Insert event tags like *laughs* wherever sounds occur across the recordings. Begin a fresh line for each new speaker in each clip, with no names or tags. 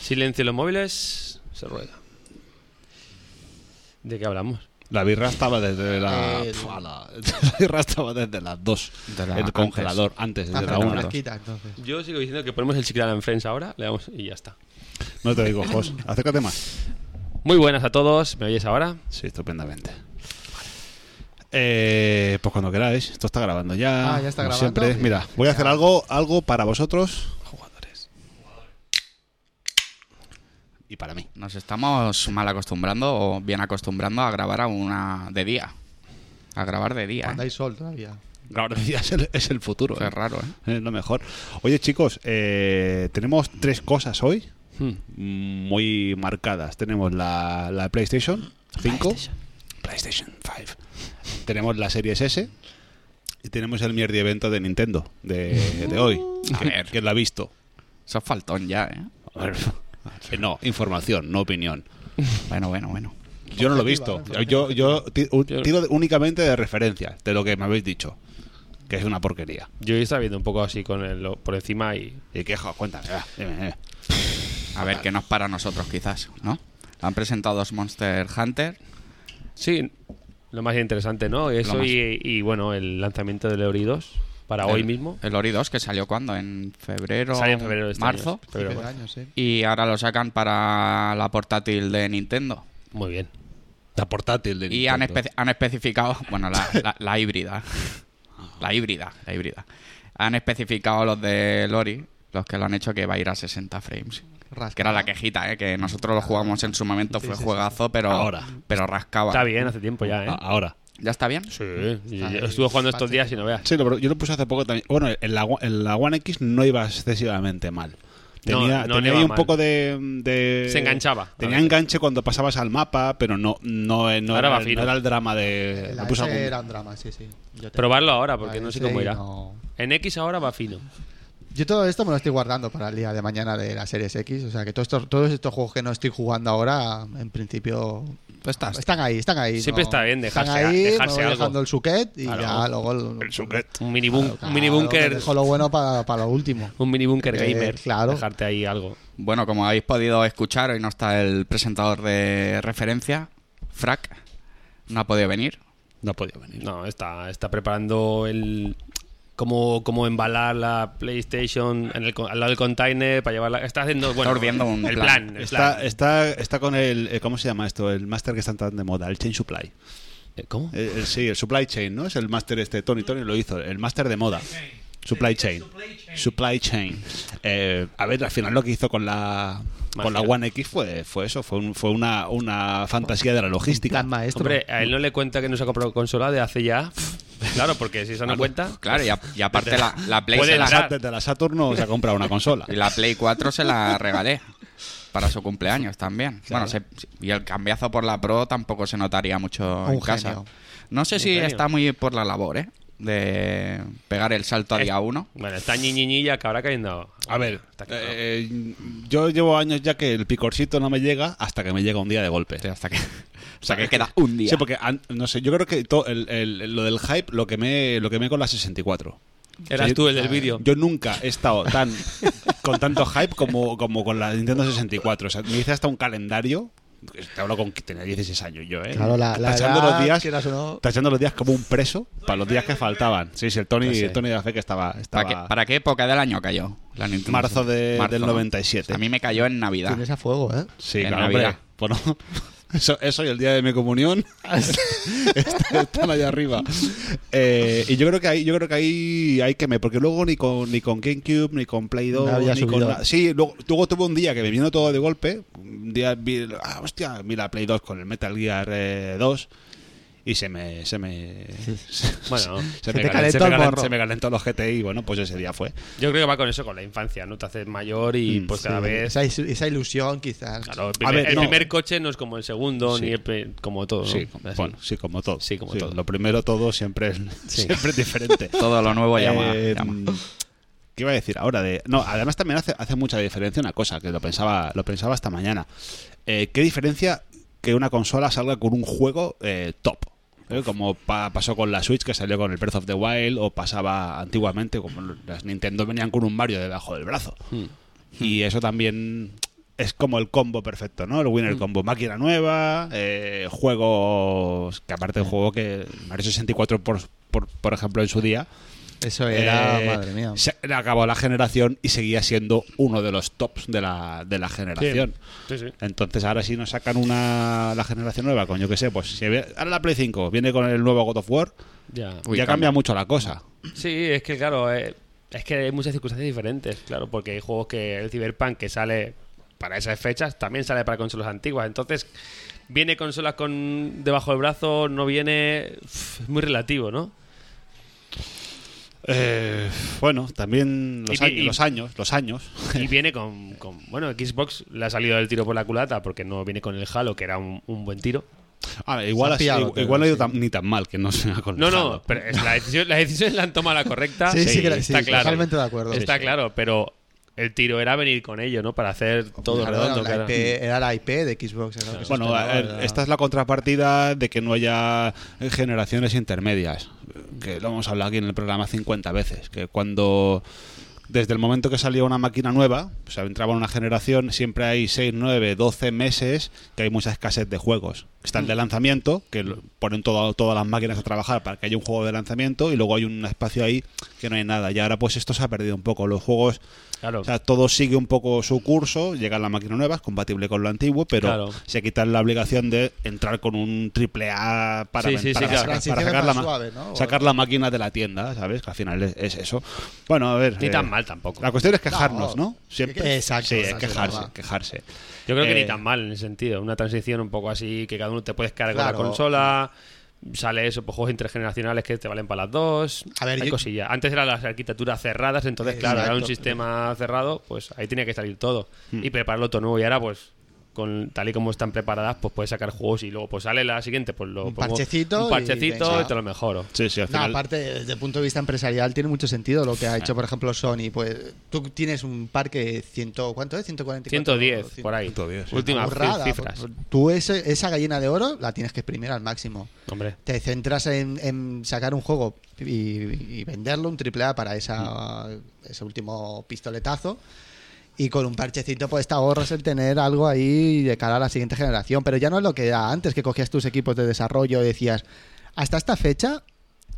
Silencio en los móviles, se rueda. ¿De qué hablamos?
La birra estaba desde la.
El-
Pf, a la- *laughs* la birra estaba desde las 2.
De la-
el congelador, antes,
Está
desde la
fresca,
1.
fresquita, entonces.
Yo sigo diciendo que ponemos el Chiquitán en Friends ahora, le damos y ya está.
No te digo, Jos. Acércate más.
Muy buenas a todos, ¿me oyes ahora?
Sí, estupendamente. Eh, pues cuando queráis, esto está grabando ya.
Ah, ya está
como
grabando.
Siempre, mira, voy a hacer algo, algo para vosotros
Jugadores.
y para mí.
Nos estamos mal acostumbrando o bien acostumbrando a grabar a una de día. A grabar de día.
Cuando
¿eh?
hay sol todavía.
Ahora *laughs* ya es el, es el futuro.
Eso
¿eh?
es raro, ¿eh?
Es lo mejor. Oye, chicos, eh, tenemos tres cosas hoy
Hmm.
mm, muy marcadas. Tenemos la, la PlayStation 5, PlayStation 5. Tenemos la Series S y tenemos el mierdi evento de Nintendo de, de hoy.
Uh. A ver.
¿Quién la ha visto?
Eso es faltón ya, ¿eh?
A ver, eh, No, información, no opinión.
Bueno, bueno, bueno.
Yo no lo he visto. Yo, yo ti- u- tiro de- únicamente de referencias de lo que me habéis dicho, que es una porquería.
Yo estaba viendo un poco así con el, lo- por encima y
Y queja, cuéntame. va, dime, dime.
A ver, que no es para nosotros quizás, ¿no? Han presentado dos Monster Hunter.
Sí, lo más interesante, ¿no? Eso
más.
y, y, bueno, el lanzamiento del Euri 2 para
El-
hoy mismo.
El Ori 2, que salió cuando? ¿En febrero?
Sale en febrero de este
¿Marzo?
año. Febrero,
Primer
marzo.
año, sí.
Y ahora lo sacan para la portátil de Nintendo.
Muy bien.
La portátil de
Y han,
Nintendo.
espe- han especificado, bueno, la, la- la híbrida. La híbrida, la híbrida. Han especificado los de Lori, los que lo han hecho, que va a ir a 60 frames. Que era la quejita, ¿eh? que nosotros lo jugamos en su momento,
Sí,
fue
sí, sí.
juegazo, pero,
Ahora.
pero rascaba.
Está bien, hace tiempo ya, ¿eh?
A- Ah, Ahora.
¿Ya está bien?
Sí,
ah.
y- y- estuve jugando estos días y no veas.
Sí, lo- pero yo lo puse hace poco también. Bueno, en la, en la One X no iba excesivamente mal. Tenía,
No, no
tenía
le va
ahí un
mal.
poco de, de-
Se enganchaba.
Tenía enganche cuando pasabas al mapa, pero no, no, eh, no
Ahora
era,
va fino.
no era el drama de.
La
le puse
S
algún-
era un drama, sí, sí. Yo te-
Probarlo ahora, porque
La
no sé
S
cómo
y
irá.
no-
En X ahora va fino.
Yo todo esto me lo estoy guardando para el día de mañana de la Series X. O sea que todos estos, todos estos juegos que no estoy jugando ahora, en principio.
Tú estás.
Están ahí, están ahí.
Siempre
no-
está bien dejarse
están
a-
ahí,
dejarse
me voy
algo.
dejando el suquet y
Claro.
ya luego. el-
El suquet.
Un mini, bun-
claro,
un mini
claro,
búnker.
Dejo lo bueno para, para lo último.
Un mini búnker
Eh,
gamer.
claro.
Dejarte ahí algo.
Bueno, como habéis podido escuchar, hoy no está el presentador de referencia, Frac. No ha podido venir.
No podía venir.
No, está, está preparando el. Cómo, cómo embalar la PlayStation en el co- al lado del container para llevarla. Está haciendo. Bueno,
urdiendo un
el
plan.
plan. el
Está,
plan.
está, está con el. eh, ¿Cómo se llama esto? El máster que está tan de moda, el Chain Supply.
Eh, ¿Cómo?
Eh, el- sí, el Supply Chain, ¿no? Es el máster este. Tony Tony lo hizo, el máster de moda. Supply Chain. Supply Chain. Eh, a ver, al final lo que hizo con la. Con la
Magia.
One X fue, fue eso, fue, un- fue una, una fantasía de la logística.
Plan maestro.
Hombre, a él no le cuenta que no se ha comprado consola de hace ya. *laughs* Claro, porque si eso no cuenta.
Claro, y, a- y aparte la, la Play
Puede
se la-
entrar.
Desde la Saturno se ha comprado una consola.
*laughs* y la Play 4 se la regalé para su cumpleaños también. Bueno, se- y el cambiazo por la Pro tampoco se notaría mucho en
Un
casa.
genio.
No sé si
genio.
está muy por la labor, ¿eh? De pegar el salto a día 1.
Bueno, está ñiñiñilla que habrá cayendo.
A ver,
Está claro.
eh, yo llevo años ya que el picorcito no me llega hasta que me llega un día de golpe.
Hasta
*laughs*
que, hasta que queda un día.
Sí, porque an- no sé, yo creo que to- el- el- lo del hype lo quemé, lo quemé con la 64.
Eras
Sí,
tú el del vídeo.
Yo nunca he estado tan con tanto hype como, como con la Nintendo 64. O sea, me hice hasta un calendario. Te hablo con que tenía 16 años yo, ¿eh?
Claro, la- la
tachando
edad,
los días,
quieras o no.
tachando los días como un preso para los días que faltaban. Sí, sí, el Tony,
Ya
Pues
sé.
el Tony de la fe que estaba,
¿Para
estaba
qué, para qué época del año cayó? La Nintendo?
marzo, de- del
¿no?
97.
A mí me cayó en Navidad.
Tienes a fuego, ¿eh?
Sí,
En
claro, hombre.
Navidad.
Bueno, *laughs* eso, eso y el día de mi comunión *laughs* están, están allá arriba. Eh, y yo creo que ahí, yo creo que ahí hay que me, porque luego ni con ni con GameCube, ni con Play 2,
No había
ni con
subido.
nada. Sí, luego, luego tuve un día que me vino todo de golpe. Un día vi, ah, hostia, vi la Play 2 con el Metal Gear eh, 2 y se me se me
Bueno,
*laughs* se,
te
me calen- se
calentó
me
el
calen-
morro.
se me calentó los GTI, bueno, pues ese día fue.
yo creo que va con eso, con la infancia, ¿no? Te haces mayor y pues cada
Sí,
vez.
Esa, is- esa ilusión, quizás.
Claro, el
A
primer,
ver,
el
no.
primer coche no es como el segundo,
Sí.
ni el pe- como todo, ¿no?
Sí, como-
Así.
bueno, sí, como todo.
Sí, como todo.
Lo primero todo siempre es, *laughs* siempre es diferente.
Todo lo nuevo llama.
Eh,
llama.
¿Qué iba a decir ahora? De, no, además también hace, hace mucha diferencia una cosa, que lo pensaba, lo pensaba esta mañana. Eh, ¿Qué diferencia que una consola salga con un juego eh, top? ¿Eh? Como pa- pasó con la Switch que salió con el Breath of the Wild o pasaba antiguamente, como las Nintendo venían con un Mario debajo del brazo. Y eso también es como el combo perfecto, ¿no? El winner combo, máquina nueva, eh, juegos, que aparte el juego que Mario 64 por, por, por ejemplo en su día,
Eso era,
eh,
madre mía.
Se acabó la generación y seguía siendo uno de los tops de la, de la generación.
Sí, sí.
Entonces ahora si nos sacan una la generación nueva, coño que sé, pues si ve- ahora la Play 5 viene con el nuevo God of War,
Ya.
Uy,
ya cambia.
cambia.
mucho la cosa.
Sí, es que claro, eh, es que hay muchas circunstancias diferentes, claro, porque hay juegos que el Cyberpunk que sale para esas fechas también sale para consolas antiguas, entonces viene consolas con debajo del brazo, no viene, Uf, es muy relativo, ¿no?
Eh, bueno, también los,
Y-
a-
y-
los años, los años.
Y viene con, con- bueno, Xbox le ha salido el tiro por la culata porque no viene con el Halo que era un, un buen tiro.
A ver, Ah, igual,
Se ha
así-
pillado,
igual,
pero
no ha ido
sí.
tan- ni tan mal que no sea con el
No,
Halo.
no, pero es la decisión, la decisión la han tomado la correcta.
Sí, sí, que la-
está
sí,
claro.
totalmente de acuerdo.
Está
Sí, sí.
claro, pero el tiro era venir con ello, ¿no? Para hacer todo
Claro,
redondo.
era, la
claro.
IP, era la IP de Xbox. era lo que se
Bueno,
esperaba,
eh,
era-
esta es la contrapartida de que no haya eh, generaciones intermedias, que lo hemos hablado aquí en el programa 50 veces, que cuando desde el momento que salía una máquina nueva, o sea, entraba una generación, siempre hay 6, 9, 12 meses que hay mucha escasez de juegos. Está el de lanzamiento, que lo- ponen todo- todas las máquinas a trabajar para que haya un juego de lanzamiento y luego hay un espacio ahí que no hay nada. Y ahora pues esto se ha perdido un poco. Los juegos
Claro.
o sea, todo sigue un poco su curso, llega la máquina nueva, es compatible con lo antiguo, pero
Claro.
se quitan la obligación de entrar con un triple A para,
Sí, sí,
para
sí, claro.
sacar,
Transición
para
es
sacar la,
más
ma-
suave, ¿no?
sacar la máquina de la tienda, ¿sabes? Que al final es, es eso. Bueno, a ver.
Ni
eh,
tan mal tampoco.
La cuestión es quejarnos, ¿no?
No.
Siempre.
Exacto,
Sí, es
exacto,
quejarse,
normal.
quejarse.
Yo creo que
Eh,
ni tan mal en ese sentido. Una transición un poco así, que cada uno te puedes cargar
Claro.
la consola. Sale eso, pues, juegos intergeneracionales que te valen para las dos.
A ver,
hay
yo-
cosillas. Antes eran las arquitecturas cerradas, entonces, claro, era un
Exacto. Hmm.
sistema cerrado, pues ahí tenía que salir todo. Y prepararlo todo nuevo. Y ahora, pues, con tal y como están preparadas, pues puedes sacar juegos y luego, pues sale la siguiente, pues lo
Un
pongo-
parchecito
Un
y
parchecito
venga.
y, te lo mejoro.
Sí, sí, al
No,
final.
aparte, desde el punto de vista empresarial tiene mucho sentido lo que ha hecho, por ejemplo, Sony. Pues tú tienes un parque ciento, ¿cuánto es? 144.
110,
cien-
por ahí.
110, sí.
Últimas
burrada. pues,
cifras.
Tú ese- esa gallina de oro la tienes que exprimir al máximo.
Hombre.
Te centras en, en sacar un juego y, y venderlo, un triple A para esa, ese último pistoletazo. Y con un parchecito, pues te ahorras el tener algo ahí de cara a la siguiente generación. Pero ya no es lo que era antes, que cogías tus equipos de desarrollo y decías, hasta esta fecha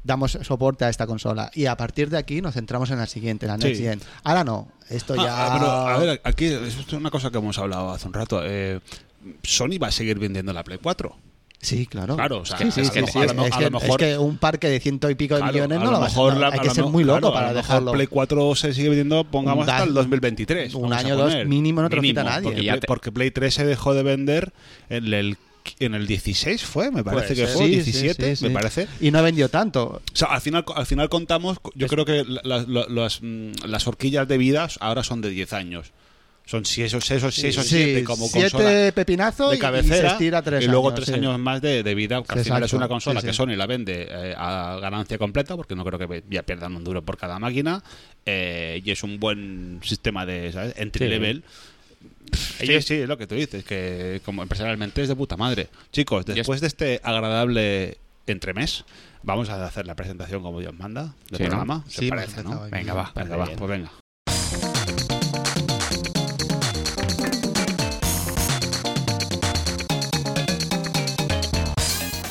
damos soporte a esta consola. Y a partir de aquí nos centramos en la siguiente, la next
Sí.
gen. Ahora no, esto ya.
Ah, pero, a ver, aquí es una cosa que hemos hablado hace un rato. eh, Sony va a seguir vendiendo la Play 4.
Sí, claro.
Claro, o sea,
Sí, sí,
es
sí,
que-
sí,
a
es
lo-
es
a
que-
lo mejor-
es que un parque de ciento y pico de
Claro,
millones
a
no
lo
lo vas a
mejor la-
Hay
a
que
lo
ser
mejor-
muy loco
claro, a
para
lo mejor
dejarlo.
Play 4 se sigue vendiendo, pongamos
Da-
hasta el 2023.
un
vamos a
año, dos,
poner.
mínimo no te lo quita nadie.
Porque,
Y ya
Play-
te-
porque Play 3 se dejó de vender en el, en el 16, ¿fue? Me parece
Puede
que
ser.
fue,
Sí, sí,
17,
sí,
me
sí.
parece.
Y no ha vendido tanto.
O sea, al final, al final contamos, yo creo que la- la- la- las, mm, las horquillas de vida ahora son de 10 años. Son 6 o 6 o 6 o 7 como
siete
consola
pepinazos
de
y-
cabecera
y se estira tres
y luego
años,
tres
sí.
años más de, de vida que al final
Exacto,
es una consola
sí,
que
sí.
Sony la vende eh, a ganancia completa porque no creo que ve- ya pierdan un duro por cada máquina eh, y es un buen sistema de ¿sabes? entry
Sí.
level Sí,
Ellos-
sí, es lo que tú dices, que como empresarialmente es de puta madre. Chicos,
es-
después de este agradable entremés, vamos a hacer la presentación como Dios manda del
Sí, ¿no?
programa. ¿Te
Sí, pues
parece,
hemos
no?
empezado
Venga, va.
Venga, va,
bien.
pues venga.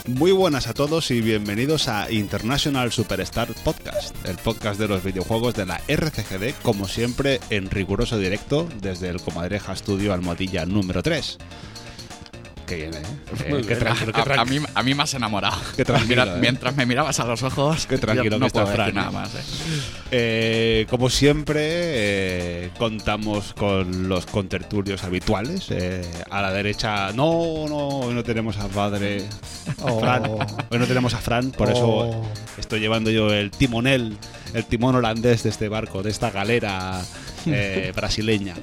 Muy buenas a todos y bienvenidos a International Superstar Podcast, el podcast de los videojuegos de la RCGD, como siempre en riguroso directo desde el Comadreja Studio Almohadilla número 3. Qué bien, ¿eh? Eh,
Muy
qué
bien.
tranquilo, qué
A, a
tranquilo.
mí, a mí me has enamorado.
Qué tranquilo,
Mira,
eh.
Mientras me mirabas a los ojos,
Qué tranquilo
yo
que
no
está
puedo decir
Fran,
nada
eh.
más. eh.
Eh, como siempre, eh, contamos con los contertulios habituales. eh, a la derecha, no, no, hoy no tenemos a padre.
Oh.
Fran. Hoy no tenemos a Fran, por eso
Oh.
estoy llevando yo el timonel, el timón holandés de este barco, de esta galera eh, brasileña.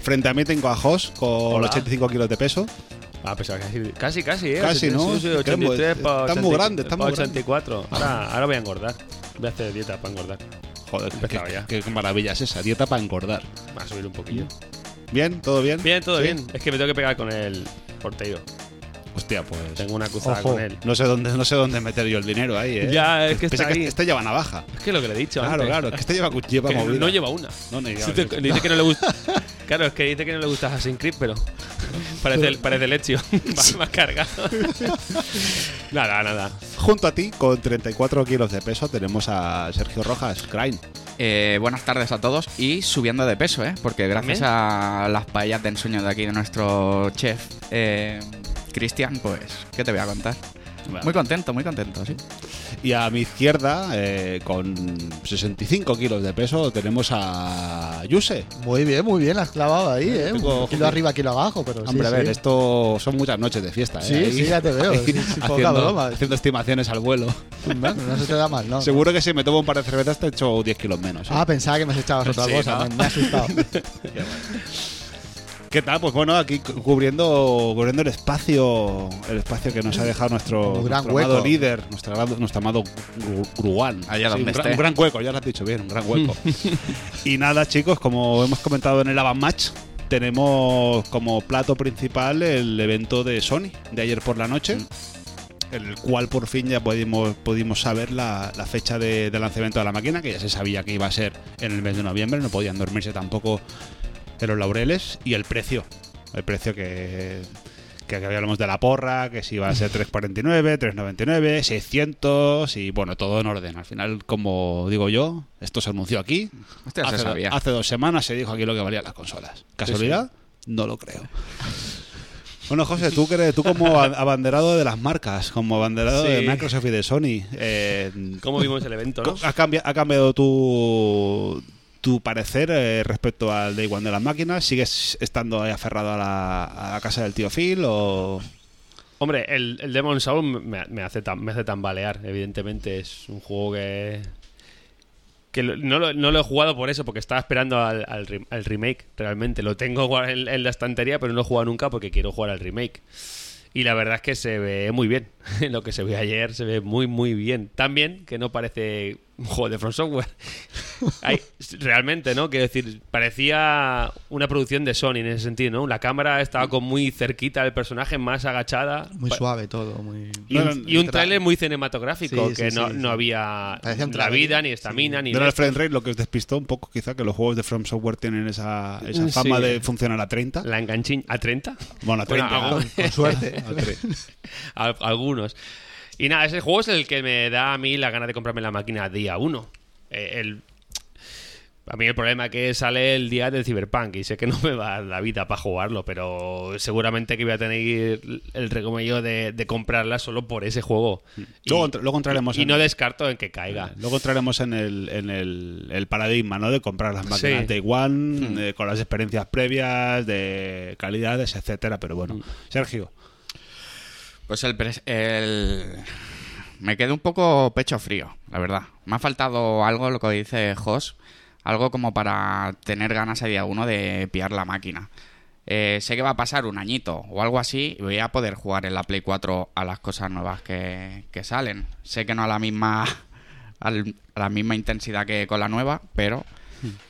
Frente a mí tengo a Jos con
Hola.
85 kilos de peso.
Ah, pensaba que casi, casi, ¿eh?
Casi,
Sí,
¿no?
sí,
Creo que
83 para
está muy grande, está muy
pa'
grande. Ah.
84. Ahora, ahora voy a engordar. Voy a hacer dieta para engordar.
Joder, qué,
Empezaba ya.
qué- qué maravilla es esa, dieta para engordar.
Va a subir un poquillo.
¿Bien? ¿Todo bien?
Bien, todo
Mm. ¿Sí?
bien. Es que me tengo que pegar con el portero.
Hostia, pues.
Tengo una cruzada
Ojo.
con él.
No sé dónde, no sé dónde meter yo el dinero ahí, ¿eh?
Ya, es que
Pensé
está
que
ahí.
este lleva navaja.
Es que lo que le he dicho
Claro,
antes.
claro, que este lleva, cu- lleva
Que
movida.
no lleva una.
No, no lleva-
Si te- le dice que no le gusta. *laughs* Claro, es que dice que no le gusta Assassin's Creed,
*laughs*
pero parece el, parece el Ezio. *laughs* más, más
*laughs*
cargado. nada, nada.
Junto a ti, con 34 kilos de peso, tenemos a Sergio Rojas, Crane.
Eh, buenas tardes a todos y subiendo de peso, ¿eh? Porque gracias
También.
a las paellas de ensueño de aquí de nuestro chef, eh, Cristian, pues, ¿qué te voy a contar? Muy contento, muy contento, sí.
Y a mi izquierda, eh, con 65 kilos de peso, tenemos a Yuse.
Muy bien, muy bien, la has clavado ahí, ¿eh?
Tengo-
kilo arriba, kilo abajo, pero sí,
Hombre, a
sí.
ver, esto son muchas noches de fiesta, ¿eh?
Sí,
Ahí-
sí, ya te
*laughs*
veo.
ahí
sí, sí, poca
haciendo-
broma.
*laughs* haciendo estimaciones al vuelo.
Bueno, no se te da mal, ¿no?
Seguro que si me tomo un par de cervezas te echo 10 kilos menos. ¿eh?
Ah, pensaba que me
*laughs*
has echado otra
Sí,
cosa,
no.
me, me ha asustado.
¿Qué tal? Pues bueno, aquí cu- cubriendo, cubriendo el espacio el espacio que nos ha dejado nuestro,
Un gran
nuestro amado
hueco.
líder, nuestro, amado- nuestro amado Gru- Gruán.
Allá donde
un, gran,
esté.
un gran hueco, ya lo has dicho bien, un gran
*laughs*
hueco. y nada, chicos, como hemos comentado en el Avant Match, tenemos como plato principal el evento de Sony de ayer por la noche.
Mm.
En el cual por fin ya pudimos, pudimos saber la, la fecha de, de lanzamiento de la máquina, que ya se sabía que iba a ser en el mes de noviembre, no podían dormirse tampoco de los laureles y el precio. El precio que, que aquí hablamos de la porra, que si iba a ser 3.49, 3.99, 600 y bueno, todo en orden. Al final, como digo yo, esto se anunció aquí.
Hostia, se
hace, do-
sabía.
hace dos semanas se dijo aquí lo que valían las consolas. ¿Casualidad? No lo creo. *laughs* Bueno, José, tú, que eres- tú como a- abanderado de las marcas, como abanderado de
Sí.
Microsoft y de Sony, eh,
¿Cómo vimos el evento, no?
Co- ¿Ha, cambi- ha cambiado tu, tu parecer eh, respecto al Day One de las máquinas? ¿Sigues estando ahí aferrado a la, a la casa del tío Phil? O...
Hombre, el, el Demon Soul me, me hace tam- me hace tambalear, evidentemente. Es un juego que. que lo- no, lo, no lo he jugado por eso, porque estaba esperando al, al re- al remake, realmente. Lo tengo guar- en, en la estantería, pero no lo he jugado nunca porque quiero jugar al remake. Y la verdad es que se ve muy bien. *laughs* lo que se ve ayer se ve muy, muy bien. Tan bien que no parece un juego de From Software. Ay, realmente, ¿no? Quiero decir, parecía una producción de Sony en ese sentido, ¿no? La cámara estaba con muy cerquita del personaje, más agachada.
Muy
Pa-
suave todo, muy...
y un,
No era-
y un tráiler muy cinematográfico,
Sí, sí,
que no,
sí,
no
sí.
había
Parecía un
la
tráiler.
vida, ni estamina, ni...
No era el
leche.
frame rate lo que os despistó un poco, quizá, que los juegos de From Software tienen esa, esa
Sí.
fama de funcionar a 30.
La enganchín a 30.
Bueno, a 30.
algún-
*laughs*
Con suerte.
a 30.
Al- algunos. Y nada, ese juego es el que me da a mí la gana de comprarme la máquina día 1. el, a mí el problema es que sale el día del Cyberpunk y sé que no *laughs* me va a dar la vida para jugarlo, pero seguramente que voy a tener el recomello de, de comprarla solo por ese juego. *laughs* Y-
Luego entra- luego entraremos
Y,
en-
no descarto en que caiga.
Luego entraremos en el, en el, el paradigma, ¿no? De comprar las máquinas
Sí. Hmm.
Day One, eh, con las experiencias previas, de calidades, etcétera. Pero
Hmm.
bueno, Sergio,
Pues el, pres- el- Me quedé un poco pecho frío, la verdad. Me ha faltado algo, lo que dice Jos, algo como para tener ganas a día uno de pillar la máquina. Eh, sé que va a pasar un añito o algo así y voy a poder jugar en la Play 4 a las cosas nuevas que, que salen. Sé que no a la misma *laughs* al- a la misma intensidad que con la nueva, pero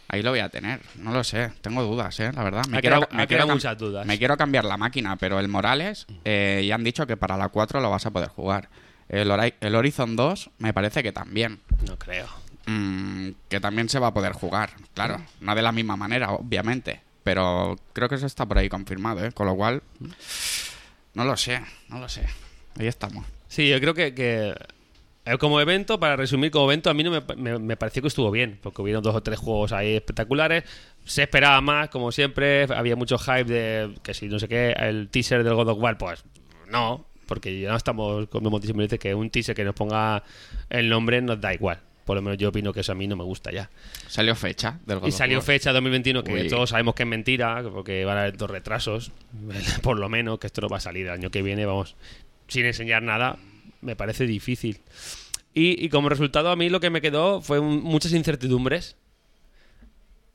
ahí lo voy a tener. No lo sé, tengo dudas, eh, la verdad. Me
Hmm. Ha
quiero-
quedado-
me
ha
quiero
quedado
cam-
muchas dudas.
Me quiero cambiar la máquina, pero el Morales eh, ya han dicho que para la 4 lo vas a poder jugar. El, Hori- el Horizon 2 me parece que también.
No creo.
Mm, que también se va a poder jugar, claro.
Mm.
No de la misma manera, obviamente. Pero creo que eso está por ahí confirmado, ¿eh? Con lo cual, no lo sé, no lo sé. Ahí estamos.
Sí, yo creo que, que, eh, como evento, para resumir, como evento a mí no me, me- me pareció que estuvo bien, porque hubieron dos o tres juegos ahí espectaculares. Se esperaba más, como siempre, había mucho hype de que si no sé qué, el teaser del God of War, pues no, porque ya no estamos, como hemos dicho mil veces, que un teaser que nos ponga el nombre nos da igual. Por lo menos yo opino que eso a mí no me gusta ya.
Salió fecha del God
Y
of
salió
War.
fecha 2021, que
Uy.
todos sabemos que es mentira, porque van a haber dos retrasos, *laughs* por lo menos, que esto no va a salir el año que viene, vamos, sin enseñar nada, me parece difícil. Y, y como resultado, a mí lo que me quedó fue un- muchas incertidumbres.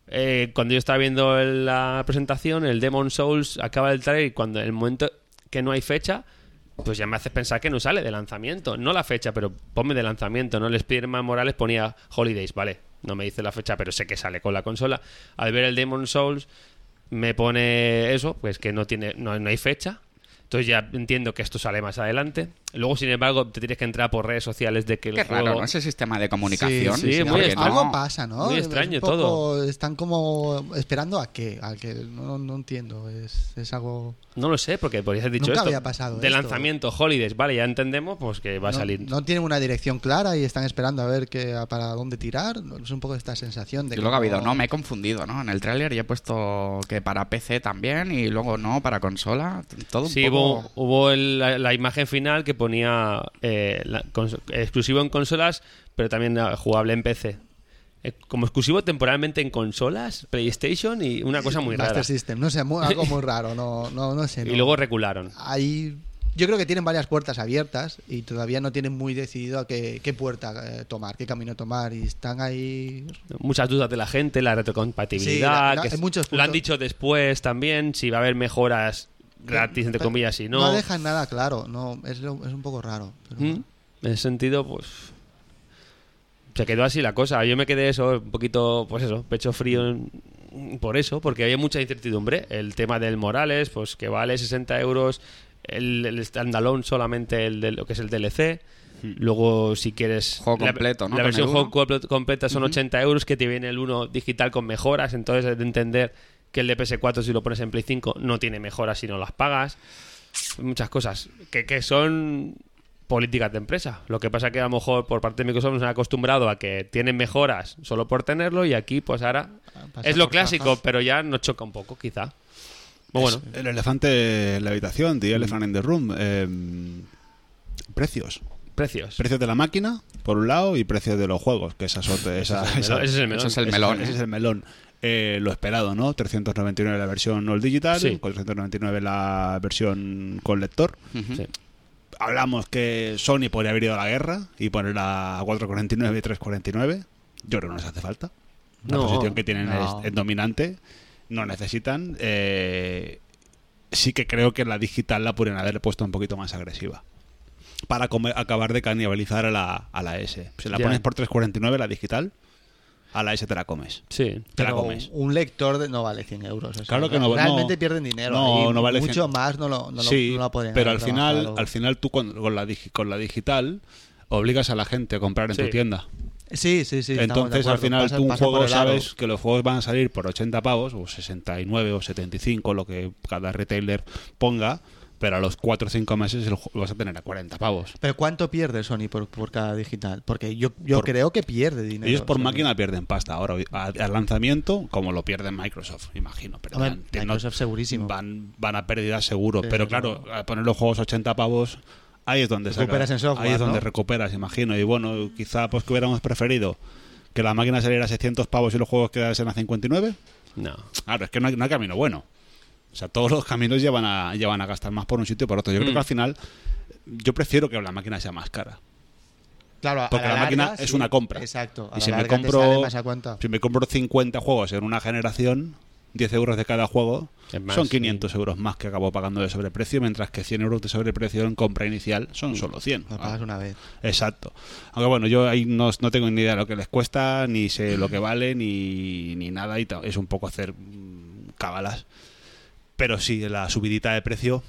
Eh, cuando yo estaba viendo el- la presentación, el Demon Souls acaba el trailer y cuando en el momento que no hay fecha, pues ya me haces pensar que no sale de lanzamiento. No la fecha, pero ponme de lanzamiento, ¿no? El Spider-Man Morales ponía Holidays, ¿vale? No me dice la fecha, pero sé que sale con la consola. Al ver el Demon Souls, me pone eso, pues que no tiene, no, no hay fecha. Entonces ya entiendo que esto sale más adelante. Luego, sin embargo, te tienes que entrar por redes sociales de que el
Qué
juego...
raro, ¿no? Ese sistema de comunicación.
Sí, sí,
porque
muy
no-
extraño.
Algo pasa, ¿no?
Muy
Es
extraño
un poco-
todo.
Están como esperando a qué, a que no, no- no entiendo, es, es algo...
No lo sé, porque podrías haber dicho
Nunca
esto.
había pasado
de
esto.
lanzamiento, holidays, vale, ya entendemos pues que va a
no,
salir.
no tienen una dirección clara y están esperando a ver que, a- para dónde tirar. Es un poco esta sensación de
Y
que
luego ha habido, no, me he confundido, ¿no? En el tráiler ya he puesto que para PC también y luego no, para consola. Todo un
Sí,
poco...
hubo, hubo el- la, la imagen final que ponía eh, la- cons- exclusivo en consolas, pero también ah, jugable en PC. Eh, como exclusivo temporalmente en consolas, PlayStation y una cosa muy
Master
rara.
System,
*laughs*
no sé, mu- algo muy raro, no, no, no sé.
Y
no.
luego recularon.
Ahí- yo creo que tienen varias puertas abiertas y todavía no tienen muy decidido a qué, qué puerta eh, tomar, qué camino tomar y están ahí...
Muchas dudas de la gente, la retrocompatibilidad.
Sí, la- la-
que
en
es-
muchos
lo han
puntos-
dicho después también, si va a haber mejoras gratis, entre
Pero
comillas, si no.
No dejan nada claro, no, es, lo- es un poco raro. pero
¿Mm?
bueno.
En ese sentido, pues. Se quedó así la cosa. Yo me quedé eso, un poquito, pues eso, pecho frío en- por eso, porque había mucha incertidumbre. El tema del Morales, pues que vale 60 euros, el, el standalone solamente el de lo que es el DLC. Luego, si quieres.
Hmm. Juego
la-
completo, ¿no?
La
Con
versión
el uno.
juego comple- completa son 80 euros, que te viene el 1 digital con mejoras. Entonces, es de entender que el de PS4, si lo pones en Play 5, no tiene mejoras si no las pagas muchas cosas que, que son políticas de empresa. Lo que pasa que a lo mejor por parte de Microsoft nos han acostumbrado a que tienen mejoras solo por tenerlo y aquí pues ahora
pasa
es lo
por
clásico,
cajas.
pero ya nos choca un poco quizá. Pues Bueno, bueno,
El elefante en la habitación, The Elephant in the Room. eh, precios.
precios.
Precios de la máquina, por un lado, y precios de los juegos, que esa,
Pues
sorte- esa,
Ese es el
esa-
melón, ese es el melón.
Eso es el
ese-
melón.
Ese
¿eh?
es el melón. Eh, lo esperado, ¿no? 399 la versión all digital,
Sí.
499 la versión con lector.
Ujú.
Sí.
Hablamos que Sony podría haber ido a la guerra y poner a 449 y 349. Yo creo que no les hace falta. La
No.
posición que tienen
No.
es, es dominante. No necesitan. eh, sí que creo que la digital la podrían haber puesto un poquito más agresiva. Para come- acabar de canibalizar a la, a la S. Si la
Ya.
pones por 349 la digital, a la S te la comes.
Sí.
Te la
Pero
comes.
un lector de- no vale 100 euros. o sea,
Claro que no,
Realmente
no.
pierden dinero.
No,
ahí
no vale
mucho
100.
más no lo, no lo-
sí,
no lo podrían
pero al
haber
final,
trabajado.
al final tú con, con la, digi- con la digital obligas a la gente a comprar en
Sí.
tu tienda.
Sí, sí, sí. estamos de
Entonces, al
acuerdo.
final,
Pasa-
tú un
pasa por
juego
el aro.
sabes que los juegos van a salir por 80 pavos, o 69 o 75, lo que cada retailer ponga, pero a los 4 o 5 meses el ju- lo vas a tener a 40 pavos.
Pero ¿cuánto pierde Sony por, por cada digital? Porque yo, yo
Por-
creo que pierde dinero.
Ellos por
Sony.
máquina pierden pasta ahora, hoy- a- al lanzamiento, como lo pierde Microsoft, imagino. Pero
Hombre,
van- te- no-
Microsoft segurísimo.
Van, van a pérdida seguro.
Sí,
pero
sí,
claro, al poner los juegos a 80 pavos, ahí es donde sacas-
Recuperas en software,
Ahí es donde
¿no?
recuperas, imagino. Y bueno, quizá pues que hubiéramos preferido que la máquina saliera a 600 pavos y los juegos quedasen a 59.
No.
Claro, es que no hay, no hay camino bueno. O sea, todos los caminos llevan a, llevan a gastar más por un sitio y por otro. Yo creo
Mm.
que al final, yo prefiero que la máquina sea más cara.
Claro, a
Porque la, máquina
larga,
es
sí,
una compra.
Exacto. A
Y
la
si me,
larga te
compro,
sale más a cuenta.
si me compro 50 juegos en una generación, 10 euros de cada juego,
Es más,
son
sí.
500 euros más que acabo pagando de sobreprecio, mientras que 100 euros de sobreprecio en compra inicial son solo 100.
Lo Mm. pagas una vez.
Exacto. Aunque bueno, yo ahí no, no tengo ni idea de lo que les cuesta, ni sé lo que vale, ni, ni nada. Y ta- es un poco hacer mm, cábalas. Pero sí, la subidita de precio,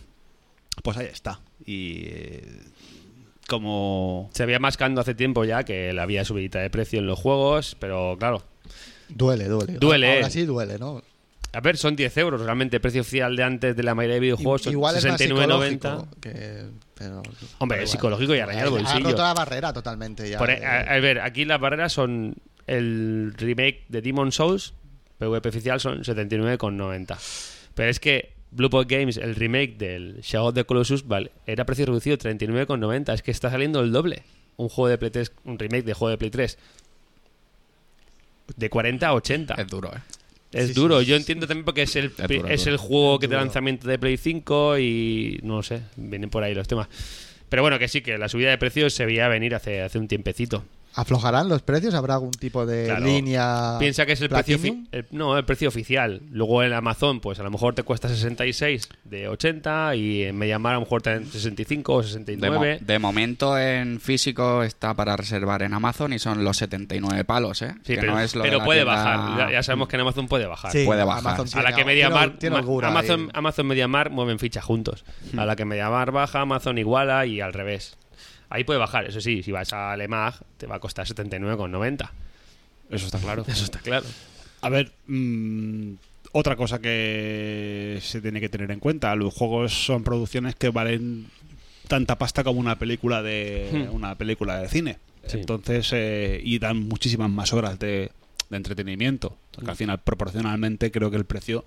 pues ahí está. Y eh, como...
Se había mascando hace tiempo ya que la había subidita de precio en los juegos, pero claro.
Duele, duele.
Duele,
Ahora
eh.
sí duele, ¿no?
A ver, son 10 euros realmente el precio oficial de antes de la mayoría de videojuegos. son
Igual es más
69,90.
psicológico que- pero-
Hombre,
pero
es psicológico y araña el
Ha-
bolsillo.
Ha roto la barrera totalmente ya.
Por- e-
de-
a, a ver, aquí las barreras son el remake de Demon Souls, PvP oficial son 79,90. Pero es que Blue Point Games, el remake del Shadow of the Colossus, vale, era precio reducido 39,90. Es que está saliendo el doble. Un juego de Play 3, un remake de juego de Play 3. De 40 a 80.
Es duro, ¿eh?
Es
Sí,
duro,
sí,
yo entiendo también porque es el,
Es duro,
es
duro.
el juego que te
Duro.
lanzamiento de Play 5 y no sé, vienen por ahí los temas. Pero bueno, que sí, que la subida de precios se veía venir hace, hace un tiempecito.
¿Aflojarán los precios? ¿Habrá algún tipo de
Claro.
línea?
Piensa que es el precio,
Ah, Platinum?
ofi- el- no, el precio oficial. Luego en Amazon, pues a lo mejor te cuesta 66 de 80 y en Mediamar a lo mejor te dan 65 o
De, mo-
69.
de momento en físico está para reservar en Amazon y son los 79 palos, ¿eh?
Sí,
Que
pero,
no es lo de
pero
la
puede
tienda- Mm.
bajar. Ya, ya sabemos que en Amazon puede bajar.
Sí,
puede bajar.
A la
tiene-
que Mediamar,
tiene- tiene
Ma-
holgura
Amazon,
ahí.
Amazon Mediamar mueven fichas juntos.
Mm.
A la que Mediamar baja, Amazon iguala y al revés. Ahí puede bajar, eso sí, si vas a Lemag te va a costar 79,90.
Eso está claro.
Eso está claro.
A ver, mm, otra cosa que se tiene que tener en cuenta, los juegos son producciones que valen tanta pasta como una película de
Hmm.
una película de cine.
Sí.
Entonces, eh, y dan muchísimas más horas de, de entretenimiento. Porque
Hmm.
al final, proporcionalmente, creo que el precio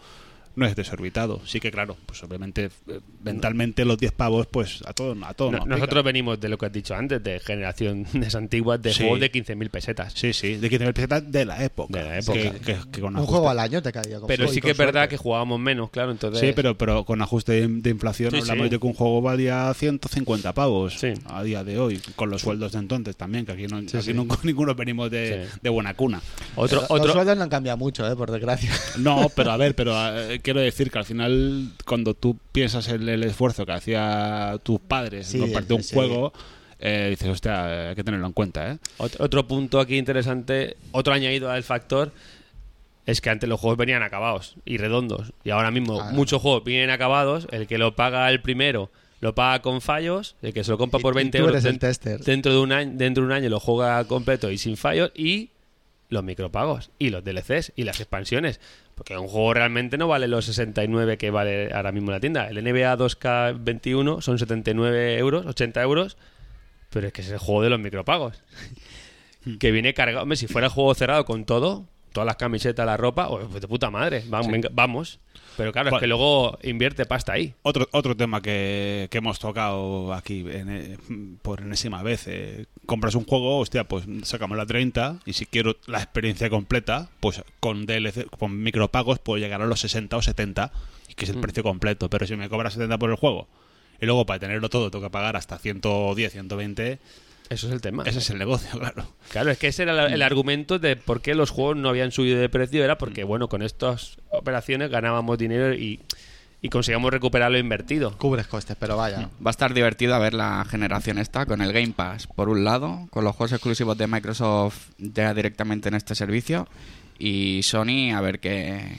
no es desorbitado. Sí que claro, pues obviamente, eh, mentalmente los 10 pavos, pues a todos a todos
No-
nos pica.
nosotros venimos de lo que has dicho antes, de generaciones *laughs* antiguas de
Sí.
juegos de 15.000 pesetas.
Sí, sí, de 15.000 pesetas de la época.
De la época.
Que- que- que con
Un
ajuste-
juego al año te caía. con-
Pero
con-
sí que
con
es verdad
suerte.
que jugábamos menos, claro, entonces...
Sí, pero, pero con ajuste de, de inflación
Sí,
hablamos
sí.
de que un juego valía 150 pavos
Sí.
a día de hoy, con los sueldos de entonces también, que aquí, no, aquí
sí.
nunca- *laughs* ninguno venimos de,
Sí.
de buena cuna.
Otro,
Los- Los
otro,
sueldos no han cambiado mucho, eh,
*laughs*
por desgracia.
No, pero a ver, pero eh, quiero decir que al final cuando tú piensas en el esfuerzo que hacía tus padres
Sí,
en comprarte un
sí.
juego, eh, dices, hostia, eh, hay que tenerlo en cuenta, ¿eh?
Ot- Otro punto aquí interesante, otro añadido al factor, es que antes los juegos venían acabados y redondos. Y ahora mismo
Ah.
muchos juegos vienen acabados. El que lo paga el primero lo paga con fallos. El que se lo compra
Y-
por
y
20
tú
euros
eres el
den-
tester.
Dentro, de un año, dentro de un año lo juega completo y sin fallos. Y los micropagos y los DLCs y las expansiones. Porque un juego realmente no vale los 69 que vale ahora mismo en la tienda. El NBA 2K21 son 79 euros, 80 euros. Pero es que es el juego de los
*laughs*
micropagos que viene cargado. Hombre, si fuera juego cerrado con todo, todas las camisetas, la ropa, oh, pues de puta madre, vam- venga, vamos. Pero claro,
Bueno.
es que luego invierte pasta ahí.
Otro, otro tema que, que hemos tocado aquí en, eh, por enésima vez. eh, compras un juego, hostia, pues sacamos la 30 y si quiero la experiencia completa, pues con DLC, con micropagos puedo llegar a los 60 o 70, que es el precio completo. Pero si me cobras 70 por el juego y luego para tenerlo todo tengo que pagar hasta 110, 120,
Eso es el tema.
ese es el negocio, *laughs* claro.
Claro, es que ese era la-
Mm.
el argumento de por qué los juegos no habían subido de precio. Era porque,
Mm.
bueno, con estas operaciones ganábamos dinero y, y conseguíamos recuperar lo invertido.
Cubres costes, pero vaya.
Va a estar divertido a ver la generación esta con el Game Pass, por un lado, con los juegos exclusivos de Microsoft ya directamente en este servicio, y Sony a ver qué,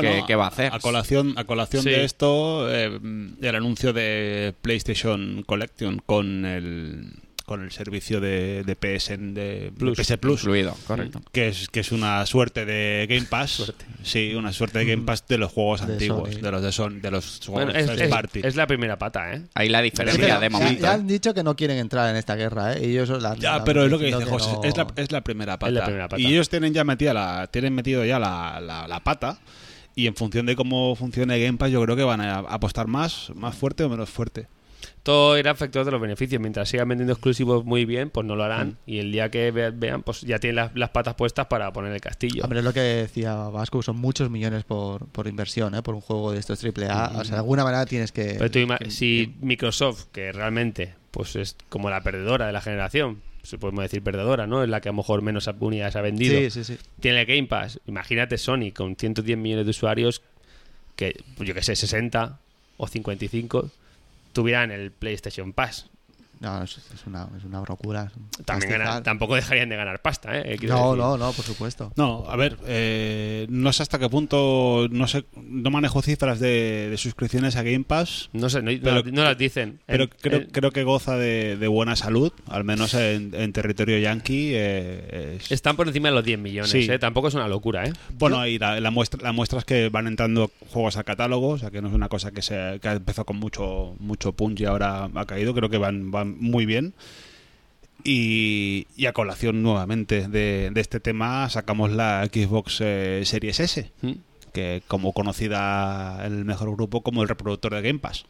qué, qué va a hacer.
A colación, a colación
Sí.
de esto, eh, el anuncio de PlayStation Collection con el, con el servicio de, de PSN de
Plus.
PS Plus.
Incluido, correcto.
Que es, que es una suerte de Game Pass. Sí, una suerte de Game Pass de los juegos
De
antiguos,
Sony.
de los de Son, de los
Bueno,
juegos
es,
third
es-
party.
es la primera pata, ¿eh?
Ahí la
Sí,
diferencia
pero
de
ya-
momento.
ya
¿eh?
han dicho que Este no quieren entrar en esta guerra, ¿eh? Y ellos la han-
Ya,
han
pero es lo que
diciendo
dice José,
no-
es, la, es la primera pata.
Es la primera pata.
Y ellos tienen ya metida la, tienen metido ya la, la- la pata. Y en función de cómo funcione Game Pass, yo creo que van a apostar más, más fuerte o menos fuerte.
todo era factor de los beneficios. Mientras sigan vendiendo exclusivos muy bien, pues no lo
Mm.
harán. Y el día que ve- vean, pues ya tienen las, las patas puestas para poner el castillo.
Hombre, es lo que decía Vasco, son muchos millones por, por inversión, ¿eh? Por un juego de estos AAA. O sea, de alguna manera tienes que...
Pero tú ima- si Microsoft, que realmente pues es como la perdedora de la generación, se podemos decir perdedora, ¿no? Es la que a lo mejor menos unidades ha vendido.
Sí, sí, sí.
Tiene el Game Pass. Imagínate Sony con 110 millones de usuarios, que pues yo que sé, 60 o 55 tuvieran el PlayStation Pass.
No, es, es una, es una locura. es un
También gana-
pastizal.
tampoco dejarían de ganar pasta, ¿eh? Quiero
Pues No,
decir.
no, no, por supuesto.
No, a ver, eh, no sé hasta qué punto, no sé, no manejo cifras de, de suscripciones a Game Pass,
No sé, no, no-
Pero-
no las dicen.
pero
En-
creo,
en-
creo que goza de, de buena salud, al menos en, en territorio yankee. eh, es-
Están por encima de los 10 millones,
Sí.
¿eh? Tampoco es una locura,
*laughs*
¿eh?
bueno, y la, la muestra, la muestra es que van entrando juegos al catálogo, o sea que no es una cosa que se que ha empezado con mucho, mucho punch y ahora ha caído, creo que van, van muy bien. Y, y a colación nuevamente de, de este tema sacamos la Xbox eh, Series S. que como conocida en el mejor grupo como el reproductor de Game Pass.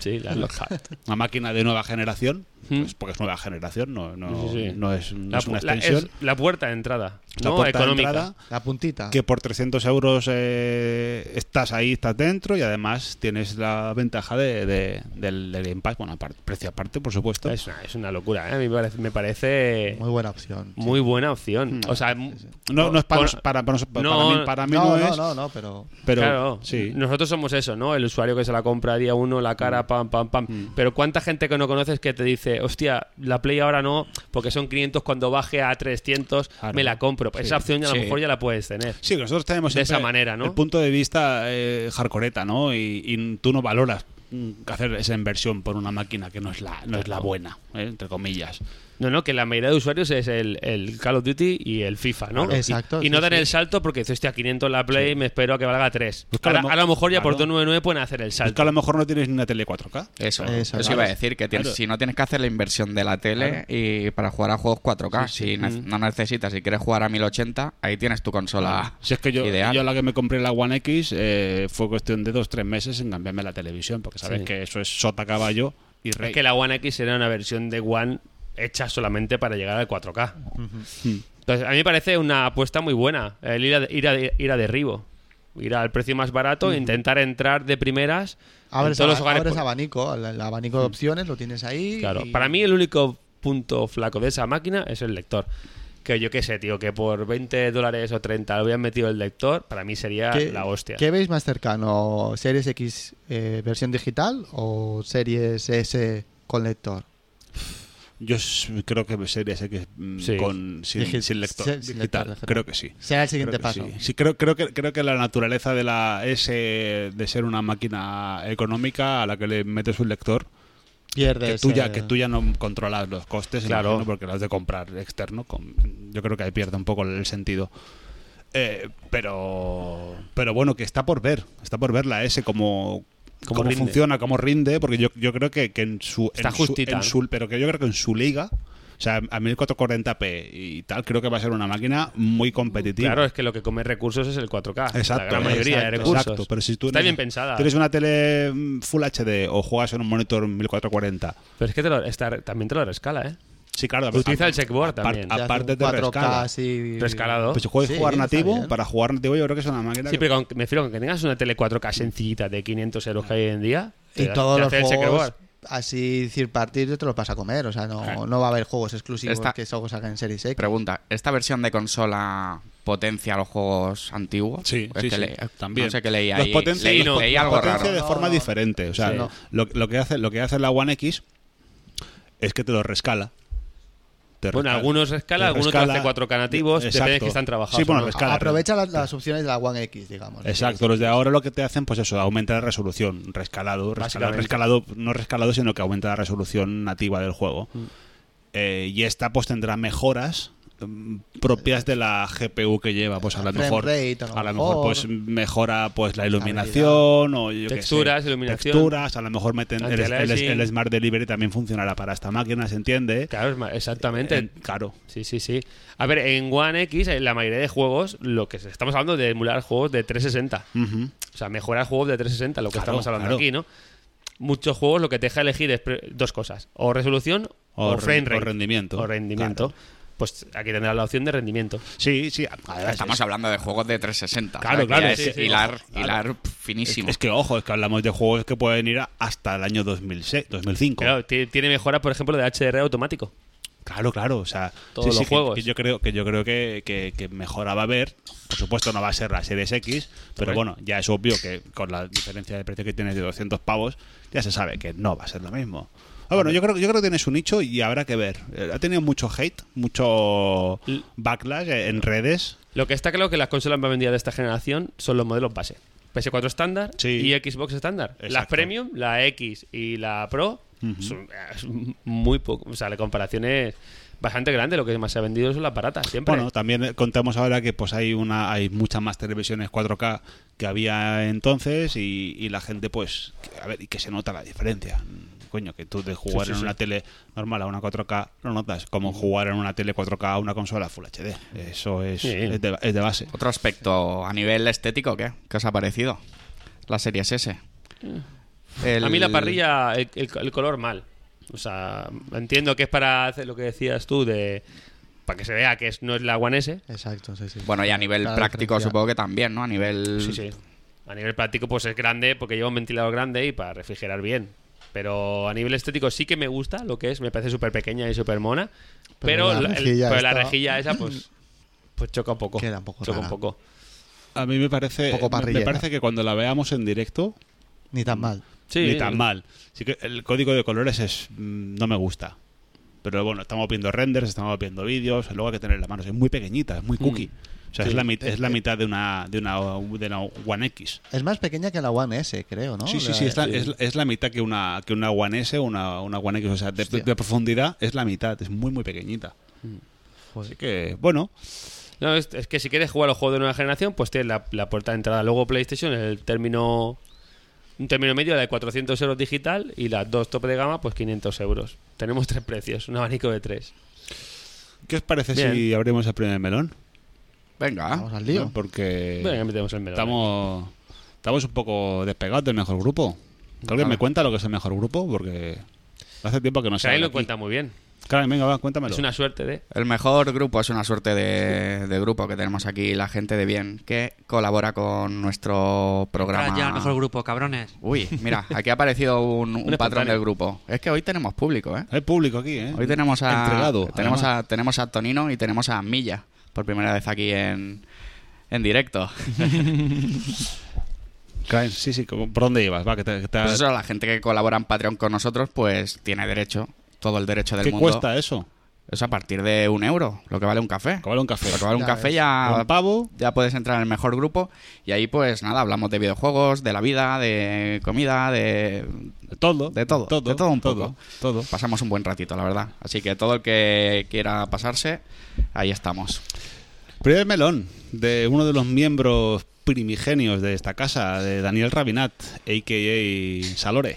Sí, la Lord Hat.
Una máquina de nueva generación,
Hmm.
Pues porque es nueva generación, no, no,
Sí, sí, sí.
no es, no
La,
es una
pu- la- es
extensión.
la puerta de entrada,
La
no
puerta de
económica.
entrada,
La puntita.
que por 300 euros eh, estás ahí, estás dentro y además tienes la ventaja de, de- del, del Game Pass. Bueno, aparte, precio aparte, por supuesto.
Es una, es una locura, ¿eh? A mí me parece, me parece
Muy Mm. buena opción. sí.
muy buena opción. O sea,
No, no es para,
con-
nos- para, para, nos- para
No,
mí, para mí
no,
no,
no,
es.
no, no, pero.
Pero
claro,
sí.
nosotros somos eso, ¿no? El usuario que se la compra día uno, la cara, pam, pam, pam. Pero ¿cuánta gente que no conoces que te dice, hostia, la Play ahora no, porque son 500, cuando baje a 300
Claro.
me la compro? Esa opción ya a lo
Sí.
mejor ya la puedes tener.
Sí, que nosotros tenemos
De
siempre
esa manera, ¿no?
el punto de vista eh, hardcoreta, ¿no? Y, y tú no valoras mm, hacer esa inversión por una máquina que no es la, no es la buena, ¿eh? entre comillas.
No, no, que la mayoría de usuarios es el, el Call of Duty y el FIFA, ¿no?
Claro. Exacto,
Y, y no
sí,
dan
sí.
el salto porque dices, hostia, 500 la Play, me espero a que valga 3.
Pues que a
ahora,
lo mo-
a lo mejor ya por
claro.
299 pueden hacer el
Es que a
salto.
lo mejor no tienes ni una tele 4K.
Eso,
Eso,
eso,
claro.
iba a decir, que tienes-
Claro.
si no tienes que hacer la inversión de la tele y para jugar a juegos 4K, si ne-
Mm.
no necesitas, si quieres jugar a 1080, ahí tienes tu consola
Si es que yo,
ideal.
yo la que me compré la One X eh, fue cuestión de dos tres meses en cambiarme la televisión, porque sabes
Sí.
que eso es sota caballo y rey.
Es que la One X era una versión de One hecha solamente para llegar al 4K.
Hmm.
Entonces, a mí me parece una apuesta muy buena el ir a, ir a- ir a derribo. Ir al precio más barato, intentar entrar de primeras. en
Abres,
todos los
aba-
hogares
abres
po-
abanico, el, el abanico de opciones, lo tienes ahí.
Claro,
y-
para mí el único punto flaco de esa máquina es el lector. Que yo qué sé, tío, que por 20 dólares o 30 le hubieran metido el lector, para mí sería
¿Qué-
la hostia.
¿Qué veis más cercano? ¿Series X eh, versión digital o Series S con lector?
Yo s- creo que sería ese que mm,
Sí.
con, sin,
Digi-
sin lector
sin- sin
digital.
lector,
creo que sí.
Será el siguiente
Creo que
paso.
Sí, Sí, creo, creo, que, creo que la naturaleza de la S de ser una máquina económica a la que le metes un lector,
Pierdes.
que tú, ya,
eh,
que tú ya no controlas los costes,
Claro.
imagino, porque las de comprar externo, con- yo creo que ahí pierde un poco el sentido. Eh, pero pero bueno, que está por ver, está por ver la S como
Cómo
cómo,
rinde.
funciona, cómo rinde, porque yo, yo creo que, que en su
Está
en su-
justita,
en
¿no?
su- pero que yo creo que en su liga, o sea, a 1440p y tal, creo que va a ser una máquina muy competitiva.
Claro, es que lo que come recursos es el 4K.
Exacto,
la gran mayoría de
exacto,
recursos.
exacto, pero si tú
Está
no-
bien pensada.
Tienes una tele mm, Full HD o juegas en un monitor 1440.
Pero es que te lo- está- también te lo rescala, ¿eh?
Sí, claro.
Utiliza
a-
el checkboard
apar-
también.
te hace
Aparte
un
te
4K
rescala.
así-
Rescalado.
Pues si juegas
Sí,
jugar
está
nativo,
bien.
para jugar nativo yo creo que es una máquina
Sí,
que...
pero con- me refiero con que tengas una tele 4K sencillita de 500 euros que hay hoy en día.
Y
te-
todos
te
los
hace el
juegos
checkerboard.
así, decir, partir te los vas a comer. O sea, no,
Claro.
no va a haber juegos exclusivos
Esta-
que solo salgan en Series X.
Pregunta, ¿esta versión de consola potencia los juegos antiguos?
Sí,
Es
sí,
que
sí,
le-
también.
No sé qué leí
Los
ahí.
potencia,
leí,
los po-
leí
los
algo
potencia
raro.
de
No,
forma
no.
diferente. O sea,
Sí.
no, lo, lo que hace, lo que hace la One X es que te lo rescala. Te
Bueno,
rescala.
algunos rescala,
Te
algunos te hacen 4K nativos, depende de que están trabajados
Sí,
o
bueno,
no.
rescala. pero-
Aprovecha las, las opciones de la One X, digamos.
Exacto, los de ahora lo que te hacen, pues eso, aumenta la resolución, rescalado, rescalado,
Básicamente.
rescalado, no rescalado, sino que aumenta la resolución nativa del juego.
Mm.
Eh, y esta pues tendrá mejoras mm, propias de la GPU que lleva, pues a lo
Frame
mejor,
rate, a lo
mejor
mejor.
pues mejora pues la iluminación o yo qué sé,
Texturas, iluminación.
texturas, a lo mejor meten el, el-
Anti-aliasing.
el Smart Delivery también funcionará para esta máquina, se entiende.
Claro, es ma- exactamente.
Eh, claro.
Sí, sí, sí. A ver, en One X, en la mayoría de juegos, lo que se- estamos hablando de emular juegos de 360.
Ujú.
O sea, mejorar juegos de 360, lo que
Claro,
estamos hablando
claro.
aquí, ¿no? Muchos juegos lo que te deja elegir es pre- dos cosas: o resolución o,
O ren-
frame rate.
o rendimiento.
O rendimiento. Pues aquí tendrás la opción de rendimiento.
Sí, sí.
Ahora
además,
Estamos
es-
hablando de juegos de 360.
Claro,
que
claro,
ya
sí,
Es
sí.
hilar,
Claro.
hilar pff,
Es,
finísimo.
es que ojo, es que hablamos de juegos que pueden ir a- hasta el año 2006, 2005.
Claro, ti- tiene mejora, por ejemplo, de HDR automático.
Claro, claro, o sea,
Todos los
que-
juegos.
Que, yo creo que yo creo que, que, que mejora va a haber. Por supuesto, no va a ser la Series X, pero
Hombre.
bueno, ya es obvio que con la diferencia de precio que tienes de 200 pavos, ya se sabe que no va a ser lo mismo. Ah, bueno, yo creo, yo creo que tiene su nicho y habrá que ver. Eh, Ha tenido mucho hate, mucho
L-
backlash eh, en redes.
Lo que está claro que las consolas más vendidas de esta generación son los modelos base. PS4 estándar
Sí.
y Xbox estándar.
Exacto.
Las Premium, la X y la Pro son es muy poco. O sea, la comparación es bastante grande. Lo que más se ha vendido son las baratas, siempre.
Bueno, también eh, contamos ahora que pues hay una hay muchas más televisiones 4K que había entonces y, y la gente pues que- a ver y que se nota la diferencia. Mm, Coño, que tú de jugar
Sí, sí,
en
sí.
una tele normal a una 4K lo notas como jugar en una tele 4K a una consola Full HD. Eso es,
Sí.
es, de, es de base.
Otro aspecto a nivel estético, ¿qué? ¿Qué os ha parecido? La serie S.
a mí la parrilla, el, el- el color mal. O sea, entiendo que es para hacer lo que decías tú de para que se vea que es- no es la One S.
Exacto, sí, sí.
Bueno, y a nivel
La
práctico
diferencia.
supongo que también, ¿no? A nivel...
Mm.
Sí, sí. A nivel práctico, pues es grande porque lleva un ventilador grande y para refrigerar bien. Pero a nivel estético sí que me gusta lo que es, me parece súper pequeña y súper mona. Pero,
Pero la
la, el-
rejilla
pero la
esta-
rejilla esa,
*clears throat*
pues, pues choca un poco.
Queda un poco
choca un
rara.
poco.
A mí me parece,
Poco
me- me
parrillera.
parece que cuando la veamos en directo,
Ni tan mal.
Sí,
ni tan mal. Sí que el código de colores es mm, no me gusta. Pero bueno, estamos viendo renders, estamos viendo vídeos, luego hay que tener la mano. Es muy pequeñita, es muy
Mm.
cookie. O sea,
Sí.
es, la, mit-
Eh,
es la mitad de una, de una, de una One X.
Es más pequeña que la One S, creo, ¿no?
Sí, sí,
La-
sí, es la, es la- es la mitad que una, que una One S o una, una One X. O sea, de,
Hostia. Mm.
de profundidad es la mitad, es muy, muy pequeñita.
Joder.
Así que, bueno,
No, es, es que si quieres jugar a los juegos de nueva generación, pues tienes la, la puerta de entrada. Luego PlayStation, el término. Un término medio, la de 400 euros digital y las dos tope de gama, pues 500 euros. Tenemos tres precios, un abanico de tres.
¿qué os parece
Bien.
si abrimos el primer melón?
Venga.
Vamos al lío.
¿No? Porque
Venga, que metemos el melón.
estamos, estamos un poco despegados del mejor grupo. Que ¿Alguien me cuenta lo que es el mejor grupo? Porque hace tiempo que no se
Caray lo
habla aquí.
cuenta muy bien.
Karen, venga, va, cuéntamelo.
Es una suerte de.
El mejor grupo es una suerte de, de grupo que tenemos aquí, la gente de bien, que colabora con nuestro programa.
Ah, ya, mejor grupo, cabrones.
Uy, mira, aquí ha aparecido
*laughs*
un, un patrón
espontáneo.
del grupo. Es que hoy tenemos público, ¿eh?
Hay público aquí, ¿eh?
Hoy tenemos a,
Entregado,
tenemos
además.
a tenemos a Tonino y tenemos a Milla por primera vez aquí en, en directo.
Karen, sí, sí, ¿por dónde llevas? Va, que te, que te-
Pues eso, la gente que colabora en Patreon con nosotros, pues tiene derecho, todo el derecho del
¿Qué
mundo.
cuesta eso?
Es a partir de un euro, lo que vale un café.
Que vale un café.
Lo que vale un
Ya
café
ves.
ya,
Un pavo.
ya puedes entrar en el mejor grupo y ahí pues nada, hablamos de videojuegos, de la vida, de comida, de,
De todo.
de todo,
Todo,
de todo un
todo,
poco.
todo.
Pasamos un buen ratito, la verdad. Así que todo el que quiera pasarse, ahí estamos.
Primer melón de uno de los miembros primigenios de esta casa, de Daniel Rabinat, a.k.a. Salore.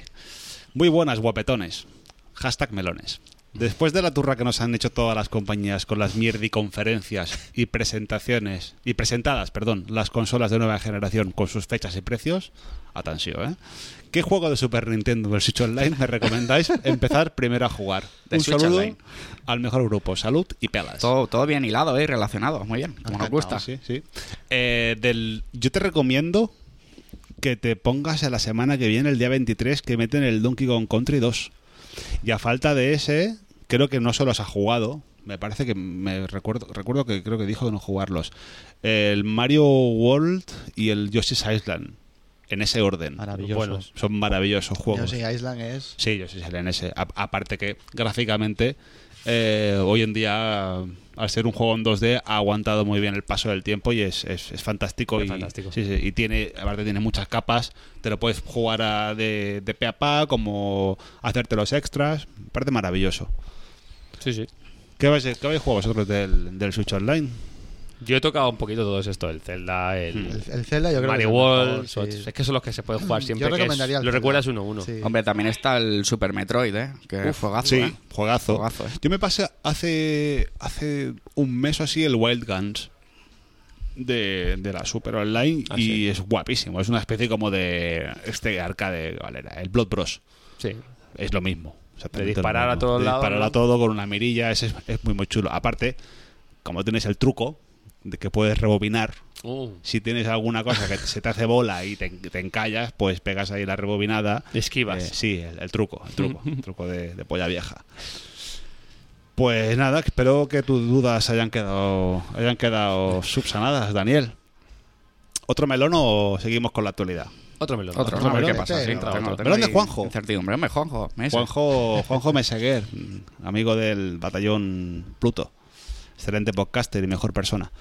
Muy buenas, guapetones. Hashtag melones. Después de la turra que nos han hecho todas las compañías con las mierdiconferencias y presentaciones, y presentadas, perdón, las consolas de nueva generación con sus fechas y precios, atención, ¿eh? ¿Qué juego de Super Nintendo o Switch Online me recomendáis empezar primero a jugar?
De
Un
Switch
saludo
Online.
al mejor grupo. Salud y pelas.
Todo, todo bien hilado eh, y relacionado, muy bien, como nos gusta.
Ah, Sí, sí. Eh, del, yo te recomiendo que te pongas a la semana que viene, el día 23, que meten el Donkey Kong Country 2. Y a falta de ese, creo que no se los ha jugado. Me parece que me recuerdo, recuerdo que creo que dijo de no jugarlos. El Mario World y el Yoshi's Island. En ese orden.
Maravilloso.
Buenos.
Son maravillosos juegos.
Yoshi Island es.
Sí, yo sí salía en ese. A- aparte que gráficamente, eh, hoy en día, al ser un juego en 2D, ha aguantado muy bien el paso del tiempo y es, es- es fantástico.
Es
y,
fantástico.
sí, sí, y tiene, aparte tiene muchas capas. Te lo puedes jugar a- de, de pe a pa, como hacerte los extras. Me parece maravilloso.
Sí, sí.
¿Qué habéis, qué habéis jugado vosotros del, del Switch Online?
Yo he tocado un poquito todo esto: el Zelda, el.
El, el Zelda, yo creo
Mario
que. es el
World,
mejor, sí. Hmm.
Swatch. es que son los que se pueden jugar siempre.
Yo
que es-
recomendaría el
lo
Zelda.
recuerdas uno a uno.
Sí.
Hombre, también está el Super Metroid, ¿eh? Que juegazo,
Sí,
¿eh?
juegazo.
Juegazo, ¿eh?
Yo me pasé hace, hace un mes o así el Wild Guns de, de la Super Online
Ah,
y
sí.
es guapísimo. Es una especie como de este arcade, ¿cuál era? El Blood Bros.
Sí.
Es lo mismo. exactamente
De disparar
lo mismo.
a todos
De
lados,
Disparar
¿no?
a todo con una mirilla. Es, es, es muy, muy chulo. Aparte, como tienes el truco de que puedes rebobinar.
Uh,
Si tienes alguna cosa que se te hace bola y te, te encallas, pues pegas ahí la *laughs* rebobinada
esquivas.
eh, sí, el, el truco, el truco, el truco de, de polla vieja. Pues nada, espero que tus dudas hayan quedado, hayan quedado subsanadas, Daniel. ¿Otro melón o seguimos con la actualidad?
Eh,
Otro melón.
Otro,
Otro
a ver qué
melón,
pasa.
este,
sí,
otro,
tengo-
otro.
tengo
Melón de
ahí
Juanjo.
Incertidumbre, hombre, Juanjo. me ese.
Juanjo, Juanjo Meseguer, amigo del batallón Pluto. Excelente podcaster y mejor persona.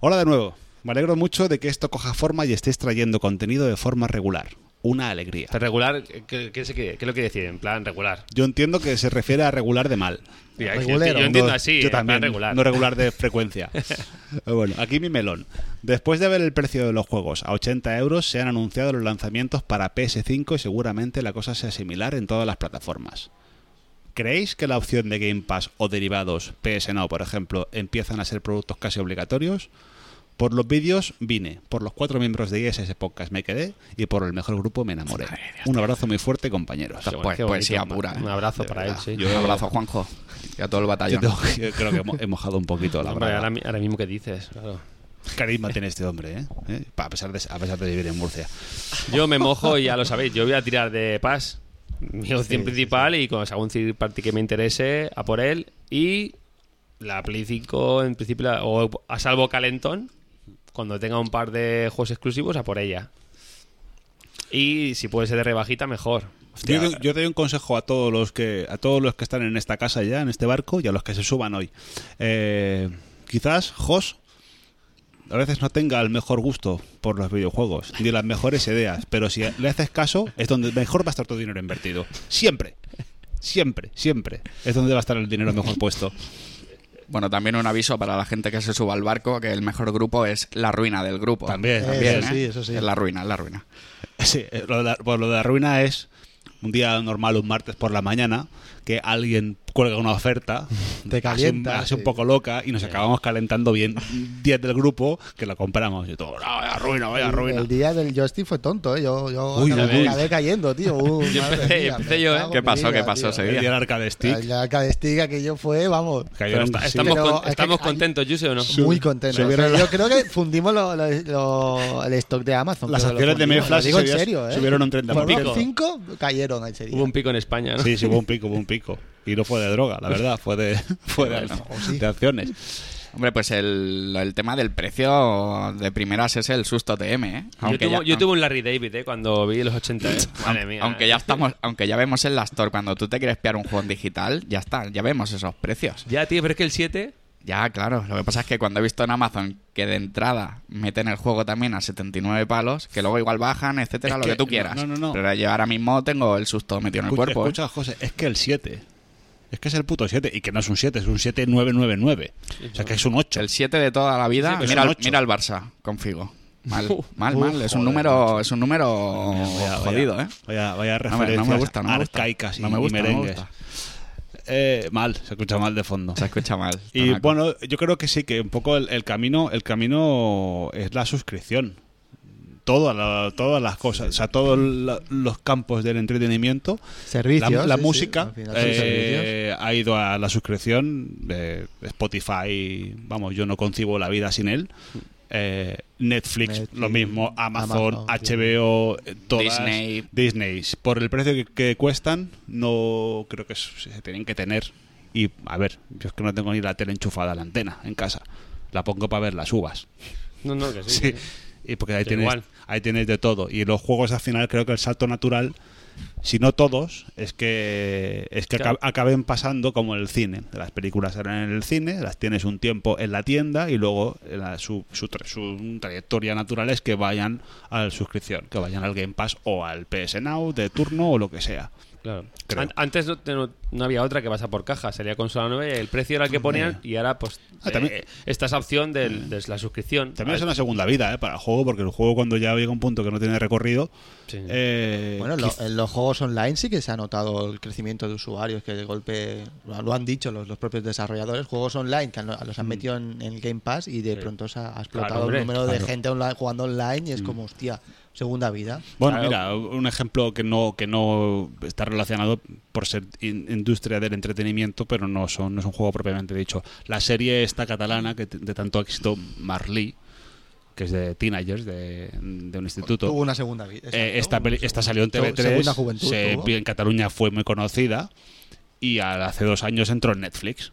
Hola de nuevo. Me alegro mucho de que esto coja forma y estéis trayendo contenido de forma regular. Una alegría.
Regular, ¿qué, qué, se quiere- qué es lo que decir? En plan, regular.
Yo entiendo que se refiere a regular de mal.
Mira, yo
Regulero,
entiendo- yo entiendo
No,
así,
yo
en plan
también,
regular.
no regular
*laughs*
de frecuencia. Eh, bueno, aquí mi melón. Después de ver el precio de los juegos a 80 euros, se han anunciado los lanzamientos para PS5 y seguramente la cosa sea similar en todas las plataformas. ¿Creéis que la opción de Game Pass o derivados, PS Now por ejemplo, empiezan a ser productos casi obligatorios? Por los vídeos vine, por los cuatro miembros de ISS Podcast me quedé y por el mejor grupo me enamoré.
Madre de Dios.
Un abrazo muy fuerte, compañeros.
Qué
Pues,
bonito,
poesía
ma-
pura.
Un
¿eh?
abrazo
De
para
verdad.
él, sí.
Un abrazo, Juanjo. Y a todo el
Ah, Yo,
batallón.
tengo que- yo creo que hemo- he mojado un poquito la
Hombre,
brava.
ahora, mi- ahora mismo que dices, claro.
Carisma tiene este hombre, ¿eh? ¿Eh? Pa- A, pesar de, a pesar de vivir en Murcia.
Yo me mojo y ya lo sabéis, yo voy a tirar de paz. Mi opción principal y cuando salga un third party que me interese, a por él. Y la Play 5, en principio, la- o a salvo Calentón, cuando tenga un par de juegos exclusivos, a por ella. Y si puede ser de rebajita, mejor.
Yo, doy- yo doy un consejo a todos los que a todos los que están en esta casa ya, en este barco, y a los que se suban hoy. Eh, quizás Jos a veces no tenga el mejor gusto por los videojuegos, ni las mejores ideas, pero si le haces caso, es donde mejor va a estar tu dinero invertido. Siempre. Siempre, siempre. Es donde va a estar el dinero mejor puesto.
Bueno, también un aviso para la gente que se suba al barco, que el mejor grupo es la ruina del grupo.
También,
Eh,
también.
eso sí, eso sí.
Es la ruina, es la ruina.
*laughs* Sí, eh, lo de, la, pues lo de la ruina es un día normal, un martes por la mañana, que alguien cuelga una oferta,
*laughs* Te calienta,
hace un, hace un
sí.
poco loca y nos acabamos calentando bien 10 del grupo que la compramos. Y todo, "Ah, vaya ruina, vaya
El-
ruina.
El día del joystick fue tonto, ¿eh? Yo, yo
Uy,
acabé,
uy.
acabé cayendo, tío. Uy,
Yo
madre
empecé-
mía,
empecé
me
yo, ¿eh?
cago
¿Qué
en mi
pasó?
vida,
¿Qué pasó
tío.
ese
El día del arcade stick.
La la cabestiga que yo fue, vamos.
Cayeron-
Pero está-
sí.
estamos
Pero
con-
es que
estamos
hay-
contentos, Yuse, ¿o no?
Muy contento.
subieron
O sea,
la-
yo creo que fundimos lo- lo- lo- el stock de Amazon.
Las
creo que lo
acciones de
fundimos.
Mayflash
Lo digo en
subieron-
serio, ¿eh?
subieron un 30
Por
por
unos
pico.
5 cayeron ese día.
Hubo un pico en España, ¿no?
Sí, sí, hubo un pico, hubo un pico. Y no fue de droga, la verdad, fue
*laughs*
de, *laughs* fue de,
Bueno,
sí.
de acciones.
Hombre, pues el, el tema del precio de primeras es el susto TM, ¿eh?
Yo, tuve,
ya-
yo tuve un Larry David, ¿eh? Cuando vi los 80, ¿eh? Madre mía.
Aunque ya estamos, aunque ya vemos en la Store, cuando tú te quieres pear un juego en digital, ya está, ya vemos esos precios.
Ya, tío, pero es que el 7...
Ya, claro. Lo que pasa es que cuando he visto en Amazon que de entrada meten el juego también a 79 palos, que luego igual bajan, etcétera,
Es
lo
que-
que tú quieras.
no, no, no.
Pero yo ahora mismo tengo el susto metido en el
Escucha,
cuerpo. ¿eh?
escucha, José, es que el 7. Es que es el puto 7. Y que no es un 7, es un 7999. O sea, que es un 8.
El 7 de toda la vida.
Sí, pero
mira,
son
al-
ocho.
mira el Barça con Figo. Mal, mal,
uf,
mal. Es un
joder,
número, es un número jodido, ¿eh?
Vaya, vaya
No me,
referencias
no me gusta, no me gusta.
arcaicas y,
no me gusta,
y
no me
merengues.
gusta.
Eh, mal, se escucha mal de fondo.
Se escucha mal.
Y
Tanaco.
bueno, yo creo que sí, que un poco el, el camino el camino es la suscripción. Todas la- todas las cosas, o sea, todos la- los campos del entretenimiento.
Servicios.
la la
sí, sí,
música
al final son
eh,
servicios.
ha ido a la suscripción de Spotify, vamos, yo no concibo la vida sin él. Eh, Netflix,
Netflix,
lo mismo, Amazon,
Amazon, sí.
HBO, eh, todas,
Disney.
Disney. Por el precio que, que cuestan, no creo que se se tienen que tener. Y a ver, yo es que no tengo ni la tele enchufada, a la antena en casa. La pongo para ver las uvas.
No, no, que sí.
Sí. Y porque ahí
Da
tienes,
igual.
ahí tienes de todo. Y los juegos al final creo que el salto natural, si no todos, es que es que
Claro.
aca- acaben pasando como el cine. Las películas eran en el cine, las tienes un tiempo en la tienda y luego eh, la- su, su tra- su trayectoria natural es que vayan a la suscripción, que vayan al Game Pass o al PS Now de turno o lo que sea.
Claro.
Creo.
An- antes no, no- no había otra que pasa por caja, sería consola 9, el precio era el que ponían y ahora pues
Ah, también-
eh, esta es la opción del- de la suscripción.
También es
Ah,
una segunda vida ¿eh? para el juego, porque el juego cuando ya llega a un punto que no tiene recorrido,
sí.
eh,
Bueno, lo- en los juegos online sí que se ha notado el crecimiento de usuarios, que de golpe lo lo han dicho los, los propios desarrolladores, juegos online que han- los
Mm.
han metido en, en el Game Pass y de
Sí.
pronto se ha ha
Claro,
explotado
hombre,
el número de
claro. Mm.
gente online, jugando online y es como, hostia, segunda vida.
Bueno,
Claro.
mira, un ejemplo que no, que no está relacionado por ser in- industria del entretenimiento, pero no, son, no es un juego propiamente dicho. La serie esta catalana que t- de tanto éxito, Marley, que es de teenagers, de, de un instituto.
Tuvo una segunda vida.
Eh,
exacto.
esta, peli- esta salió en
Tuvo- Segunda
TV3,
juventud.
se-
tuvo.
en Cataluña fue muy conocida y al- hace dos años entró en Netflix.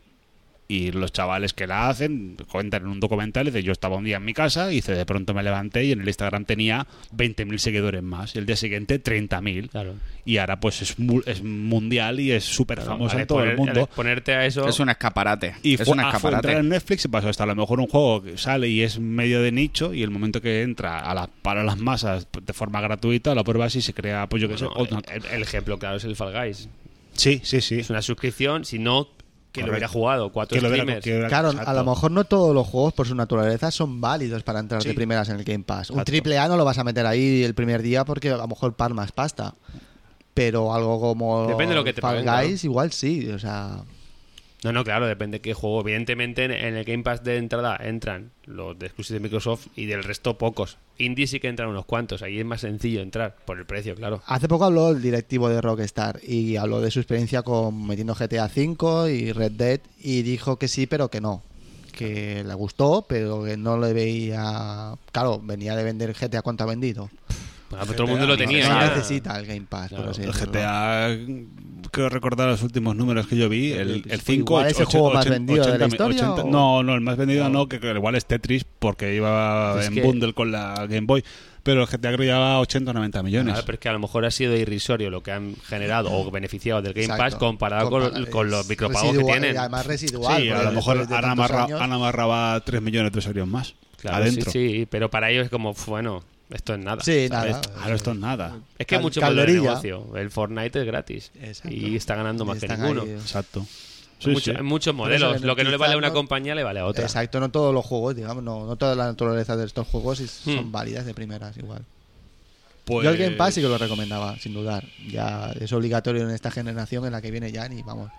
Y los chavales que la hacen cuentan en un documental, dice, yo estaba un día en mi casa y dice, de pronto me levanté y en el Instagram tenía 20.000 seguidores más, y el día siguiente 30.000.
Claro.
Y ahora pues es, mu- es mundial y es súper famosa
Vale, pues,
en todo
poner-
el mundo.
Ponerte a eso.
Es un escaparate.
Y
es
fue,
un
ah, fue
escaparate.
entrar en Netflix y pasó hasta a lo mejor un juego que sale y es medio de nicho y el momento que entra a la- para las masas de forma gratuita, lo pruebas y se crea, pues yo qué sé,
Bueno,
otra-
el, el ejemplo claro es el Fall Guys.
Sí, sí, sí.
Es una suscripción, si no, que
Correcto.
lo hubiera jugado, cuatro
Que lo hubiera-
streamers.
que hubiera-
Claro, a
exacto.
lo mejor no todos los juegos por su naturaleza son válidos para entrar
Sí.
de primeras en el Game Pass. Un
Exacto.
triple A no lo vas a meter ahí el primer día porque a lo mejor par más pasta. Pero algo como
Depende de lo que te
Fall
paguen,
Guys, igual sí. O sea,
No, no, claro, depende de qué juego. Evidentemente, en- en el Game Pass de entrada entran los de exclusivos de Microsoft y del resto pocos. Indie sí que entran unos cuantos. Ahí es más sencillo entrar, por el precio, claro.
Hace poco habló el directivo de Rockstar y habló de su experiencia con metiendo GTA V y Red Dead y dijo que sí, pero que no. Que le gustó, pero que no le veía. Claro, venía de vender GTA cuánto ha vendido.
Bueno, pues todo el mundo lo
GTA,
tenía.
no
ya.
necesita el Game Pass,
Claro,
por así
El
decirlo.
GTA, creo recordar los últimos números que yo vi, el, el 5...
Igual es el
ocho-
juego más
ochen-
vendido de la
80,
historia, o-
no, no, el más vendido no, que, que igual es Tetris porque iba
Es
en
que-
bundle con la Game Boy, pero el GTA creo que llevaba 80 o 90 millones.
Claro, pero es que a lo mejor ha sido irrisorio lo que han generado o beneficiado del Game Pass
Exacto.
comparado con,
Compara-
con los
es
micropagos que
residual,
tienen.
y además residual.
sí, a
porque
lo mejor
después de
han
tantos
amarrado,
años-
han amarrado 3 millones de usuarios más
Claro,
adentro.
Sí, sí, pero para ellos es como, "Fu, bueno, esto es nada.
Sí,
¿sabes?
nada.
Claro, esto es nada.
Es que hay
Cal-
mucho modelo de
calderilla.
negocio. El Fortnite es gratis
Exacto.
y está ganando más
Están
que ninguno.
ahí.
Exacto.
Pues
Hay
Sí,
mucho-
eh,
sí.
hay muchos
Por
modelos.
eso
Lo que no le vale a una
beneficiarnos-
compañía le vale a otra.
Exacto, no todos los juegos, digamos, no, no toda la naturaleza de estos juegos es- son
Hmm.
válidas de primeras igual.
Pues-
Yo el Game Pass sí que
Pues
lo recomendaba, sin dudar. Ya es obligatorio en esta generación en la que viene ya ni vamos.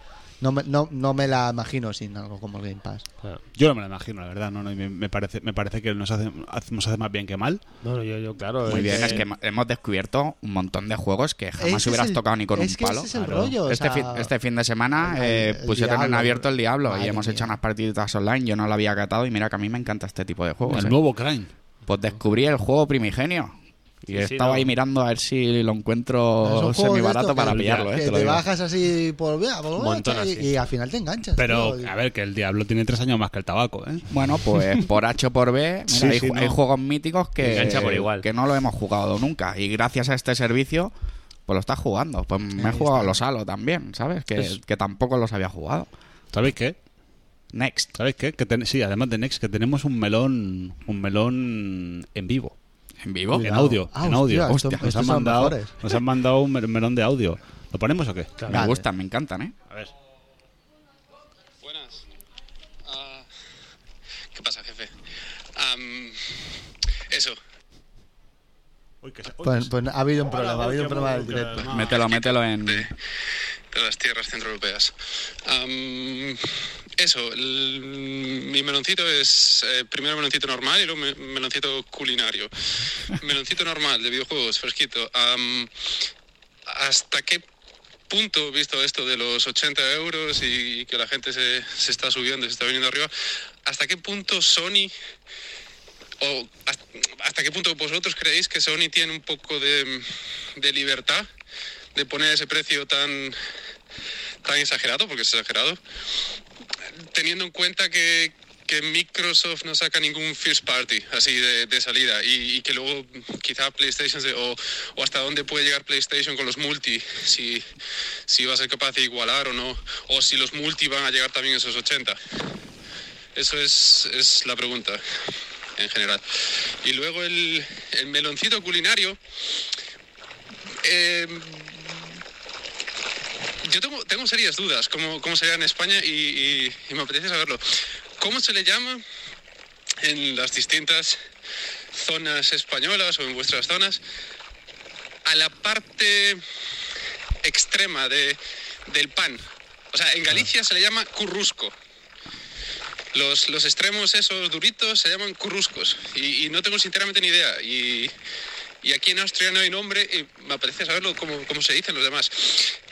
No me, no, no me la imagino sin algo como el Game Pass.
Ah.
Yo no me lo imagino, la verdad. No, no, y me, me parece, me parece que nos hace, hace- nos hace más bien que mal.
No, no, yo, yo, claro.
Muy
es
bien,
que-
Eh,
es que hemo- hemos descubierto un montón de juegos que jamás
Ese es
hubieras
el-
tocado ni con
es
un
que
palo.
ese es el
Claro.
rollo, o
este,
sea,
fin, este fin de semana
el-
eh,
el
pusieron en
Diablo.
abierto el Diablo y
Madre
hemos hecho
mía.
unas partiditas online. Yo no lo había catado y mira que a mí me encanta este tipo
Oh,
de juegos.
el
¿eh?
nuevo Crime.
Pues descubrí el juego primigenio. Y
Sí,
he
sí,
estado
no.
ahí mirando a ver si lo
Es
encuentro
un juego de
semibarato
estos
para
que-
pillarlo. eh,
que
te lo
te
digo.
bajas así por, por- por-
montón
y,
así.
y al final te enganchas. *laughs*
Pero,
tío.
a ver, que el Diablo tiene tres años más que el tabaco, ¿eh?
Bueno,
*laughs*
pues por H o por B, mira,
Sí,
hay,
sí,
ju-
no.
hay juegos míticos que,
Engancha por igual.
que no lo hemos jugado nunca. Y gracias a este servicio, pues lo estás jugando. Pues me he
Ahí
jugado
está.
los Halo también, ¿sabes? Que,
Es-
que tampoco los había jugado.
¿Sabéis qué?
Next.
¿Sabéis qué? Que ten- sí, además de Next, que tenemos un melón un melón en vivo.
¿En vivo?
En
Cuidado.
audio.
Ah,
en audio.
hostia, estos-
nos,
estos
han
son
mandado,
mejores.
nos han mandado un mel- melón de audio. ¿Lo ponemos o qué?
Claro.
Me
Vale.
gustan, me encantan, ¿eh?
A ver.
Buenas. Ah, ¿Qué pasa, jefe? Am, eso.
Pues, pues ha habido un problema, ha habido un problema del directo.
Mételo, mételo en...
De las tierras centroeuropeas. Am, eso. el- mi meloncito es eh, primero meloncito normal y luego me- meloncito culinario. Meloncito normal de videojuegos, fresquito. Am, ¿Hasta qué punto, visto esto de los 80 euros y que la gente se, se está subiendo, se está viniendo arriba, hasta qué punto Sony o hasta, hasta qué punto vosotros creéis que Sony tiene un poco de, de libertad de poner ese precio tan, tan exagerado, porque es exagerado, teniendo en cuenta que, que Microsoft no saca ningún first party así de, de salida y, y que luego quizá PlayStation se- o, o hasta dónde puede llegar PlayStation con los multi, si, si va a ser capaz de igualar o no, o si los multi van a llegar también a esos 80. Eso es, es la pregunta en general. Y luego el, el meloncito culinario. eh, yo tengo, tengo serias dudas cómo, cómo se llama en España y, y- y me apetece saberlo. ¿Cómo se le llama en las distintas zonas españolas o en vuestras zonas a la parte extrema de, del pan? O sea, en Galicia se le llama currusco. Los, los extremos esos duritos se llaman curruscos y, y no tengo sinceramente ni idea. Y, y aquí en Austria no hay nombre y me apetece saberlo cómo, cómo se dicen los demás.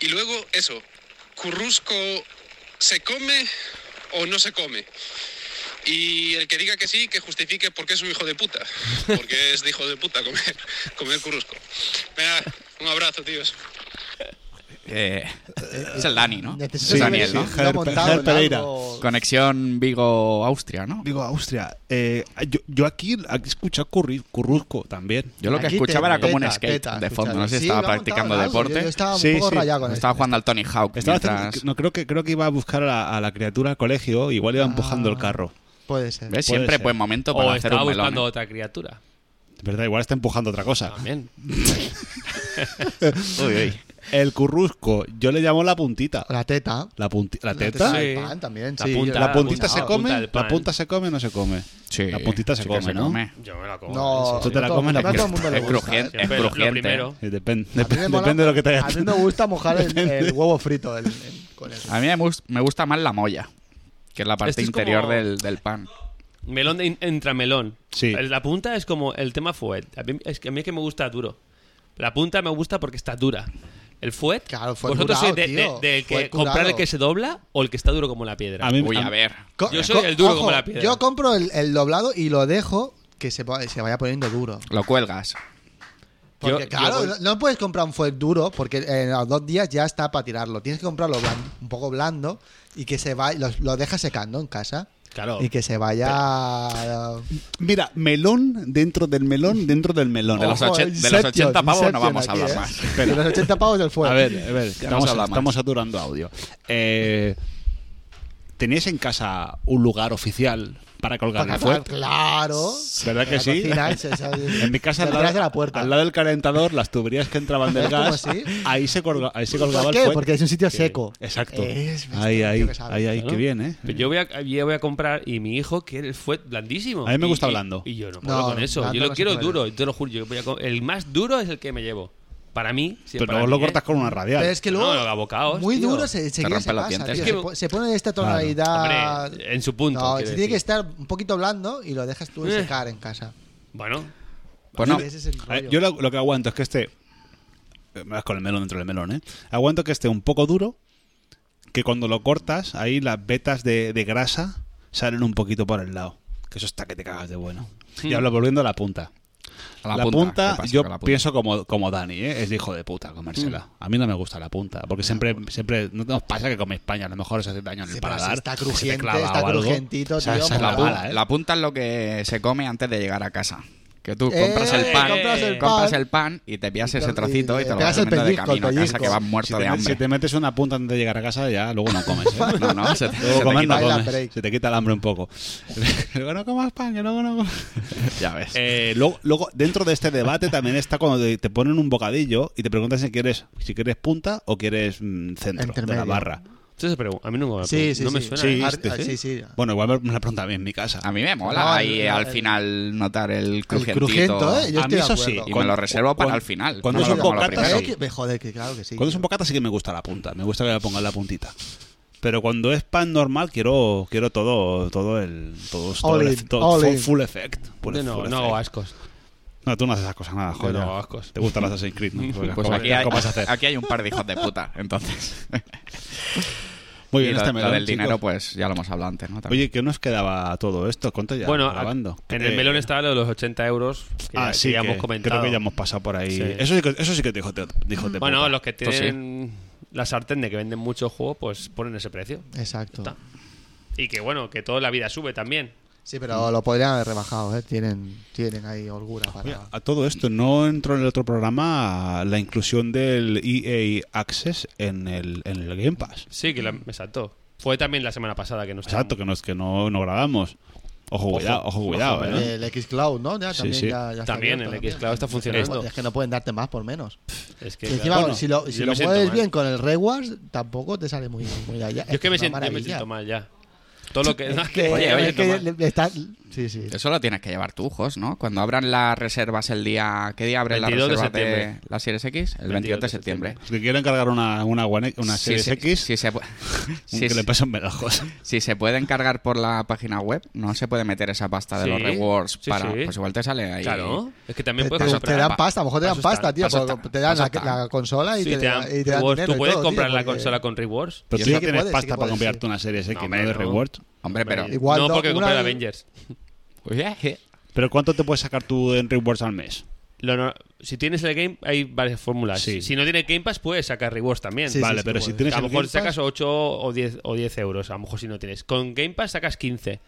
Y luego eso, currusco se come o no se come. Y el que diga que sí, que justifique por qué es un hijo de puta. Porque es de hijo de puta comer, comer currusco. Venga, un abrazo, tíos.
eh, es el Dani, ¿no?
Necesito
Es
Sí,
Daniel,
sí,
¿no?
sí.
Lo ha montado
Ger
en
Pereira.
algo-
Conexión Vigo-Austria, ¿no?
Digo, Austria, eh, yo, yo aquí aquí he escuchado curri- currusco también.
Yo lo que
Aquí te-
escuchaba era como un
teta,
skate
teta,
de
escuchar.
fondo. No sé si
Sí,
estaba
lo ha montado
practicando
en algo.
deporte.
Yo, yo estaba un
Sí,
poco
sí.
rayado con este.
Estaba jugando al Tony Hawk.
Estaba
mientras-
haciendo- no, creo, que, creo que iba a buscar a la, a la criatura al colegio, igual iba empujando
Ah.
el carro.
esto. Puede ser.
*laughs* ¿Ves?
Puede
Siempre
ser.
buen momento para
O
hacer
estaba
un melón.
buscando
¿eh?
otra criatura.
Es verdad, igual está empujando otra cosa.
También.
El currusco, yo le llamo la puntita.
La teta.
La, punti- la
La
teta.
sí.
del pan también,
La
sí.
punta-
La puntita se
la
come,
punta del pan.
la punta se come o no se come.
Sí,
la puntita se
sí que
come, ¿no?
Yo me la como.
No,
sí,
Tú
sí.
te la
no todo-
comes la
no a todo el
pierna.
mundo le
Es
gusta,
crujiente,
¿eh?
es
Siempre lo- lo
crujiente.
primero.
Sí, Eh, depen-
A mí
depen-
me mola-
depende de lo que te
A
hayas
mí me gusta mojar el, el huevo frito el- el- con eso.
A mí me, mus- me gusta más la molla, que es la parte
Esto es
interior
como-
del, del pan.
Melón de in- entramelón.
Sí.
El- La punta es como el tema fuet. A mí es que, a mí es que me gusta duro. La punta me gusta porque está dura. El fuet,
Claro, fuet
vosotros sois
curado,
de- de-
tío.
del que
Fuet
comprar el
curado.
que se dobla o el que está duro como la piedra.
A mí-
Uy,
a-
a ver.
Co-
Yo soy el duro como la piedra.
Yo compro el, el doblado y lo dejo que se, po- se vaya poniendo duro.
Lo cuelgas.
Porque
Yo-
claro,
yo voy-
no- no puedes comprar un fuet duro porque en los dos días ya está para tirarlo. Tienes que comprarlo blan- un poco blando y que se va, lo, lo dejas secando en casa
Claro.
y que se vaya.
Mira, melón dentro del melón dentro del melón.
Oh,
De los
Ojo,
ochen- de los
Inception,
80 pavos no
Inception
vamos a
aquí,
hablar
¿eh?
más.
De los 80 pavos del fuet.
A ver, a ver,
Ya hemos
estamos,
hablado más.
estamos saturando audio. Eh, ¿Tenéis en casa un lugar oficial para colgar
Para
el
acabar,
fuet?
claro.
¿Verdad que
En la
sí? *laughs*
cocina, se- se-
En mi casa, al
detrás
lado,
de la puerta.
al lado del calentador, las tuberías que entraban del
¿Ves *laughs* cómo
gas,
sí?
ahí se, colga- ahí se colgaba
¿Por
el
qué?
fuet.
Porque es un sitio seco.
Exacto.
Es- ves,
ahí,
tío,
ahí,
que sabe.
ahí, ahí,
Claro.
qué bien, ¿eh?
Pero yo voy, a, yo voy a comprar y mi hijo quiere el fuet blandísimo.
A mí me
Y-
gusta
y-
blando.
Y, yo no puedo
No,
con eso.
blando
Yo lo
no se
quiero
puede.
duro, te lo juro. Yo voy a com- el más duro es el que me llevo. Para mí, si
Pero
para
luego
mí,
lo
¿eh?
cortas con una radial.
Pero es que
No,
luego.
no, abocados,
muy
tío.
duro se, enseguida
rompe
se
los
pasa,
dientes.
tío.
Es que-
se, po- se pone de esta tonalidad.
Hombre, en su punto,
No, se
quiero
tiene
decir.
que estar un poquito blando y lo dejas tú
Eh.
secar en casa.
Bueno,
Pues no.
Ese es el
A ver,
rollo.
yo lo, lo que aguanto es que esté. eh, Me vas con el melón dentro del melón, ¿eh? Aguanto que esté un poco duro. Que cuando lo cortas, ahí las vetas de, de grasa salen un poquito por el lado. Que eso está que te cagas de bueno. Y hablo volviendo a la punta.
Hmm. A
La,
la
punta,
punta, ¿qué pasa
yo
con la punta? Hmm.
pienso como, como Dani, ¿eh? es de hijo de puta comérsela. A mí no me gusta la punta, porque siempre, siempre no nos pasa que coméis España, a lo mejor os hace daño en el
Sí, pero si
paladar.
está
se te
crujiente,
clava o
está
algo.
crujentito,
O sea,
tío, pues
esa es la
La,
mola.
mala,
pu-
¿eh?
la punta es lo que se come antes de llegar a casa. Que tú
Eh,
compras el pan,
compras el
compras
pan.
el pan y te pillas
Y
ese
te-
trocito y,
y
te lo
pegas
vas
el
comiendo de
pellizco, el
camino a casa
pellizco.
que vas
Si
muerto
te,
de
met- si
hambre.
te metes una punta antes de llegar a casa, ya luego no comes.
*laughs*
¿eh?
No, no, se te, se
Luego
te
comer
quita.
no
Baila
comes.
break.
Se te quita el hambre un poco. *laughs* luego no comas pan, que luego no *laughs* comas.
Ya ves.
Eh, luego, luego, dentro de este debate también está cuando te, te ponen un bocadillo y te preguntan si quieres, si quieres punta o quieres mm, centro de la
Intermedio.
barra.
entonces, pero a mí no, me-
Sí, sí,
no me
sí.
suena.
Sí,
¿eh?
Ar- ah, sí, sí.
este, Bueno, igual me me la preguntan a mí en mi casa.
A mí me mola
No,
ahí
el-
al
el-
final notar el
El
crujentito.
crujento, ¿eh? Yo
A
estoy
mí
de
eso
acuerdo.
sí.
Y
Cuando-
me lo reservo para
cuando-
el final.
cuando
no
es
me
un
lo como a la
bocata,
primera.
¿eh?
Eh, que- me joder, que claro que sí.
Cuando es un bocata sí que me gusta la punta, me gusta que me pongan la puntita. Pero cuando es pan normal quiero quiero todo todo el todo, todo
All
el-
in,
todo-
all
full,
in.
full effect. full-
Yo no,
full
no hago
effect.
ascos.
No, tú no haces esas cosas nada, joder.
no
ya.
hago ascos.
Te gustan las Assassin's
*laughs*
Creed, ¿no? Pues,
Pues
¿cómo-
aquí hay,
¿cómo vas a hacer?
aquí hay un par de hijos de puta, entonces.
*laughs* Muy
Y
bien,
lo,
este
lo
melón,
del
chicos.
dinero, pues ya lo hemos hablado antes, ¿no? También.
Oye, ¿qué nos quedaba todo esto? ¿Cuánto ya?
bueno,
grabando.
a- en el
Eh,
melón estaba lo de los 80 euros que, ya-
Ah,
que
sí,
ya hemos
que
comentado.
Creo que ya hemos pasado por ahí.
Sí. Mm.
Eso, sí que, eso sí que te dijo, te, dijo de
bueno,
puta.
los que
Esto sí.
tienen la sartén de que venden mucho juego, pues ponen ese precio.
Exacto.
Está. Y que bueno, que toda la vida sube también.
Sí, pero lo podrían haber rebajado, ¿eh? Tienen, tienen ahí holgura para.
Mira, a todo esto, no entró en el otro programa la inclusión del EA Access en el, en el Game Pass.
Sí, que la- me saltó. Mm, Fue también la semana pasada que no estaba.
Exacto, que no es que no, no grabamos. Ojo, cuidado, ojo, cuidado.
ojo,
¿eh?
El Xcloud, ¿no? Ya,
Sí,
también,
sí.
Ya, ya está
También
abierto pues
el Xcloud está funcionando.
Es que no pueden darte más por menos.
Es que,
Y encima,
claro,
si lo,
yo
si
me
lo
siento
mueves
mal.
bien con el Rewards, tampoco te sale muy, muy de allá.
Yo es que me
una
siento, yo me
maravilla.
siento mal ya. Todo lo que. no, es que-
Que-
oye, oye,
es que
toma.
le- le está- Sí, sí.
Eso lo tienes que llevar tú, Jos, ¿no? Cuando abran las reservas el día... ¿Qué día abren las
22 de
reservas de,
septiembre.
la Series X? El 22 de septiembre.
Los que quieran cargar una, una, One- una
Si
Series
se-
X,
Si se, pu- *laughs* si
que
se-
le pasen melajos.
si se puede encargar por la página web, no se puede meter esa pasta de los
Sí,
rewards
sí,
para...
sí.
Pues igual te sale ahí...
Claro, es que
Te,
también
te-
puedes
te
comprar.
dan pasta, a lo mejor te dan
Paso está,
pasta, tío.
paso
porque
está,
te dan
paso
la,
está.
la consola y
Sí,
te,
te dan-
y te dan
tú-
dinero
tú
y
puedes
todo, tío,
comprar la
porque-
consola con rewards.
Pero
Y
tú
eso
ya
que
tienes
puedes, sí
pasta
que
para
puedes,
comprarte una Series X,
No,
no,
hombre,
de
no.
rewards.
Hombre, pero... eh.
Hombre,
igual
no,
no,
porque
una
compré el
de-
Avengers.
Oye,
¿Pero cuánto te puedes sacar tú en rewards al mes?
Lo no- si tienes el Game, hay varias fórmulas.
Sí.
Si no tienes Game Pass, puedes sacar rewards también.
Sí,
vale,
sí,
pero
tú
si
puedes.
tienes
a
el
lo mejor
Game Pass-
sacas 8 o 10, o 10 euros, a lo mejor si no tienes. Con Game Pass sacas 15.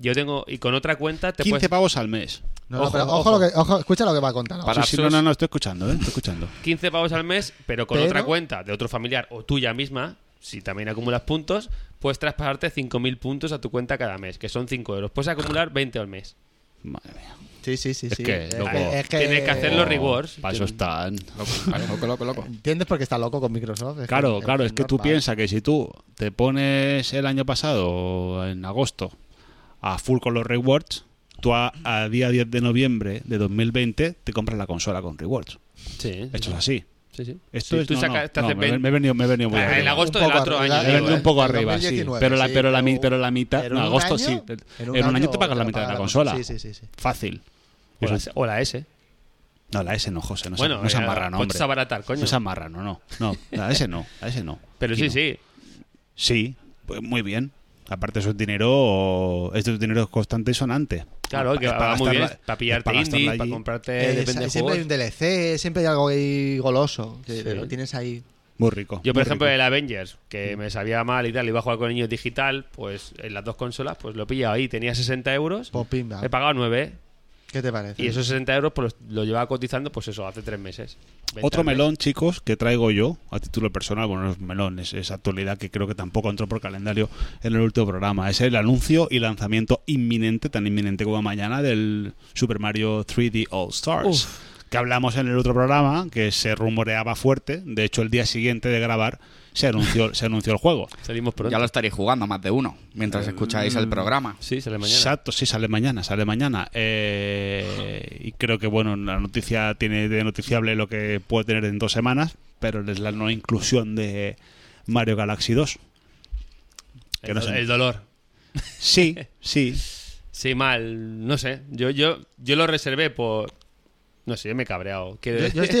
Yo tengo, y con otra cuenta te
15
puedes...
pavos al mes.
No, no,
Ojo,
pero ojo,
ojo.
Lo que, ojo, escucha lo que va a contar. ahora.
Para
Sí, sí, no,
sus-
no, no, estoy escuchando, ¿eh? Estoy escuchando.
15 pavos al mes, pero con
Pero-
otra cuenta de otro familiar o tuya misma, si también acumulas puntos, puedes traspasarte 5.000 puntos a tu cuenta cada mes, que son 5 euros. Puedes acumular 20 al mes.
Madre mía.
Sí, sí, sí.
Es
sí.
que, loco,
Tienes que hacer los rewards.
Para eso están.
loco, loco, loco.
¿Entiendes por qué está loco con Microsoft? Es
Claro,
que-
claro, es que tú
normal.
piensas que si tú te pones el año pasado, en agosto, a full con los rewards, tú a, a día 10 de noviembre de 2020 te compras la consola con rewards.
Sí, sí,
Esto
sí.
es así.
Sí, sí.
Esto
Sí,
es,
tú
no,
sacas-
no,
te
no,
haces
me,
20.
me he venido, me he venido muy
Ah, en
arriba.
agosto del
poco
otro
arriba,
año,
Me he venido
eh.
un poco
El
arriba, sí.
2019,
Pero la,
sí,
pero la, mi-
pero-
pero la mitad.
pero
no,
en un
agosto
año-
sí. En un, año te pagas la mitad de la
pagas
consola.
Sí, sí, sí. sí.
Fácil.
O la- O la S.
No, la S no, José. No,
Bueno, eh,
se, no se
ya,
amarra, no.
ponte
hombre.
a abaratar, coño.
No se amarra, no, no. No, la S no. La S no.
Pero
Aquí
sí,
no.
sí.
Sí, pues muy bien. Aparte, esos dinero, estos dineros constantes y sonantes.
Claro,
Pa-
que
es
va muy bien
gastarla-
para
es
pillarte
gastarla
indie,
allí.
para comprarte
Eh,
depende de
sa- siempre hay
juegos.
un DLC, siempre hay algo ahí goloso que
Sí.
lo tienes ahí.
Muy rico.
Yo,
muy
por ejemplo,
rico.
el Avengers,
Mm.
que me sabía mal y tal, iba a jugar con niños digital, pues en las dos consolas, pues lo he pillado ahí. Tenía 60 euros,
Pues pimba.
he pagado 9
¿Qué te parece?
y esos 60 euros pues, los- lo llevaba cotizando, pues eso, hace tres meses. Venta
Otro
al mes.
melón, chicos, que traigo yo a título personal, bueno, no es melón, es, es actualidad que creo que tampoco entró por calendario en el último programa. Es el anuncio y lanzamiento inminente, tan inminente como mañana, del Super Mario 3D All Stars. Que hablamos en el otro programa, que se rumoreaba fuerte. De hecho, el día siguiente de grabar se anunció, se anunció el juego.
Salimos pronto.
Ya lo estaréis jugando más de uno
Eh,
mientras escucháis
mm.
el programa.
Sí, sale mañana.
Exacto, sí, sale mañana, sale mañana. Eh, y creo que, bueno, la noticia tiene de noticiable lo que puede tener en dos semanas, pero es la no inclusión de Mario Galaxy 2. que
el,
no
do-
sé.
el dolor. *laughs*
Sí, sí.
Sí, mal. No sé. Yo, yo, yo lo reservé por. No sé, yo me he cabreado. Quiero
*laughs* Yo, yo
decir-
estoy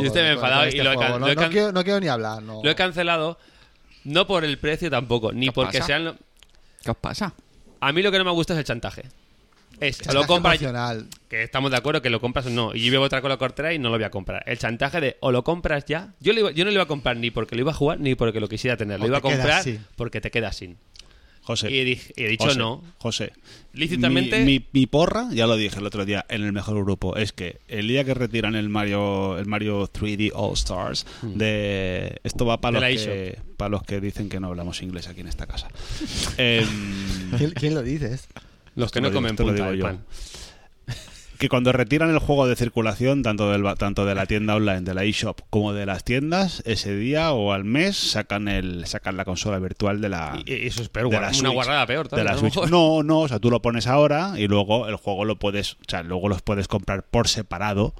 *laughs* Yo estoy
con- con
enfadado
este
y lo he
juego.
can-
no,
lo he
no
can-
quiero, no quiero ni hablar. No.
Lo he cancelado. No por el precio tampoco, ni
¿Qué
porque
pasa?
sean. lo-
¿Qué os pasa?
A mí lo que no me gusta es el chantaje. Es,
Es
lo
más
compras.
emocional.
Que estamos de acuerdo que lo compras o no. Y yo llevo otra con la cortera y no lo voy a comprar. El chantaje de o lo compras ya. Yo, lo iba- yo no lo iba a comprar ni porque lo iba a jugar ni porque lo quisiera tener. Lo
O
iba a
te quedas
comprar
sin.
porque te quedas sin.
José.
Y, dije- y he dicho
José,
no.
José.
Lícitamente-
Mi, mi- mi porra, ya lo dije el otro día en el mejor grupo, es que el día que retiran el Mario el Mario 3D All Stars, de esto va para
Hmm. De
los,
la E!
que, para los que dicen que no hablamos inglés aquí en
*laughs*
esta casa. Em,
¿Quién, quién lo dices?
Los que no
Esto lo digo-
comen
esto lo
punta
digo
del
yo.
pan.
que cuando retiran el juego de circulación, tanto, del, ba- tanto de la tienda online, de la eShop, como de las tiendas, ese día o al mes sacan el sacan la consola virtual de la.
Y- y eso es peor,
de
guar-
la
una
Switch.
guarrada peor
De
todavía,
la
a lo
Switch.
mejor.
No, no, o sea, tú lo pones ahora y luego el juego lo puedes, o sea, luego los puedes comprar por separado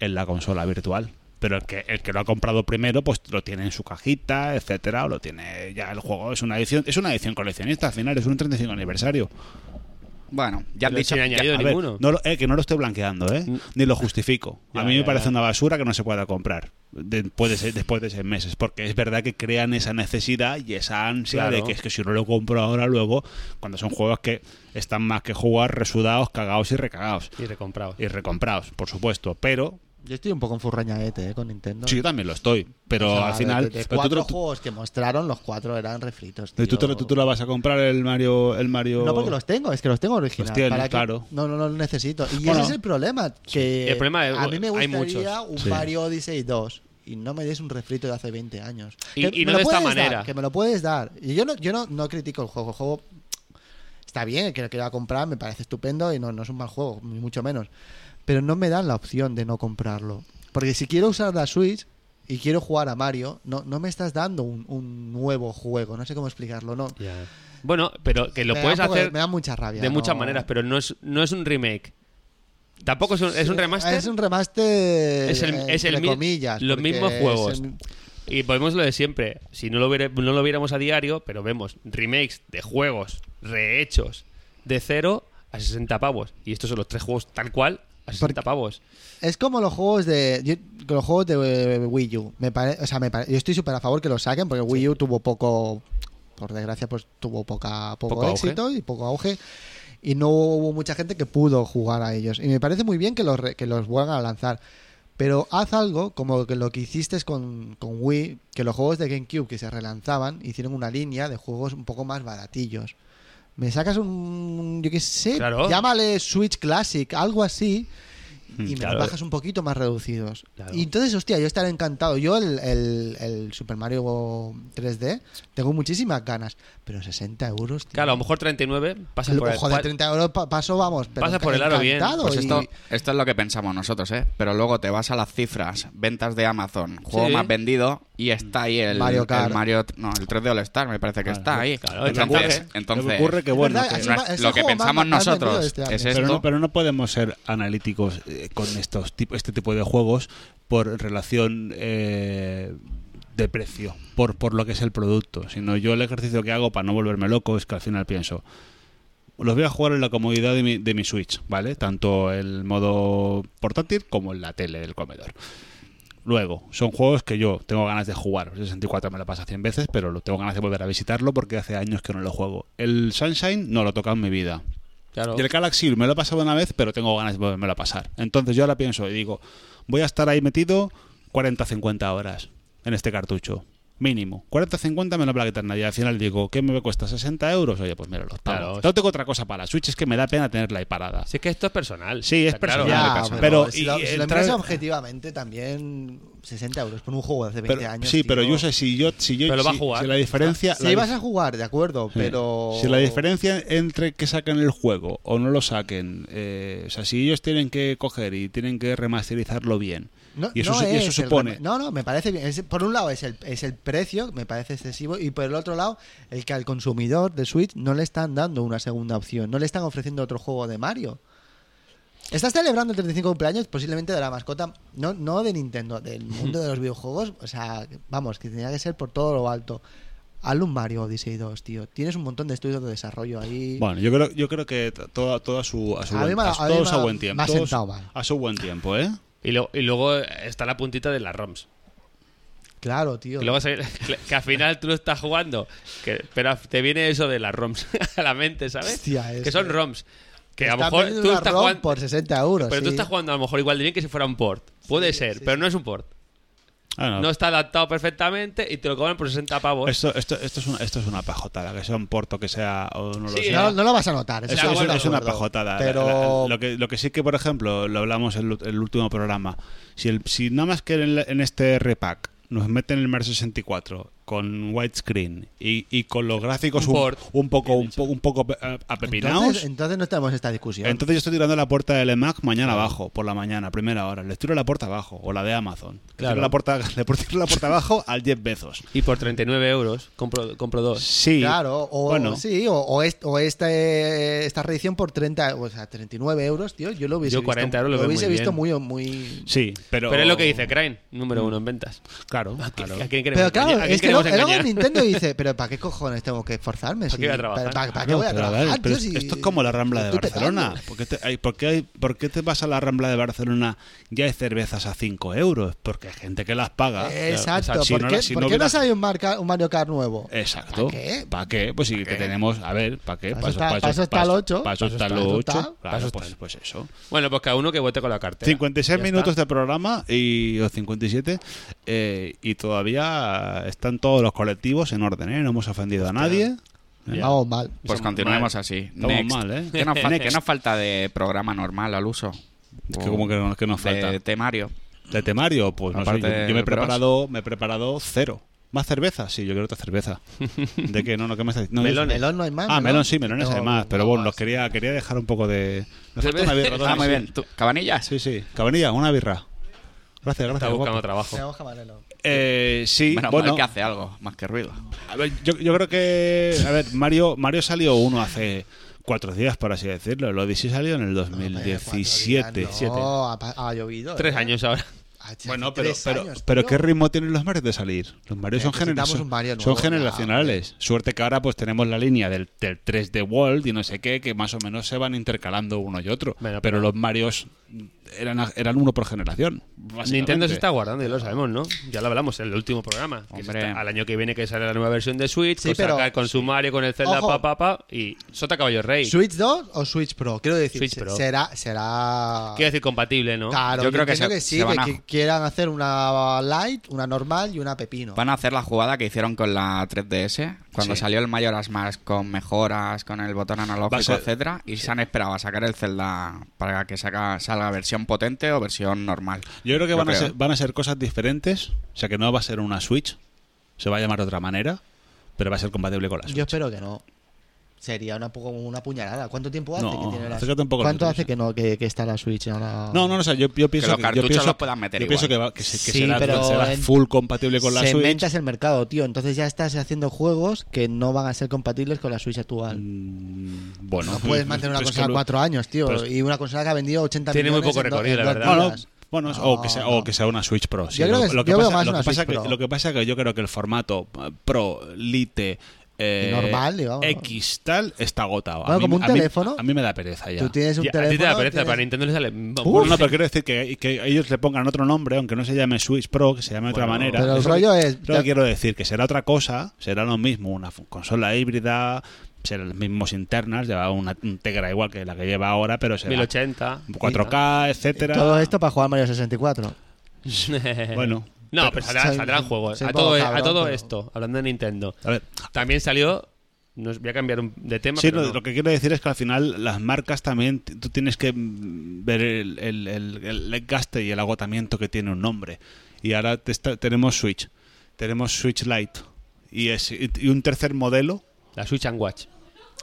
en la consola virtual. Pero el que, el que lo ha comprado primero, pues lo tiene en su cajita, etcétera, o lo tiene ya el juego. Es una edición, es una edición coleccionista al final, es un 35 aniversario.
Bueno, ya han
Pero
dicho.
sin
ya-
añadido
A
ni-
ver,
ninguno.
no lo- eh, que no lo estoy blanqueando, ¿eh? Ni lo justifico.
Ya,
a mí
ya,
me parece
ya.
una basura que no se pueda comprar después de, seis, después de seis meses. Porque es verdad que crean esa necesidad y esa ansia
Claro.
de que es que si no lo compro ahora, luego, cuando son juegos que están más que jugar resudados, cagados y recagados.
Y recomprado.
Y recomprados, por supuesto. Pero
Yo estoy un poco enfurrañadete eh, con Nintendo.
sí, yo también lo estoy. Pero
O sea,
al
de-
final.
De,
pero
de
tú te
cuatro
lo-
juegos que mostraron, los cuatro eran refritos.
tú,
Tío.
te lo- tú te lo vas a comprar el Mario. El Mario...
No porque los tengo, es que los tengo originales.
Los tienes,
¿Para qué?
claro.
No, no, no los necesito. Y
Bueno.
ese es el problema. Que
El problema es-
a mí me
hay
gustaría
muchos.
un
Sí.
Mario Odyssey 2 y no me des un refrito de hace 20 años.
Y-
Que
y no
me lo
de esta
puedes dar,
manera.
que me lo puedes dar. Y yo no, yo no, no critico el juego. El juego está bien, el que lo quiera comprar me parece estupendo y no, no es un mal juego, ni mucho menos. Pero no me dan la opción de no comprarlo. Porque si quiero usar la Switch y quiero jugar a Mario, no, no me estás dando un, un nuevo juego. No sé cómo explicarlo. No.
Ya. Bueno, pero que lo
Me da
puedes
un poco de-
hacer
me da mucha rabia.
de
no.
muchas maneras, pero no es, no es un remake. Tampoco es un, es un remaster.
Ah, Es un remaster.
Es el- es el
entre
mi-
comillas,
los
porque
mismos
es
juegos.
el-
Y volvemos a lo de siempre. Si no lo, viere- no lo viéramos a diario, pero vemos remakes de juegos rehechos de cero a 60 pavos. Y estos son los tres juegos tal cual a 60 pavos.
es como los juegos de. yo- con los juegos de eh, Wii U. Me pare- o sea, me pare- yo estoy súper a favor que lo saquen porque el Wii U tuvo poco. Por desgracia, pues tuvo poca, poco,
Poco auge.
éxito y poco auge. Y no hubo mucha gente que pudo jugar a ellos. Y me parece muy bien que los, re- que los vuelvan a lanzar. Pero haz algo como que lo que hiciste con, con Wii, que los juegos de GameCube que se relanzaban hicieron una línea de juegos un poco más baratillos. Me sacas un, yo qué sé,
Claro.
llámale Switch Classic, algo así, y me
claro.
los bajas un poquito más reducidos.
Claro.
Y entonces, hostia, yo estaré encantado. Yo el, el- el Super Mario 3D tengo muchísimas ganas, pero 60 euros, tío.
Claro, a lo mejor 39 pasa
Al-
por el,
ojo, de 30 euros pa- paso, vamos. Pero
Pasa por el aro bien.
encantado,
Pues
y-
esto, esto es lo que pensamos nosotros, ¿eh? Pero luego te vas a las cifras, ventas de Amazon, juego
Sí.
más vendido y está ahí el
Mario
el
Kart.
Mario- no, el 3D All Star, me parece que está ahí.
claro, el
entonces,
lenguaje.
Lo
entonces
que ocurre que,
Es
bueno,
verdad,
que-
así
no
va-
es-
es el
lo que
juego más-
pensamos
más vendido
nosotros
de este año.
es
Pero
esto.
Pero no, pero no podemos ser analíticos eh, eh, con estos tip- este tipo de juegos por relación eh, de precio, por, por lo que es el producto. Sino yo el ejercicio que hago para no volverme loco es que al final pienso, los voy a jugar en la comodidad de mi, de mi Switch, ¿vale? Tanto el modo portátil como en la tele del comedor. Luego, son juegos que yo tengo ganas de jugar. El 64 me lo pasa 100 veces, pero lo tengo ganas de volver a visitarlo porque hace años que no lo juego. El Sunshine no lo he tocado en mi vida.
Claro.
Y el Galaxy me lo he pasado una vez, pero tengo ganas de volverme a pasar. Entonces yo ahora pienso y digo, voy a estar ahí metido 40-50 horas en este cartucho. Mínimo. 40-50 me lo va a quitar nadie. Al final digo, ¿qué me cuesta? ¿60 euros? Oye, pues mira, los pago.
Claro.
No tengo otra cosa para la Switch, es que me da pena tenerla ahí parada.
Si es que esto es personal.
Sí, es
Está claro.
personal.
Ya,
pero-
pero,
pero
si lo,
y
si lo
entrar-
miras objetivamente, también 60 euros por un juego de hace 20
Pero-
años.
sí, pero
tío.
yo sé, si yo... Si yo
Pero lo va
si-
a jugar.
si la diferencia...
Si
la
ahí
dif-
vas a jugar, de acuerdo,
Sí.
pero.
Si la diferencia entre que saquen el juego o no lo saquen, eh, o sea, si ellos tienen que coger y tienen que remasterizarlo bien,
No,
y eso,
no
su- y
es
eso
el
supone...
rema- no, no, me parece bien. Es- por un lado es el, es el precio, me parece excesivo, y por el otro lado, el que al consumidor de Switch no le están dando una segunda opción, no le están ofreciendo otro juego de Mario. Estás celebrando el 35 cumpleaños posiblemente de la mascota, no, no de
*laughs*
Nintendo, del mundo de los videojuegos, o sea, vamos, que tenía que ser por todo lo alto. Hazle un Mario Odyssey 2, tío. Tienes un montón de estudios de desarrollo ahí.
Bueno, yo creo, yo creo que t- todo, todo a su, a su
A
buen,
mí me ha-
a,
a mí
todos
me
a
ha-
buen tiempo.
me ha
todos
sentado mal.
A su buen tiempo, ¿eh?
Y, lo- y luego está la puntita de las ROMs.
Claro, tío.
Y luego se- *laughs* que al final tú lo estás jugando, que, pero te viene eso de las ROMs *laughs* a la mente, ¿sabes?
Hostia, es
que son
que-
ROMs. Que a lo
Estás
mejor
vendiendo
tú
una
estás
ROM
jugando.
por 60 euros.
pero tú
sí.
estás jugando a lo mejor igual de bien que si fuera un port. Puede ser, pero no es un port.
Ah,
No está adaptado perfectamente y te lo cobran por 60 pavos.
Esto, esto, esto, es una, esto es una pajotada, que sea un porto que sea o no lo
Sí,
sea.
No, no lo vas a notar. eso
Eso
Ya,
es,
sí
bueno,
es una
me acuerdo.
pajotada.
Pero
La- la- lo, que, lo que sí que, por ejemplo, lo hablamos en el, el último programa. Si, el, si nada más que en, la- en este repack nos meten el Mario 64 con widescreen y, y con los gráficos
Un
un,
port.
un poco un, po- un poco eh, apepinados.
entonces, entonces no estamos en esta discusión.
Entonces yo estoy tirando la puerta del EMAC mañana abajo, por la mañana, primera hora. Le tiro la puerta abajo, o la de Amazon. Le
Claro.
tiro la puerta, *laughs* le tiro la puerta abajo al 10 Bezos.
Y por 39 euros compro, compro dos.
Sí.
claro, o,
bueno.
sí, o, o est- o este, esta reedición por 30, o sea, 39 euros, tío. Yo lo hubiese
Yo 40
visto,
euros lo veo
hubiese
muy
visto
bien.
muy. muy...
Sí, pero...
Pero es lo que dice Crane, número uno en ventas.
Claro, claro.
¿A quién queremos
Pero claro,
engañar? ¿A quién
es que
queremos
luego luego
engañar?
Nintendo dice, pero ¿para qué cojones tengo que esforzarme?
¿Para qué voy a trabajar?
¿Para, para- para qué
Claro,
voy a
pero
trabajar?
ver, pero
tío,
es-
si
esto es como la Rambla de
estoy petando?
Barcelona. ¿Por qué, te, hay- por qué hay- por qué te vas a la Rambla de Barcelona y hay cervezas a 5 euros? Porque hay gente que las paga.
Exacto,
Claro, o sea, si
¿por
no
qué
la- si
por
no
qué no
hubiera-
sale un, marca- un Mario Kart nuevo?
Exacto.
¿Para qué?
¿Para qué? Pues sí, que tenemos. A ver, ¿para qué?
Para eso está- para eso está el ocho.
Paso
Para
está el
eso está-
8.
está.
Para
Claro,
eso
pues,
está.
pues eso.
Bueno, pues cada uno que vote con la cartera.
56
Ya
minutos
está.
de programa y, o 57 eh, y todavía están todos los colectivos en orden, ¿eh? No hemos ofendido a nadie. Eh,
Vamos mal.
Pues
Estamos
continuemos así.
Estamos
Next.
mal, ¿eh?
¿Qué nos, fa-
Next.
qué nos falta de programa normal al uso?
Es que como que, no- que nos falta.
De temario.
¿De temario? Pues no sé,
Aparte
yo, yo
del
me, he
bros.
preparado, me he preparado cero. ¿Más cerveza? Sí, yo quiero otra cerveza. ¿De qué? No, no, ¿qué me estás diciendo? No, yo-
Melones.
Melón no hay más.
Ah, melón sí, melones
No,
además. Pero
no
bueno,
más.
los quería, quería dejar un poco de... Me falta una birra.
Ah, muy
sí.
bien. ¿Tú- ¿Cabanillas?
Sí, sí. Cabanilla, una birra. Gracias,
Está
gracias.
buscando
guapo.
trabajo.
Tenemos camarero.
Eh, sí,
Menos
bueno.
mal que hace algo, más que ruido.
A ver, yo, yo creo que. A ver, Mario, Mario salió uno hace cuatro días, por así decirlo. El Odyssey salió en el
No,
2017.
pero cuatro días no, ha, ha llovido.
Tres
¿eh?
años ahora.
Ah, hace
Bueno, pero,
tres
pero,
años,
pero
tío.
¿qué ritmo tienen los Marios de salir? Los Marios son, genera-
Necesitamos
son,
un Mario
son
nuevo,
generacionales. Suerte que ahora pues tenemos la línea del, del 3D World y no sé qué, que más o menos se van intercalando uno y otro.
Bueno,
pero,
pero-
los Marios eran, eran uno por generación.
Nintendo
básicamente.
se está guardando, ya lo sabemos, ¿no? Ya lo hablamos en el último programa. que se
Hombre.
está- al año que viene que sale la nueva versión de Switch,
Sí,
con,
pero-
saca- con su Mario, con el Zelda,
Ojo.
pa, pa, pa, y Sota Caballo Rey.
¿Switch 2 o Switch Pro? Quiero decir,
Switch
se-
Pro.
será. será...
Quiero decir, compatible, ¿no?
Claro,
Yo creo que
entiendo
se-
que sí,
se
que,
van a-
que quieran hacer una light, una normal y una pepino.
Van a hacer la jugada que hicieron con la 3DS, cuando
Sí.
salió el Majora's Mask con mejoras, con el botón
Va a
analógico,
ser-
etcétera, y se han esperado a sacar el Zelda para que saca, salga versión potente o versión normal.
Yo creo que van, A
creo.
ser, van a ser cosas diferentes. O sea, que no va a ser una Switch. Se va a llamar de otra manera. Pero va a ser compatible con la Switch.
Yo espero que no. Sería una, pu- una puñalada. ¿Cuánto tiempo hace
No,
que tiene la
acércate un poco al
¿Cuánto hace
Switch.
que no que, que está la Switch? ahora?
No, no, no, o sea, yo, yo pienso
los
que, yo
cartuchos
pienso,
los puedan meter
yo pienso
igual.
que, va- que, se- que
Sí,
será,
pero
será
en-
full compatible con la Switch.
Segmentas el mercado, tío. Entonces ya estás haciendo juegos que no van a ser compatibles con la Switch actual.
Mm, Bueno,
No puedes mantener una
pero es que
consola
lo-
cuatro años, tío.
pero es-
y una consola que ha vendido 80
Tiene muy
millones
poco
en do-
recorrido,
en
la
dos
verdad.
Bueno,
días.
bueno,
No,
o, que sea,
no.
o que sea una Switch Pro. sí.
Yo creo
lo,
que-
lo que
yo veo
pasa,
más
lo
una
que pasa
Switch
que,
Pro.
lo que pasa que yo creo que el formato eh, Pro, Lite, eh,
Normal, digamos.
X, tal, está agotado. A
Bueno,
mí-
como un
a mí-
teléfono.
A mí me da pereza ya.
Tú tienes un
Ya, a
teléfono.
ti te da pereza,
tienes-
para Nintendo le sale.
No, no, pero quiero decir que, que ellos le pongan otro nombre, aunque no se llame Switch Pro, que se llame de otra
Bueno,
manera.
Pero el
Eso que-
rollo es.
lo que quiero decir que será otra cosa, será lo mismo, una fu- consola híbrida, serán los mismos internas, llevará una Tegra igual que la que lleva ahora, pero será
1080. *laughs*
4K, etcétera.
Todo esto para jugar Mario 64.
Bueno,
No, pero, saldrá-
soy-
saldrán juegos.
soy
A
un
todo, e-
poco
a
cabrón,
todo
pero-
esto, hablando de Nintendo.
a ver,
También salió. Nos voy a cambiar un- de tema.
Sí,
pero
lo,
no.
lo que quiero decir es que al final las marcas también, t- tú tienes que mm, ver el, el- el- el desgaste y el agotamiento que tiene un nombre. Y ahora te está- tenemos Switch, tenemos Switch Lite y, es, y- y un tercer modelo.
La Switch and Watch.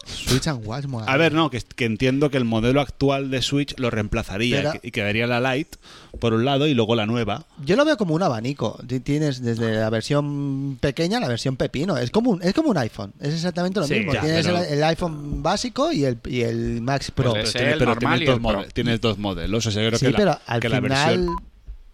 Switch and Watch, mola.
A ver, no, que, que entiendo que el modelo actual de Switch lo reemplazaría
Pero-
y que- y quedaría la Lite por un lado y luego la nueva.
Yo lo veo como un abanico. Ti- Tienes desde la versión pequeña a la versión pepino. Es como un, es como un iPhone. Es exactamente lo
Sí,
mismo.
ya,
Tienes
pero-
el, el iPhone básico y el, y el Max Pro.
Pues
tiene-
el normal y
dos
el Pro.
mode- tienes dos modelos. O sea, yo creo
Sí,
que la,
pero al
que la
final- ah,
versión,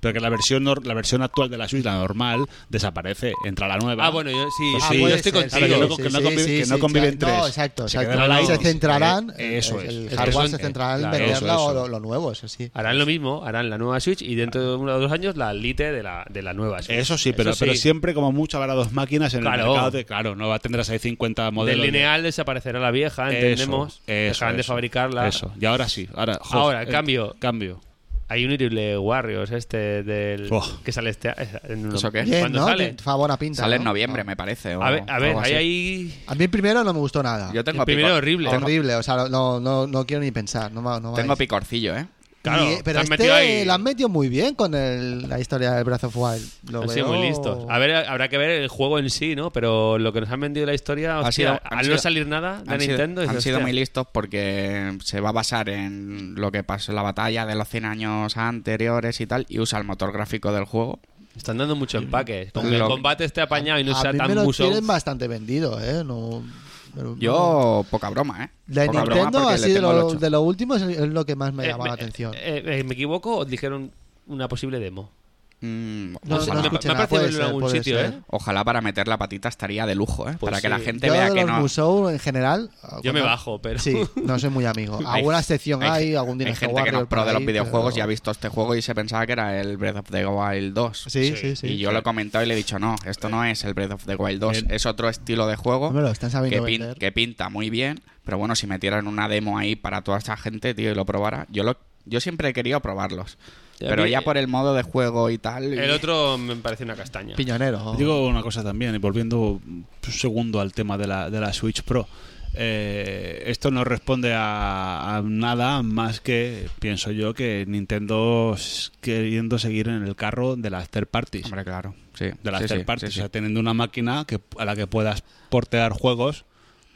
pero que la versión, nor- la versión actual de la Switch, la normal, desaparece, entra la nueva.
Ah, bueno, yo sí.
Pues
sí,
sí.
yo
puede
estoy
ser,
contigo.
sí, que no- que no conviven- que no conviven
claro. No,
tres.
exacto,
Se
exacto.
quedará la
se
Xbox.
centrarán.
Eh, eso
el-
es.
El
Eso
hardware
es.
se centrará en
Claro,
venderla
eso,
o
eso.
lo, lo nuevo, eso sí.
Harán lo mismo, harán la nueva Switch y dentro de uno o dos años la Lite de la, de la nueva Switch.
Eso sí, pero, pero siempre como mucho habrá dos máquinas en
Claro.
el mercado. De, claro, no va- tendrás ahí 50
Del
modelos. de-
lineal desaparecerá la vieja,
Eso,
entendemos.
eso,
dejarán de
eso.
fabricarla.
Eso. Y ahora sí. Ahora, jo,
Ahora,
el-
cambio.
Cambio.
Hay un Irule Warriors este del
Oh.
que sale este en uno-
¿Eso qué?
Bien,
¿Cuándo
¿no?
sale?
Te- Favor a pinta.
Sale en
¿no?
noviembre, me parece. o
A ver, a ver,
algo
hay
así.
ahí
A mí el primero no me gustó nada.
Yo tengo
El primero
picor-
horrible.
Tengo,
Horrible, o sea, no, no, no quiero ni pensar. No, va- no va
tengo
a-
picorcillo, ¿eh?
Claro,
Y- pero
te has
este
metido ahí.
la han metido muy bien con el- la historia del Breath of Wild. Lo
han sido
veo-
muy listos. A ver, habrá que ver el juego en sí, ¿no? Pero lo que nos han vendido la historia,
Ha
hostia,
sido- han
al no
sido-
salir nada de
Han sido,
Nintendo,
han
dices,
sido
hostia.
muy listos porque se va a basar en lo que pasó en la batalla de los 100 años anteriores y tal, y usa el motor gráfico del juego.
Están dando mucho empaque. Como que el
Lo-
combate esté apañado y no
a
sea
mí
tan
me lo
muso.
tienen bastante vendido, ¿eh? No, pero no.
Yo, poca broma, ¿eh?
De
Poca broma
Nintendo,
porque le
así de
tengo el
lo,
ocho.
de lo último, es es lo que más me
Eh,
llamó la
eh,
atención.
eh, eh, ¿Me equivoco o dijeron una posible demo?
Mm,
No,
sé,
no
me- me,
escuché
ha parecido
nada, puede
verlo en
ser,
algún
puede
sitio,
ser.
¿eh?
Ojalá para meter la patita estaría de lujo, ¿eh?
Pues
para
sí.
que la gente
Yo
vea
de
que
los
no.
Musou en general.
Yo me
cuando-
bajo, pero.
Sí, no soy muy
*laughs*
amigo.
Hay-
Alguna excepción hay, algún
hay
Dinosaur
gente que no
Warrior
es pro
por
de los
ahí,
videojuegos
pero-
y ha visto este juego y se pensaba que era el Breath of the Wild 2.
Sí, sí, sí. Eh,
y yo lo he comentado y le he dicho, no, esto no es el Breath of the Wild 2,
Bien.
es otro estilo de juego
Hombre, lo están
que,
sabiendo
pin-
vender.
que pinta muy bien, pero bueno, si metieran una demo ahí para toda esta gente, tío, y lo probara, yo lo yo siempre he querido probarlos,
Y a
pero
mí-
ya por el modo de juego y tal...
El
y-
otro me parece una castaña.
Piñonero.
Digo una cosa también, y volviendo un segundo al tema de la, de la Switch Pro. Eh, esto no responde a, a nada más que, pienso yo, que Nintendo s- queriendo seguir en el carro de las third parties.
Hombre, claro, sí.
de las
sí,
third
sí,
parties, o
sí, sí.
sea, teniendo una máquina que, a la que puedas portear juegos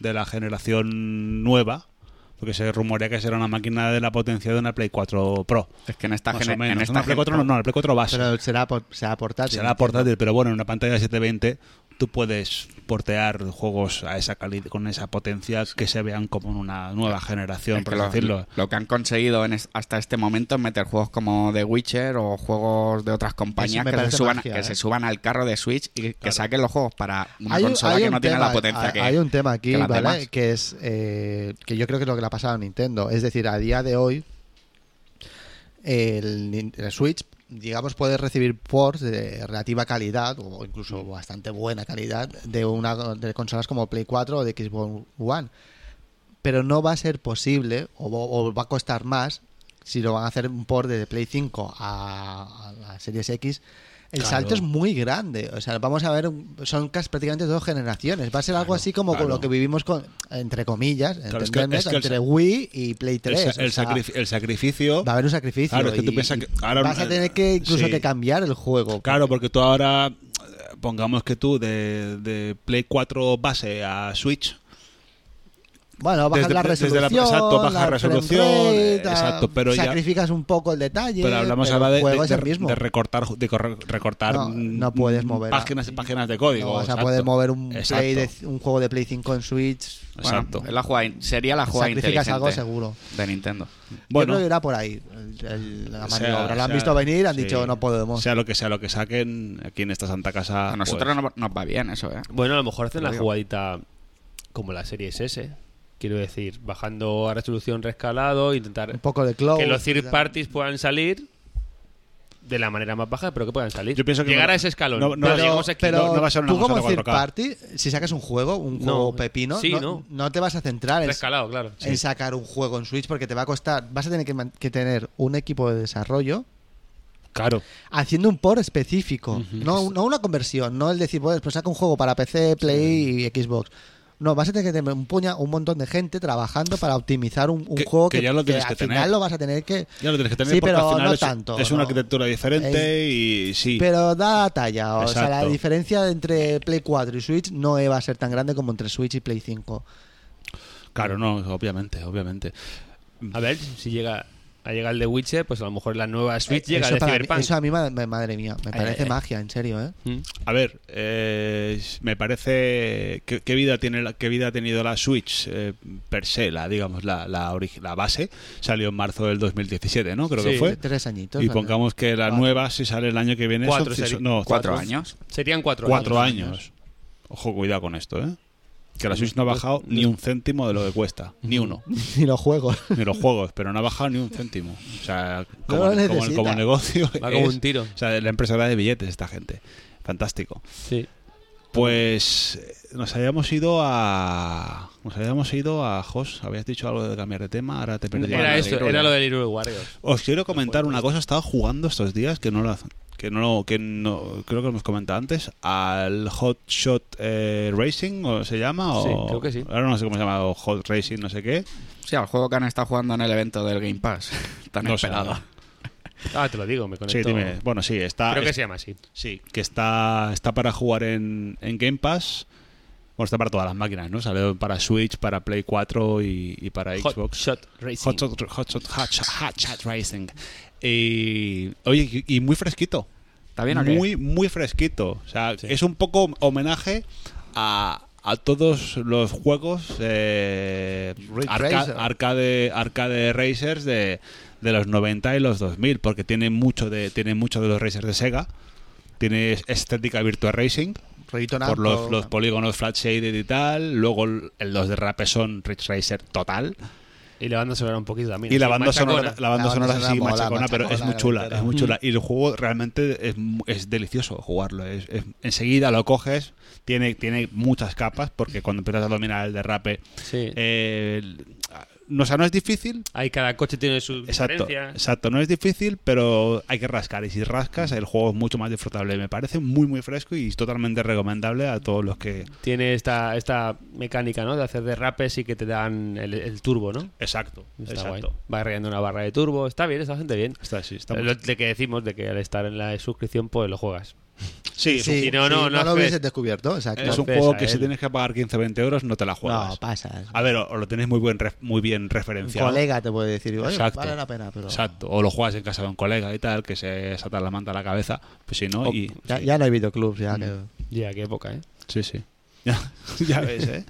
de la generación nueva, porque se rumorea que será una máquina de la potencia de una Play 4 Pro.
Es que en esta
más o
gener-
menos.
en esta
Una Play 4 no,
gen-
no, la Play 4 base.
Pero será, por- será portátil.
Será portátil, pero bueno, en una pantalla de 720 tú puedes portear juegos a esa calidad, con esa potencia que se vean como en una nueva generación,
Es
por
que
así
lo,
decirlo.
lo que han conseguido en es- hasta este momento es meter juegos como The Witcher o juegos de otras
Eso
compañías
me
que, se
parece
suban,
magia,
que
¿eh?
se suban al carro de Switch y que saquen los juegos para una
un-
consola que
un
no tiene
tema-
la potencia
hay,
que
hay un tema aquí,
que las
¿vale?
demás.
Que es eh, que yo creo que es lo que le ha pasado a Nintendo. Es decir, a día de hoy el, Nin- el Switch, digamos, puede recibir ports de relativa calidad o incluso bastante buena calidad de una de consolas como Play 4 o de Xbox One. Pero no va a ser posible o, o va a costar más si lo van a hacer un port de Play 5 a, a la Series X. El
Claro.
salto es muy grande. O sea, vamos a ver, un- son casi prácticamente dos generaciones. Va a ser algo así como con
claro.
lo que vivimos con, entre comillas,
Claro, es que-
entendedme,
es que el
entre
sa-
Wii y Play
El,
3.
sa- el
o sea,
sacrifi- el sacrificio.
va a haber un sacrificio.
Claro, es que tú
y-
piensas
y
que ahora-
vas a tener que incluso
sí.
que cambiar el juego.
Claro, porque tú ahora, eh, pongamos que tú de, de Play 4 base a Switch,
Bueno, bajas
Desde-
la
desde la-
resolución.
exacto, baja
la frame
resolución,
rate,
eh, exacto, pero ya-
Sacrificas un poco el detalle.
Pero hablamos ahora
el
de,
juego
de-
es el
de-
mismo.
de recortar, de corre- recortar
No,
mm,
no puedes mover a-
páginas, páginas de código.
no vas a
exacto.
poder mover un, play
Exacto,
de- un juego de Play 5 en Switch.
Bueno,
exacto.
es la jugada in- sería la jugada
Sacrificas
inteligente
algo seguro.
de Nintendo.
Bueno, Yo creo
Bueno,
que irá por ahí el- el- la
o sea,
maniobra. La han
sea-
visto venir, han
sí.
dicho no podemos.
Sea lo que sea lo que saquen aquí en esta santa casa. pues,
A nosotros no- nos va bien eso, ¿eh?
Bueno, a lo mejor hacen
Lo
la
digo.
jugadita como la serie S. Quiero decir, bajando a resolución rescalado, intentar
un poco de cloud.
que los third parties puedan salir de la manera más baja, pero que puedan salir.
Yo pienso que
Llegar
no-
a ese escalón.
no- no-
pero
pero-
llegamos aquí.
pero- no- no va a ser una
tú como
consola
third
4K.
party, si sacas un juego, un
No.
juego pepino,
Sí,
no,
no.
no te vas a centrar en,
Rescalado, claro.
en sacar un juego en Switch porque te va a costar. Vas a tener que, man- que tener un equipo de desarrollo
Claro.
haciendo un por específico, no, un- no una conversión, no el decir, pues, pues saca un juego para PC, Play y Xbox. No, vas a tener que tener un, puña, un montón de gente trabajando para optimizar un, un
Que-
juego
que
que,
ya lo tienes
al
que tener.
final lo vas a tener que...
Ya lo tienes que tener
Sí,
porque
pero
al final
no
es,
tanto,
es una
no.
arquitectura diferente y sí.
Pero da la talla, o sea, la
Exacto.
diferencia entre Play 4 y Switch no va a ser tan grande como entre Switch y Play 5.
Claro, no, obviamente, obviamente.
A ver si llega a llegar el de Witcher, pues a lo mejor la nueva Switch
Eh,
llega
eso,
de
para mí-
Cyberpunk.
eso a mí, ma- ma- madre mía, me parece magia, en serio, ¿eh?
Mm.
A ver, eh, me parece qué, qué vida tiene la- qué vida ha tenido la Switch eh, per se, la digamos la la, ori- la base salió en marzo del 2017, ¿no? Creo que
Sí.
fue.
Tres añitos.
Y
¿vale? *laughs*
pongamos que la
Cuatro.
nueva si sale el año que viene.
Cuatro
son-
sería-
no,
Cuatro años.
Serían cuatro,
cuatro años. Ojo, cuidado con esto, ¿eh? Que la
Pues
Switch no ha bajado ni un céntimo de lo que cuesta, ni uno,
Ni los juegos.
ni los juegos, pero no ha bajado ni un céntimo. O sea,
No
como,
lo
como-
necesita.
como negocio.
Va como
es-
un tiro.
O sea, la empresa de billetes esta gente. Fantástico.
Sí.
Pues eh, nos habíamos ido a. Nos habíamos ido a Jos. Habías dicho algo de cambiar de tema, ahora te perdí.
Era
Vale.
eso, era lo del Hero Warriors.
Os quiero comentar una cosa. Estaba jugando estos días que no lo que no lo- que no creo que lo hemos comentado antes al Hot Shot eh, Racing o se llama o
Sí, creo que sí.
ahora no sé cómo se llama o Hot Racing no sé qué
Sí, al juego que han estado jugando en el evento del Game Pass. Tan
No sé.
esperado.
Ah, te lo digo, me
sí
conecto.
dime bueno sí está
Creo que
es-
se llama así.
sí que está está para jugar en, en Game Pass bueno está para todas las máquinas no salió para Switch para Play 4 y, y para
Hot
Xbox
Shot Racing.
Hot Shot, Hot Shot- Hot Shot- Hot Shot Racing. Y, oye, y y muy fresquito.
¿Está bien o qué? ¿Eh?
Muy, muy fresquito. O sea, es un poco homenaje a, a todos los juegos eh,
Ridge
arca-
Racer.
arcade, arcade racers de, de los 90 y los 2000, porque tiene mucho de, tiene mucho de los racers de Sega. Tiene estética Virtua Racing
Rollito
por
naco.
los, los polígonos flat shaded y tal. Luego el- los derrapes son Ridge Racer total.
Y la banda sonora un poquito también.
Y la
así,
banda sonora,
machacona.
la banda
La banda
sonora
sonora
sí,
mola,
machacona, pero es
machacona,
muy chula,
entera.
es muy chula. Y el juego realmente es, mu- es delicioso jugarlo. es- es- enseguida lo coges, tiene, tiene muchas capas, porque cuando empiezas a dominar el derrape,
Sí.
eh, el- no, o sea, no es difícil.
Ahí cada coche tiene su
Exacto,
diferencia.
exacto, no es difícil, pero hay que rascar. Y si rascas, el juego es mucho más disfrutable. Me parece muy, muy fresco y totalmente recomendable a todos los que.
Tiene esta, esta mecánica, ¿no? De hacer derrapes y que te dan el, el turbo, ¿no?
Exacto,
Está
exacto.
guay. Va rayando una barra de turbo. Está bien, está bastante bien.
Está, sí, está
Lo de que decimos de que al estar en la suscripción, pues lo juegas.
sí,
Sí,
si no, no, no
lo
haces-
hubieses descubierto. exacto.
es un
Entonces,
juego
a
que si
él-
tienes que pagar 15 o 20 euros, no te la juegas.
No, pasas.
A ver, o, o lo tenéis muy, buen ref- muy bien
Un
referenciado.
colega te puede decir, "Oye,
Exacto.
vale la pena, pero...
Exacto. O lo juegas en casa de un colega y tal, que se satan la manta a la cabeza. Pues si no,
O-
y.
Ya,
sí. Mm.
ya no hay videoclubs, ya que...
Ya, qué época, ¿eh?
Sí, sí. *laughs* Ya, ya ves, ¿eh?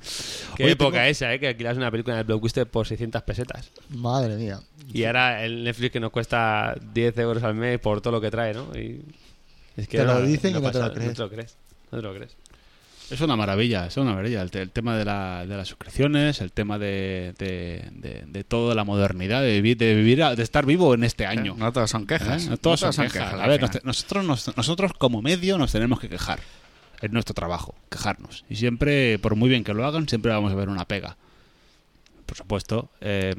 Qué
Oye,
época
tengo-
esa, ¿eh? Que alquilas una película en el Blockbuster por 600 pesetas.
Madre mía.
Y ahora el Netflix que nos cuesta 10 euros al mes por todo lo que trae, ¿no? Y es
Te lo
ahora
dicen y no te lo
pasa-
crees.
No te lo crees. No te lo crees.
Es una maravilla, es una maravilla. El, te- el tema de, la- de las suscripciones, el tema de, de, de- de toda la modernidad, de vivir, de vivir, a- de estar vivo en este año.
No todos son quejas.
¿Eh? No todos son quejas. A
al
ver,
final.
nos- nosotros, nos- nosotros como medio nos tenemos que quejar. Es nuestro trabajo, quejarnos. Y siempre, por muy bien que lo hagan, siempre vamos a ver una pega. Por supuesto, eh,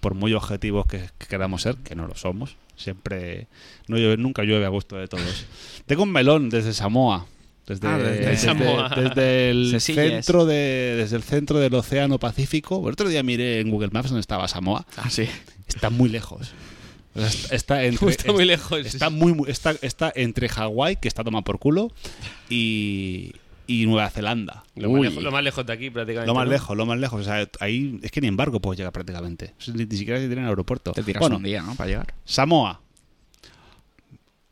por muy objetivos que, que queramos ser, que no lo somos, siempre no llueve, nunca llueve a gusto de todos. Tengo un melón desde Samoa. Desde,
Ah, desde
desde-
Samoa.
*laughs* desde el
Sencillez.
centro de, desde el centro del Océano Pacífico. El otro día miré en Google Maps donde estaba Samoa.
Ah, sí.
Está muy lejos. O sea, Está, está entre-
Está
Pues
muy lejos.
Está muy, muy- está, está entre Hawái, que está tomado por culo, y, y Nueva Zelanda.
Lo
Uy.
más, lejos, lo más lejos de aquí, prácticamente.
Lo más
¿no?
lejos, lo más lejos. O sea, ahí es que ni en barco puedes llegar prácticamente. Ni, ni siquiera tienen aeropuerto.
Te tiras
Bueno,
un día, ¿no? Para llegar.
Samoa.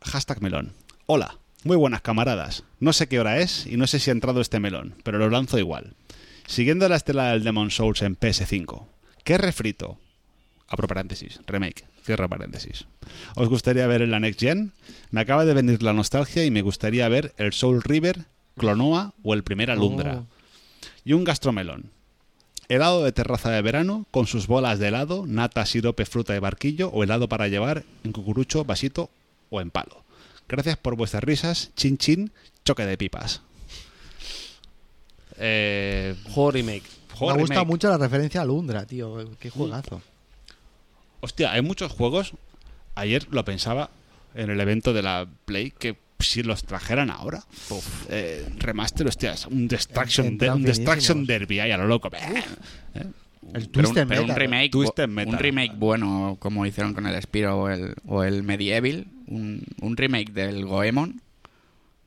Hashtag melón. Hola, muy buenas camaradas. No sé qué hora es y no sé si ha entrado este melón, pero lo lanzo igual. Siguiendo la estela del Demon Souls en PS5. ¿Qué refrito? Abro paréntesis, remake, cierro paréntesis. ¿Os gustaría ver en la Next Gen? Me acaba de venir la nostalgia y me gustaría ver el Soul River, Clonoa o el primer Alundra. Y un gastromelón. Helado de terraza de verano con sus bolas de helado, nata, sirope, fruta de barquillo o helado para llevar en cucurucho, vasito o en palo. Gracias por vuestras risas, chin chin, choque de pipas. Eh,
Juego remake.
juego
Me gusta
remake.
mucho la referencia a Lundra, tío. Qué juegazo.
Hostia, hay muchos juegos. Ayer lo pensaba en el evento de la Play que si los trajeran ahora, eh, remaster, hostia, es un Destruction,
Entran
de- un
finísimos.
Destruction Derby ahí a lo loco. Eh,
El
Pero
Twisted
un, pero un
Metal.
remake, bu-
Twisted Metal.
un remake bueno, como hicieron con el Spiro o el, o el Medieval, un, un remake del Goemon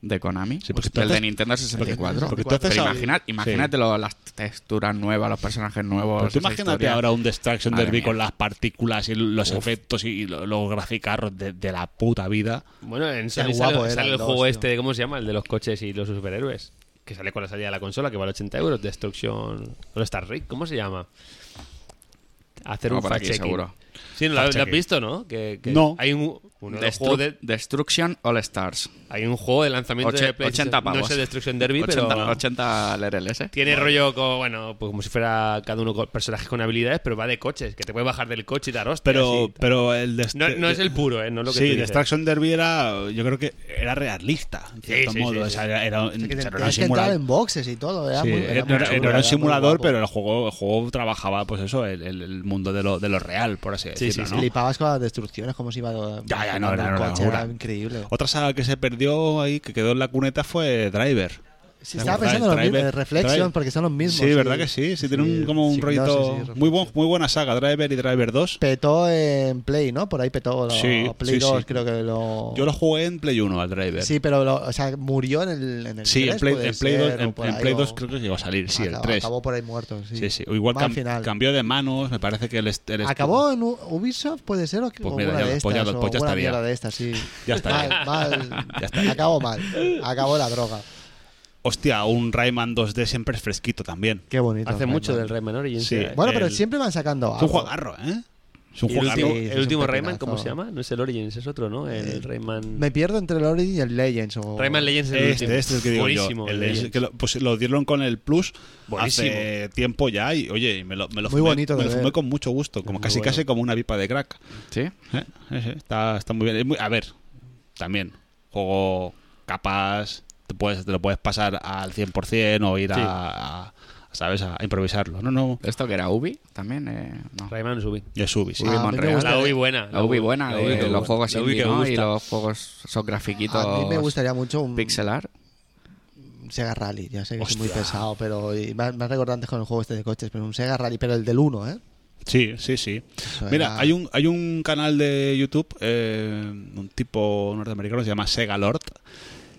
de Konami,
Sí, porque
Hostia,
tú
el de
haces-
Nintendo 64.
porque tú haces
Pero
a-
imagina-
sí.
imagínate lo- las texturas nuevas, los personajes nuevos.
Pero tú
esa
Pues imagínate
historia.
ahora un Destruction
Madre
Derby
mía.
con las partículas y los efectos y lo- los graficarros de, de la puta vida.
Bueno, en
Qué
Sony
guapo
sale,
era
sale
el
el
dos,
juego
tío.
este, ¿cómo se llama? El de los coches y los superhéroes. Que sale con la salida de la consola, que vale 80 euros. Destruction. ¿O Star Rick? ¿Cómo se llama? Hacer
No,
un
Ah, por aquí,
fact-checking.
seguro.
Sí, ¿no lo,
Fact-checking.
lo has visto, ¿no? Que, que
No.
Hay un, uno de los
Destru-
juegos de,
Destruction All Stars.
hay un juego de lanzamiento
Oche-
de PlayStation.
80 pavos.
No es el Destruction Derby,
80,
pero.
80 LRLs. ¿eh?
Tiene rollo como, bueno, pues como si fuera cada uno con personajes con habilidades, pero va de coches, que te puedes bajar del coche y dar hostias.
Pero,
y tal.
pero el Dest-
no, no es el puro, ¿eh? No es lo que tú
sí,
dices.
Destruction Derby era, yo creo que era realista, en cierto
sí, sí,
modo.
sí.
O sea, era, era un-
Que te-
o sea, era un
tenías que entrar
simula-
en boxes y todo. Era
Sí,
muy,
era-
era muy
era- era
chulo, era
un
muy
simulador,
guapo.
pero el juego, el juego trabajaba, pues eso, el, el- el mundo de lo, de lo real, por así
Sí, sí,
decirlo.
sí.
¿no?
Flipabas con las destrucciones, como se iba a-
Ya, ya, no,
el
era una
coche, era
locura.
increíble.
Otra saga que se perdió ahí, que quedó en la cuneta, fue Driver. ¿Te
Sí, estaba
acuerdas?
pensando en lo mismo,
Driver-
de Reflection,
Drive-
porque son los mismos.
Sí, verdad que sí. Sí, tiene un, como un
Sí, no,
rollito.
sí, sí,
muy, buen, muy buena saga, Driver y Driver 2.
Petó en Play, ¿no? Por ahí petó. lo-
Sí,
Play
sí,
2
sí.
creo que lo...
Yo lo jugué en Play 1 al Driver.
Sí, pero lo- o sea, murió en el, en el
Sí,
3,
en Play,
puede
en Play
ser,
2,
o
en-
por
en
ahí,
Play
o-
2 creo que llegó a salir, sí, el
acabó-
3.
Acabó por ahí muerto, sí.
Sí, sí. O igual
Mal
cam-
final.
cambió de manos, me parece que el, est- el est-
¿Acabó en U- Ubisoft? ¿Puede ser? ¿O que-
Pues
o
mira,
una
ya-
de
pues ya-
estas, o
pues ya
una
estaría.
mierda de estas, sí.
*laughs* Ya estaría.
Mal, mal.
Ya estaría.
Acabó mal. Acabó la droga.
Hostia, un Rayman 2D siempre es fresquito también.
Qué bonito.
Hace
Rayman.
mucho del Rayman Origins.
Sí.
¿eh?
Bueno, pero
El-
siempre van sacando
Es un
algo.
juegarro, ¿eh? Es un
Y el
juegarro.
último,
Sí, sí,
el
es un
último Rayman,
pepinazo.
¿cómo se llama? No es el Origins, es otro, ¿no? El
Eh,
Rayman.
Me pierdo entre el Origin y el Legends. O...
Rayman Legends es el último.
Este, este es el que digo
Buenísimo.
yo. El-
el
es
Legends.
que lo, pues lo dieron con el Plus
Buenísimo.
hace tiempo ya y, oye, y me lo, me lo
Muy
fumé,
bonito de
me lo
ver.
fumé con mucho gusto, como
Muy
casi
bueno.
casi como una pipa de crack.
¿Sí?
Eh, sí, sí, Está, está muy bien. Es muy- a ver, también, juego capaz, te, puedes, te lo puedes pasar al 100% o ir a,
Sí.
a- ¿sabes? a improvisarlo. No, no,
¿Esto que era Ubi? También. eh, no.
Rayman Ubi.
ya subí, sí.
Ubi
Ah,
Monreal.
me gusta
La Ubi buena.
La Ubi buena,
la
de
Ubi que
los
gusta,
juegos
la Ubi
indie,
que
¿no?
gusta.
Y los juegos son grafiquitos
A mí me gustaría mucho un
pixelar.
Sega Rally. Ya sé que es muy
Hostia.
pesado, pero y más, más recordante con el juego este de coches, pero un Sega Rally, pero el del 1, ¿eh?
Sí, sí, sí.
Eso
Mira,
era-
hay un, hay un canal de YouTube, eh, un tipo norteamericano, se llama Sega Lord.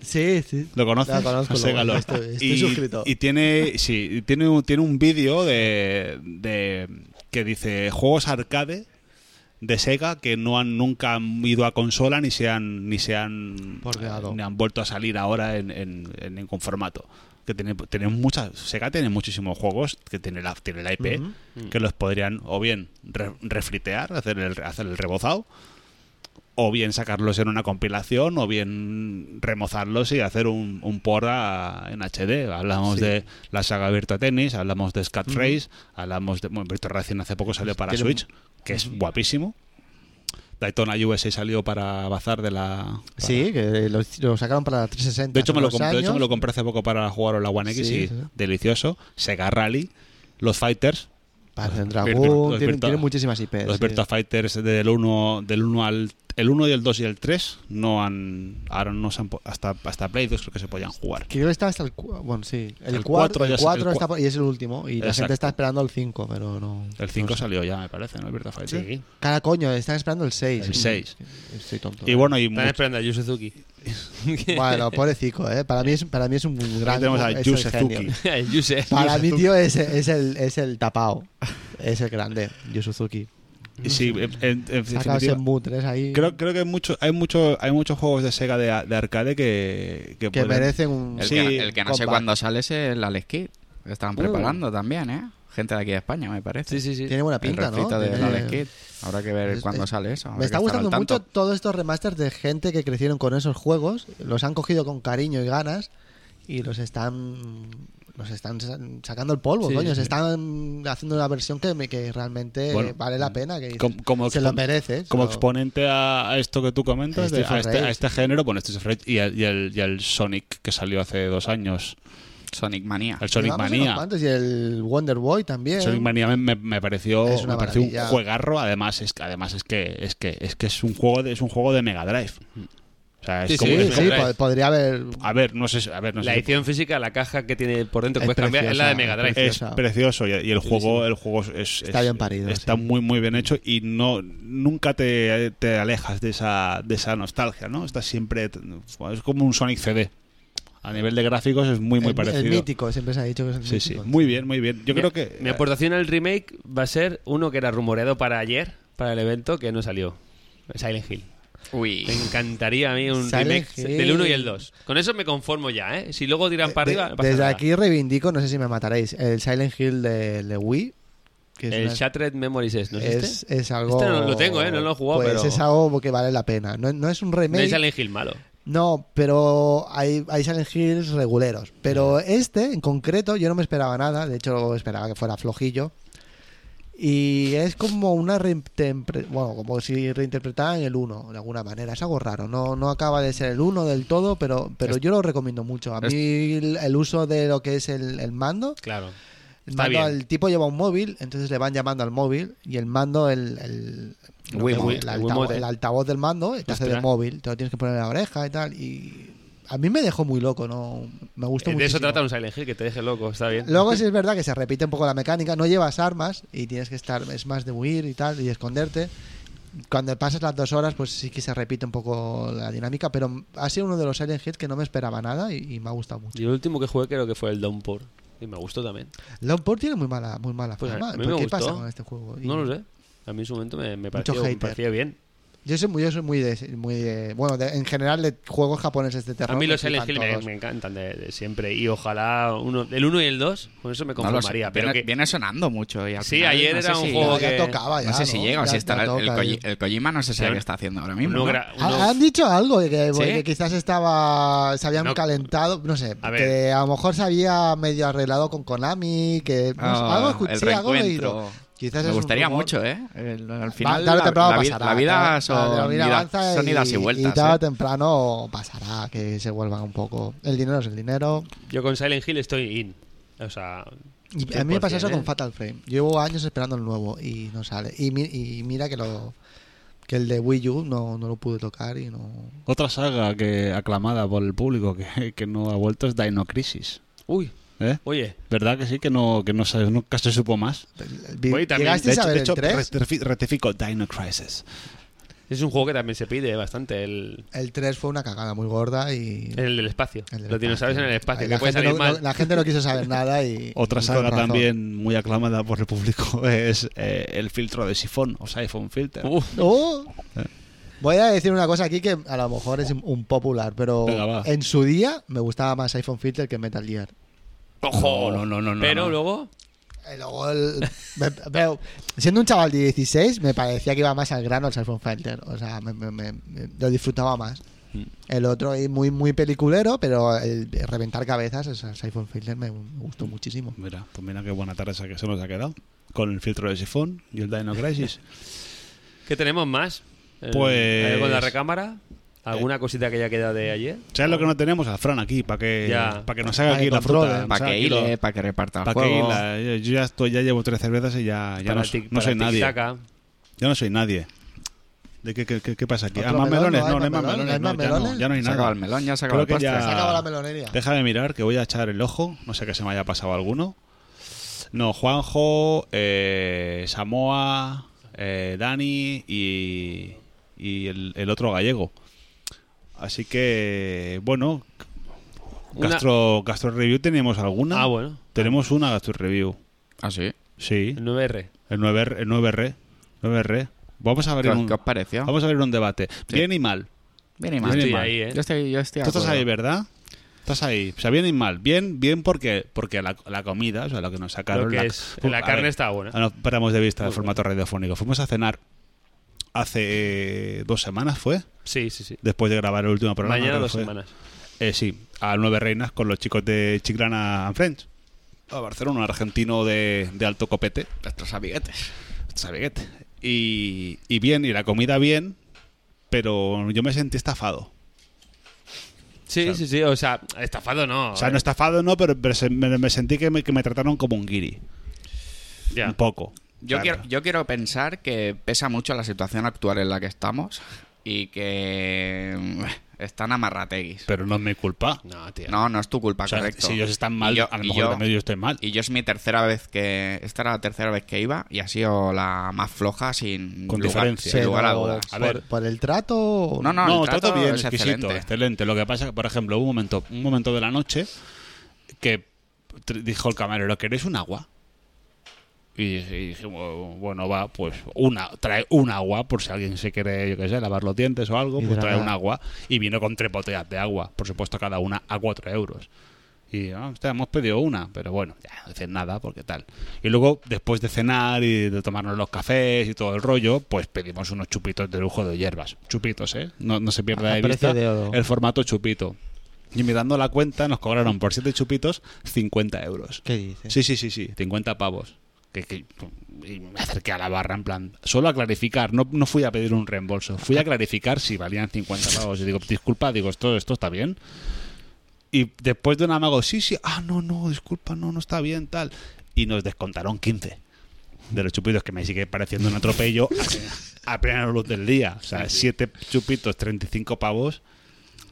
Sí, sí.
¿Lo conoces?
La conozco,
A
lo
Sega Lord.
conozco, estoy- estoy
y,
suscrito.
Y tiene, sí, y tiene un, tiene un vídeo de, de que dice juegos arcade de Sega que no han nunca han ido a consola ni se han ni se han
Porteado.
ni han vuelto a salir ahora en, en- en ningún formato. Que tiene, tiene muchas, Sega tiene muchísimos juegos que tiene la, tiene la IP que los podrían o bien re- refritear, hacer el, hacer el rebozado, o bien sacarlos en una compilación, o bien remozarlos y hacer un, un por a- en HD. Hablamos
Sí.
de la saga Virtua Tennis, hablamos de Scat Race, hablamos de. Bueno, Virtua Racing hace poco salió para
Tiene-
Switch, que es guapísimo. Daytona USA salió para bazar de la.
Sí, que lo, lo sacaron para la 360.
De hecho, me lo
hace
comp-
unos
de hecho, me lo
años.
compré hace poco para jugar a la One X
Sí,
y
sí.
delicioso. Sega Rally, los Fighters,
Para el
Virtua-
Dragon.
los
Tiene,
Virtua-
tiene muchísimas IPs.
los
sí.
Virtua Fighters del 1 del 1 al el 1 y el 2 y el 3 no han. Ahora no se han po- hasta, hasta Play 2 creo que se podían jugar.
Que yo estaba hasta el. cu- Bueno, sí. El
El
4
cuatro ya
el
se-
cuatro
el
está
cua-
por- y es el último. Y la
Exacto.
gente está esperando el 5, pero no.
El 5
no sé.
salió ya, me parece, ¿no? El Virtua Fighter.
Sí.
Cara coño, están esperando el 6.
El seis.
Estoy tonto. ¿eh?
Y bueno, y
Están
mucho-
esperando a Yu Suzuki.
Bueno, pobrecico, ¿eh? Para mí es, para mí es un gran.
Ahí tenemos a
es
Yu
el genio.
Suzuki.
El Yu Se-
Para
Yu
mí,
Suzuki.
tío, es, es el, es el tapao. Es el grande, Yu Suzuki.
y sí, en- en- en
Sacaos
definitiva,
en Mu 3 ahí.
creo, creo que hay mucho, hay mucho, hay muchos juegos de Sega de, de arcade que,
que
pueden-
merecen un.
El,
Sí,
que, el que no sé
comeback.
cuándo sale es el Alex Kidd. que Estaban
Uh.
preparando también, ¿eh? Gente de aquí de España, me parece.
Sí, sí, sí.
Tiene buena pinta,
el
¿no?
refrito del
Tiene-
Alex Kidd. Habrá que ver
Pues Es-
cuándo
es-
sale eso. habrá
Me
que
está
estar
gustando
al tanto.
mucho todos estos remasters de gente que crecieron con esos juegos, los han cogido con cariño y ganas y los están los están sa- sacando el polvo,
Sí,
coño,
sí.
se están haciendo una versión que, me- que realmente
Bueno,
vale la pena, que
com- como
se lo
expon-
merece. ¿eh? se
Como
lo-
exponente a, a esto que tú comentas, de-
Streets
a,
of
este, a
Rage.
este género, bueno, Streets of Rage y, el- y el, y el Sonic que salió hace dos años,
Sonic Manía.
el Sonic
Llevamos
Mania.
unos cuantos y el Wonder Boy también.
Sonic Mania me, me- me pareció,
Eh, Es una
me pareció un
maravilla.
juegarro, además es, además es que es que es que es un juego de, es un juego de Mega Drive. O sea, es
Sí,
como,
Sí,
es
sí,
como-
po- podría haber
a ver, no sé, si- a ver, no
La
sé si-
edición física, la caja que tiene por dentro,
Es
puedes cambiar, es la de
preciosa,
Mega Drive.
es
es
preciosa.
precioso y, y el juego el juego es- es,
Está
es-
bien parido,
está
sí.
muy muy bien hecho y no nunca te, te alejas de esa de esa nostalgia no está siempre es como un Sonic CD a nivel de gráficos es muy muy
el,
parecido
el mítico, siempre se ha dicho que es el
sí sí
mítico.
muy bien muy bien yo
Mi-
creo que eh,
Mi aportación al remake va a ser uno que era rumoreado para ayer, para el evento, que no salió. Silent Hill.
Uy.
Me encantaría a mí un
Silent
remake
Hill.
del 1 y el 2. Con eso me conformo ya, ¿eh? Si luego tiran para
De-
arriba, no pasa
desde
nada.
aquí reivindico, no sé si me mataréis, el Silent Hill de, de Wii. Que es
El
una-
Shattered Memories es, ¿no
es,
existe?
es algo.
Este no lo tengo, ¿eh? No lo he jugado,
pues
pero-
es algo que vale la pena. No, no es un
No es
remake.
Silent Hill malo.
No, pero hay, hay Silent Hills reguleros. Pero este, en concreto, yo no me esperaba nada. De hecho, esperaba que fuera flojillo. Y es como una reinterpre- bueno, como si reinterpretaran el 1 de alguna manera. Es algo raro. No, no acaba de ser el 1 del todo, pero, pero yo lo recomiendo mucho. A mí
es-
el, el uso de lo que es el, el mando
Claro.
el
Está
mando,
bien.
el tipo lleva un móvil, entonces le van llamando al móvil y el mando, el, el,
El
lo que-
Wiimote,
el
el
altavoz,
Wiimote.
el altavoz del mando te hace de
Ostras.
móvil, te lo tienes que poner en la oreja y tal. Y a mí me dejó muy loco, no me gustó
Eh,
mucho.
De eso trata un Silent Hill, que te deje loco, está bien.
Luego sí es verdad que se repite un poco la mecánica, no llevas armas y tienes que estar, es más de huir y tal, y esconderte. Cuando pasas las dos horas, pues sí que se repite un poco la dinámica, pero ha sido uno de los Silent Hits que no me esperaba nada y, y me ha gustado mucho.
Y el último que jugué creo que fue el Downpour. Y me gustó también.
Longport tiene muy mala, muy mala
Pues a
fama.
mí me
¿Por qué
gustó.
pasa con este juego? Y-
No lo sé. A mí en su momento me, me
Mucho ¿eh?
pareció, me
hater.
parecía bien.
Yo soy muy, yo soy muy de, muy de- bueno, de- en general de juegos japoneses de
A
terror.
mí
me
los Silent
flipan
Hill me,
todos.
me encantan de, de siempre. Y ojalá uno, el 1 y el 2, con eso me
No lo sé,
conformaría. pero
viene,
que-
viene sonando mucho. Y al
Sí,
final
ayer
no sé
era un
si-
juego
Ya- ya
que-
tocaba ya,
No sé si llega o
Ya-
si estará el,
ya
el
toca,
Koji-
ya.
el Kojima, no sé si
Pero-
qué está haciendo ahora mismo.
uno
¿no?
gra- uno-
Ha- Han dicho algo de que,
¿Sí?
que quizás estaba se habían
No.
calentado, no sé,
A ver.
que a lo mejor se había medio arreglado con Konami, que no sé,
Ah,
algo escuché,
el
algo he
reencuentro.
oído. Quizás
Me
es un
gustaría
rumor.
mucho, ¿eh? El- al
Va-
final,
tarde o
la,
temprano
la vid-
pasará,
la vida
tarde-
son,
la vida
ida-
avanza
son idas y vueltas.
Y tarde o
¿eh?
temprano pasará que se vuelvan un poco. El dinero es el dinero.
Yo con Silent Hill estoy in. O sea.
Y a mí me pasa eso
100%,
con
¿eh?
Fatal Frame. Llevo años esperando el nuevo y no sale. Y, mi- y mira que lo que el de Wii U no, no lo pude tocar y no.
otra saga que aclamada por el público que, *laughs* que no ha vuelto es Dino Crisis
Uy,
¿Eh?
oye.
verdad que sí que no que no se- nunca se supo más
Vi-
Oye, también,
de
¿Llegasteis
hecho,
a ver
de hecho,
el 3?
rectifi- rectifico Dino Crisis
Es un juego que también se pide bastante. El,
El 3 fue una cagada muy gorda y.
el del espacio.
el del
Los dinosaurios en el espacio.
Ahí
Que
La
puede
gente,
salir
no, no-
mal.
la gente no quiso saber nada y.
*laughs* Otra
y
saga
con razón.
también muy aclamada por el público *laughs* es eh, el filtro de sifón o siphon filter.
Uf,
Oh. Voy a decir una cosa aquí que a lo mejor es un popular, pero
Venga, va.
en su día me gustaba más iPhone Filter que Metal Gear.
ojo.
No, no, no, no,
Pero
no.
luego.
Eh, luego el- me- pero siendo un chaval de 16 me parecía que iba más al grano el Siphon Filter o sea me, me- me- me- lo disfrutaba más el otro es muy muy peliculero pero el, el reventar cabezas es el Siphon Filter me, me gustó muchísimo
Mira, pues mira qué buena tarde esa que se nos ha quedado con el filtro de sifón y el Dino Crisis. *laughs*
¿Qué tenemos más? El-
Pues- Eh.
algo Con la recámara. ¿Alguna cosita que ya queda de ayer?
¿Sabes lo que no tenemos? A Fran aquí, para que,
Ya.
para que nos haga
Pa' que
aquí la
controle.
fruta.
Para que hile, para que reparta el
Para que
juego.
hila. eh, Yo- Yo ya, estoy, ya llevo tres cervezas y ya, ya
Para
no,
ti-
no
para
soy
Tic
nadie.
Taca.
Yo no soy nadie. ¿De qué, qué, qué- qué pasa aquí?
¿Otro
Ah, más
melón?
melones.
¿No hay
No, no hay
más
más melones.
melones?
no,
¿No hay
ya
más
no, ya no hay
Se ha acabado el
nada.
melón, ya se ha acabado
Creo
el
que
postre.
ya.
Se acaba la melonería.
Ah. Deja de mirar, que voy a echar el ojo. No sé que se me haya pasado alguno. No, Juanjo, eh, Samoa, eh, Dani y, y el, el otro gallego. Así que, bueno,
Una-
gastro, gastro Review tenemos alguna.
Ah, bueno.
Tenemos una Gastro Review.
Ah, sí.
Sí,
El 9R.
el 9R. El 9R. 9R. Vamos a
¿Qué,
abrir un,
qué os pareció?
vamos a abrir un debate. Bien y mal.
Bien y
Yo
mal.
estoy
mal.
ahí, ¿eh?
Yo estoy, yo estoy de
Tú estás
acuerdo.
ahí, ¿verdad? Estás ahí. O sea, bien y mal. Bien, bien porque, porque la, la comida, o sea, lo que nos sacaron.
Lo que
la,
es- la
a ah,
carne está buena.
No paramos de vista el formato radiofónico. Fuimos a cenar hace eh, dos semanas, ¿fue?
Sí, sí, sí.
Después de grabar el último programa.
Mañana
creo que
dos
fue.
semanas.
Eh, sí, a Nueve Reinas con los chicos de Chiclana and Friends. A Barcelona, un argentino de, de alto copete.
Nuestros amiguetes.
Sabeguete. Y, y bien, y la comida bien, pero yo me sentí estafado.
Sí,
sea-
sí, sí. O sea, estafado no.
O sea, no estafado, no, pero, pero se- me, me sentí que me, que me trataron como un guiri.
eh, Ya.
Un poco.
Yo,
Claro.
quiero, yo quiero pensar que pesa mucho la situación actual en la que estamos y que mm, están amarrateguis.
Pero no es mi culpa.
No, tío.
no, no es tu culpa,
O sea,
Ah, correcto.
si ellos están
Y
mal,
yo-
a lo
y
mejor
yo-
también yo estoy mal.
Y yo es mi tercera vez que. Esta era la tercera vez que iba y ha sido la más floja sin,
Con
lugar,
diferencia.
sin
Pero-
lugar a dudas.
A
por,
ver.
por el trato.
No, no,
No,
el
todo
trato
bien,
es
exquisito,
excelente.
excelente. Lo que pasa es que, por ejemplo, hubo un momento, un momento de la noche que tr- dijo el camarero, ¿queréis un agua? Y, y dijimos, bueno, va, pues una, trae un agua por si alguien se quiere, yo qué sé, lavar los dientes o algo, pues trae
Hidratar.
un agua. Y vino con tres botellas de agua, por supuesto, cada una a cuatro euros. Y ah, hostia, hemos pedido una, pero bueno, ya no dicen nada porque tal. Y luego, después de cenar y de tomarnos los cafés y todo el rollo, pues pedimos unos chupitos de lujo de hierbas. Chupitos, ¿eh? No, no se pierda
A
de
precio
vista
de oro.
el formato chupito. Y mirando la cuenta, nos cobraron por siete chupitos 50 euros.
¿Qué dices?
Sí, sí, sí, sí, 50 pavos. Que, que- y me acerqué a la barra en plan, solo a clarificar, no, no fui a pedir un reembolso, fui a clarificar si valían 50 pavos. Y digo, disculpa, digo, esto, esto está bien. Y después de un amago, sí, sí, ah, no, no, disculpa, no, no está bien, tal. Y nos descontaron 15 de los chupitos, que me sigue pareciendo un
*laughs*
atropello a plena- a plena luz del día. O sea, 7 chupitos, 35 pavos.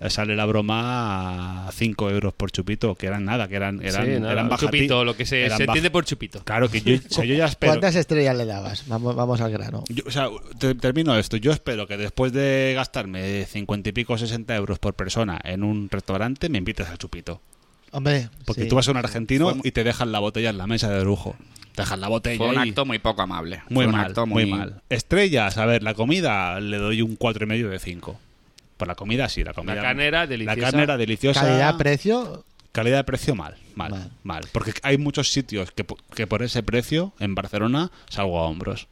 eh, Sale la broma a 5 euros por chupito, que eran nada, que eran, eran,
Sí, nada,
eran bajati-
chupito, lo que se,
eran
se
baj-
entiende por chupito.
Claro que yo, o sea,
*laughs*
yo ya espero.
¿Cuántas estrellas le dabas? Vamos, vamos al grano.
Yo, o sea, te- termino esto. Yo espero que después de gastarme 50 y pico, 60 euros por persona en un restaurante, me invites al chupito.
Hombre.
Porque
sí.
tú vas a un argentino y te dejan la botella en la mesa de lujo. Te dejan la botella.
Fue un
ahí.
acto muy poco amable.
muy
Fue un
mal.
acto
muy... mal. Estrellas, a ver, la comida le doy un 4,5 de 5. Por la comida, sí, la comida.
La carne era deliciosa.
La carne era deliciosa.
Calidad, precio.
Calidad de precio mal, mal,
Mal.
mal. Porque hay muchos sitios que, po- que por ese precio en Barcelona salgo a hombros.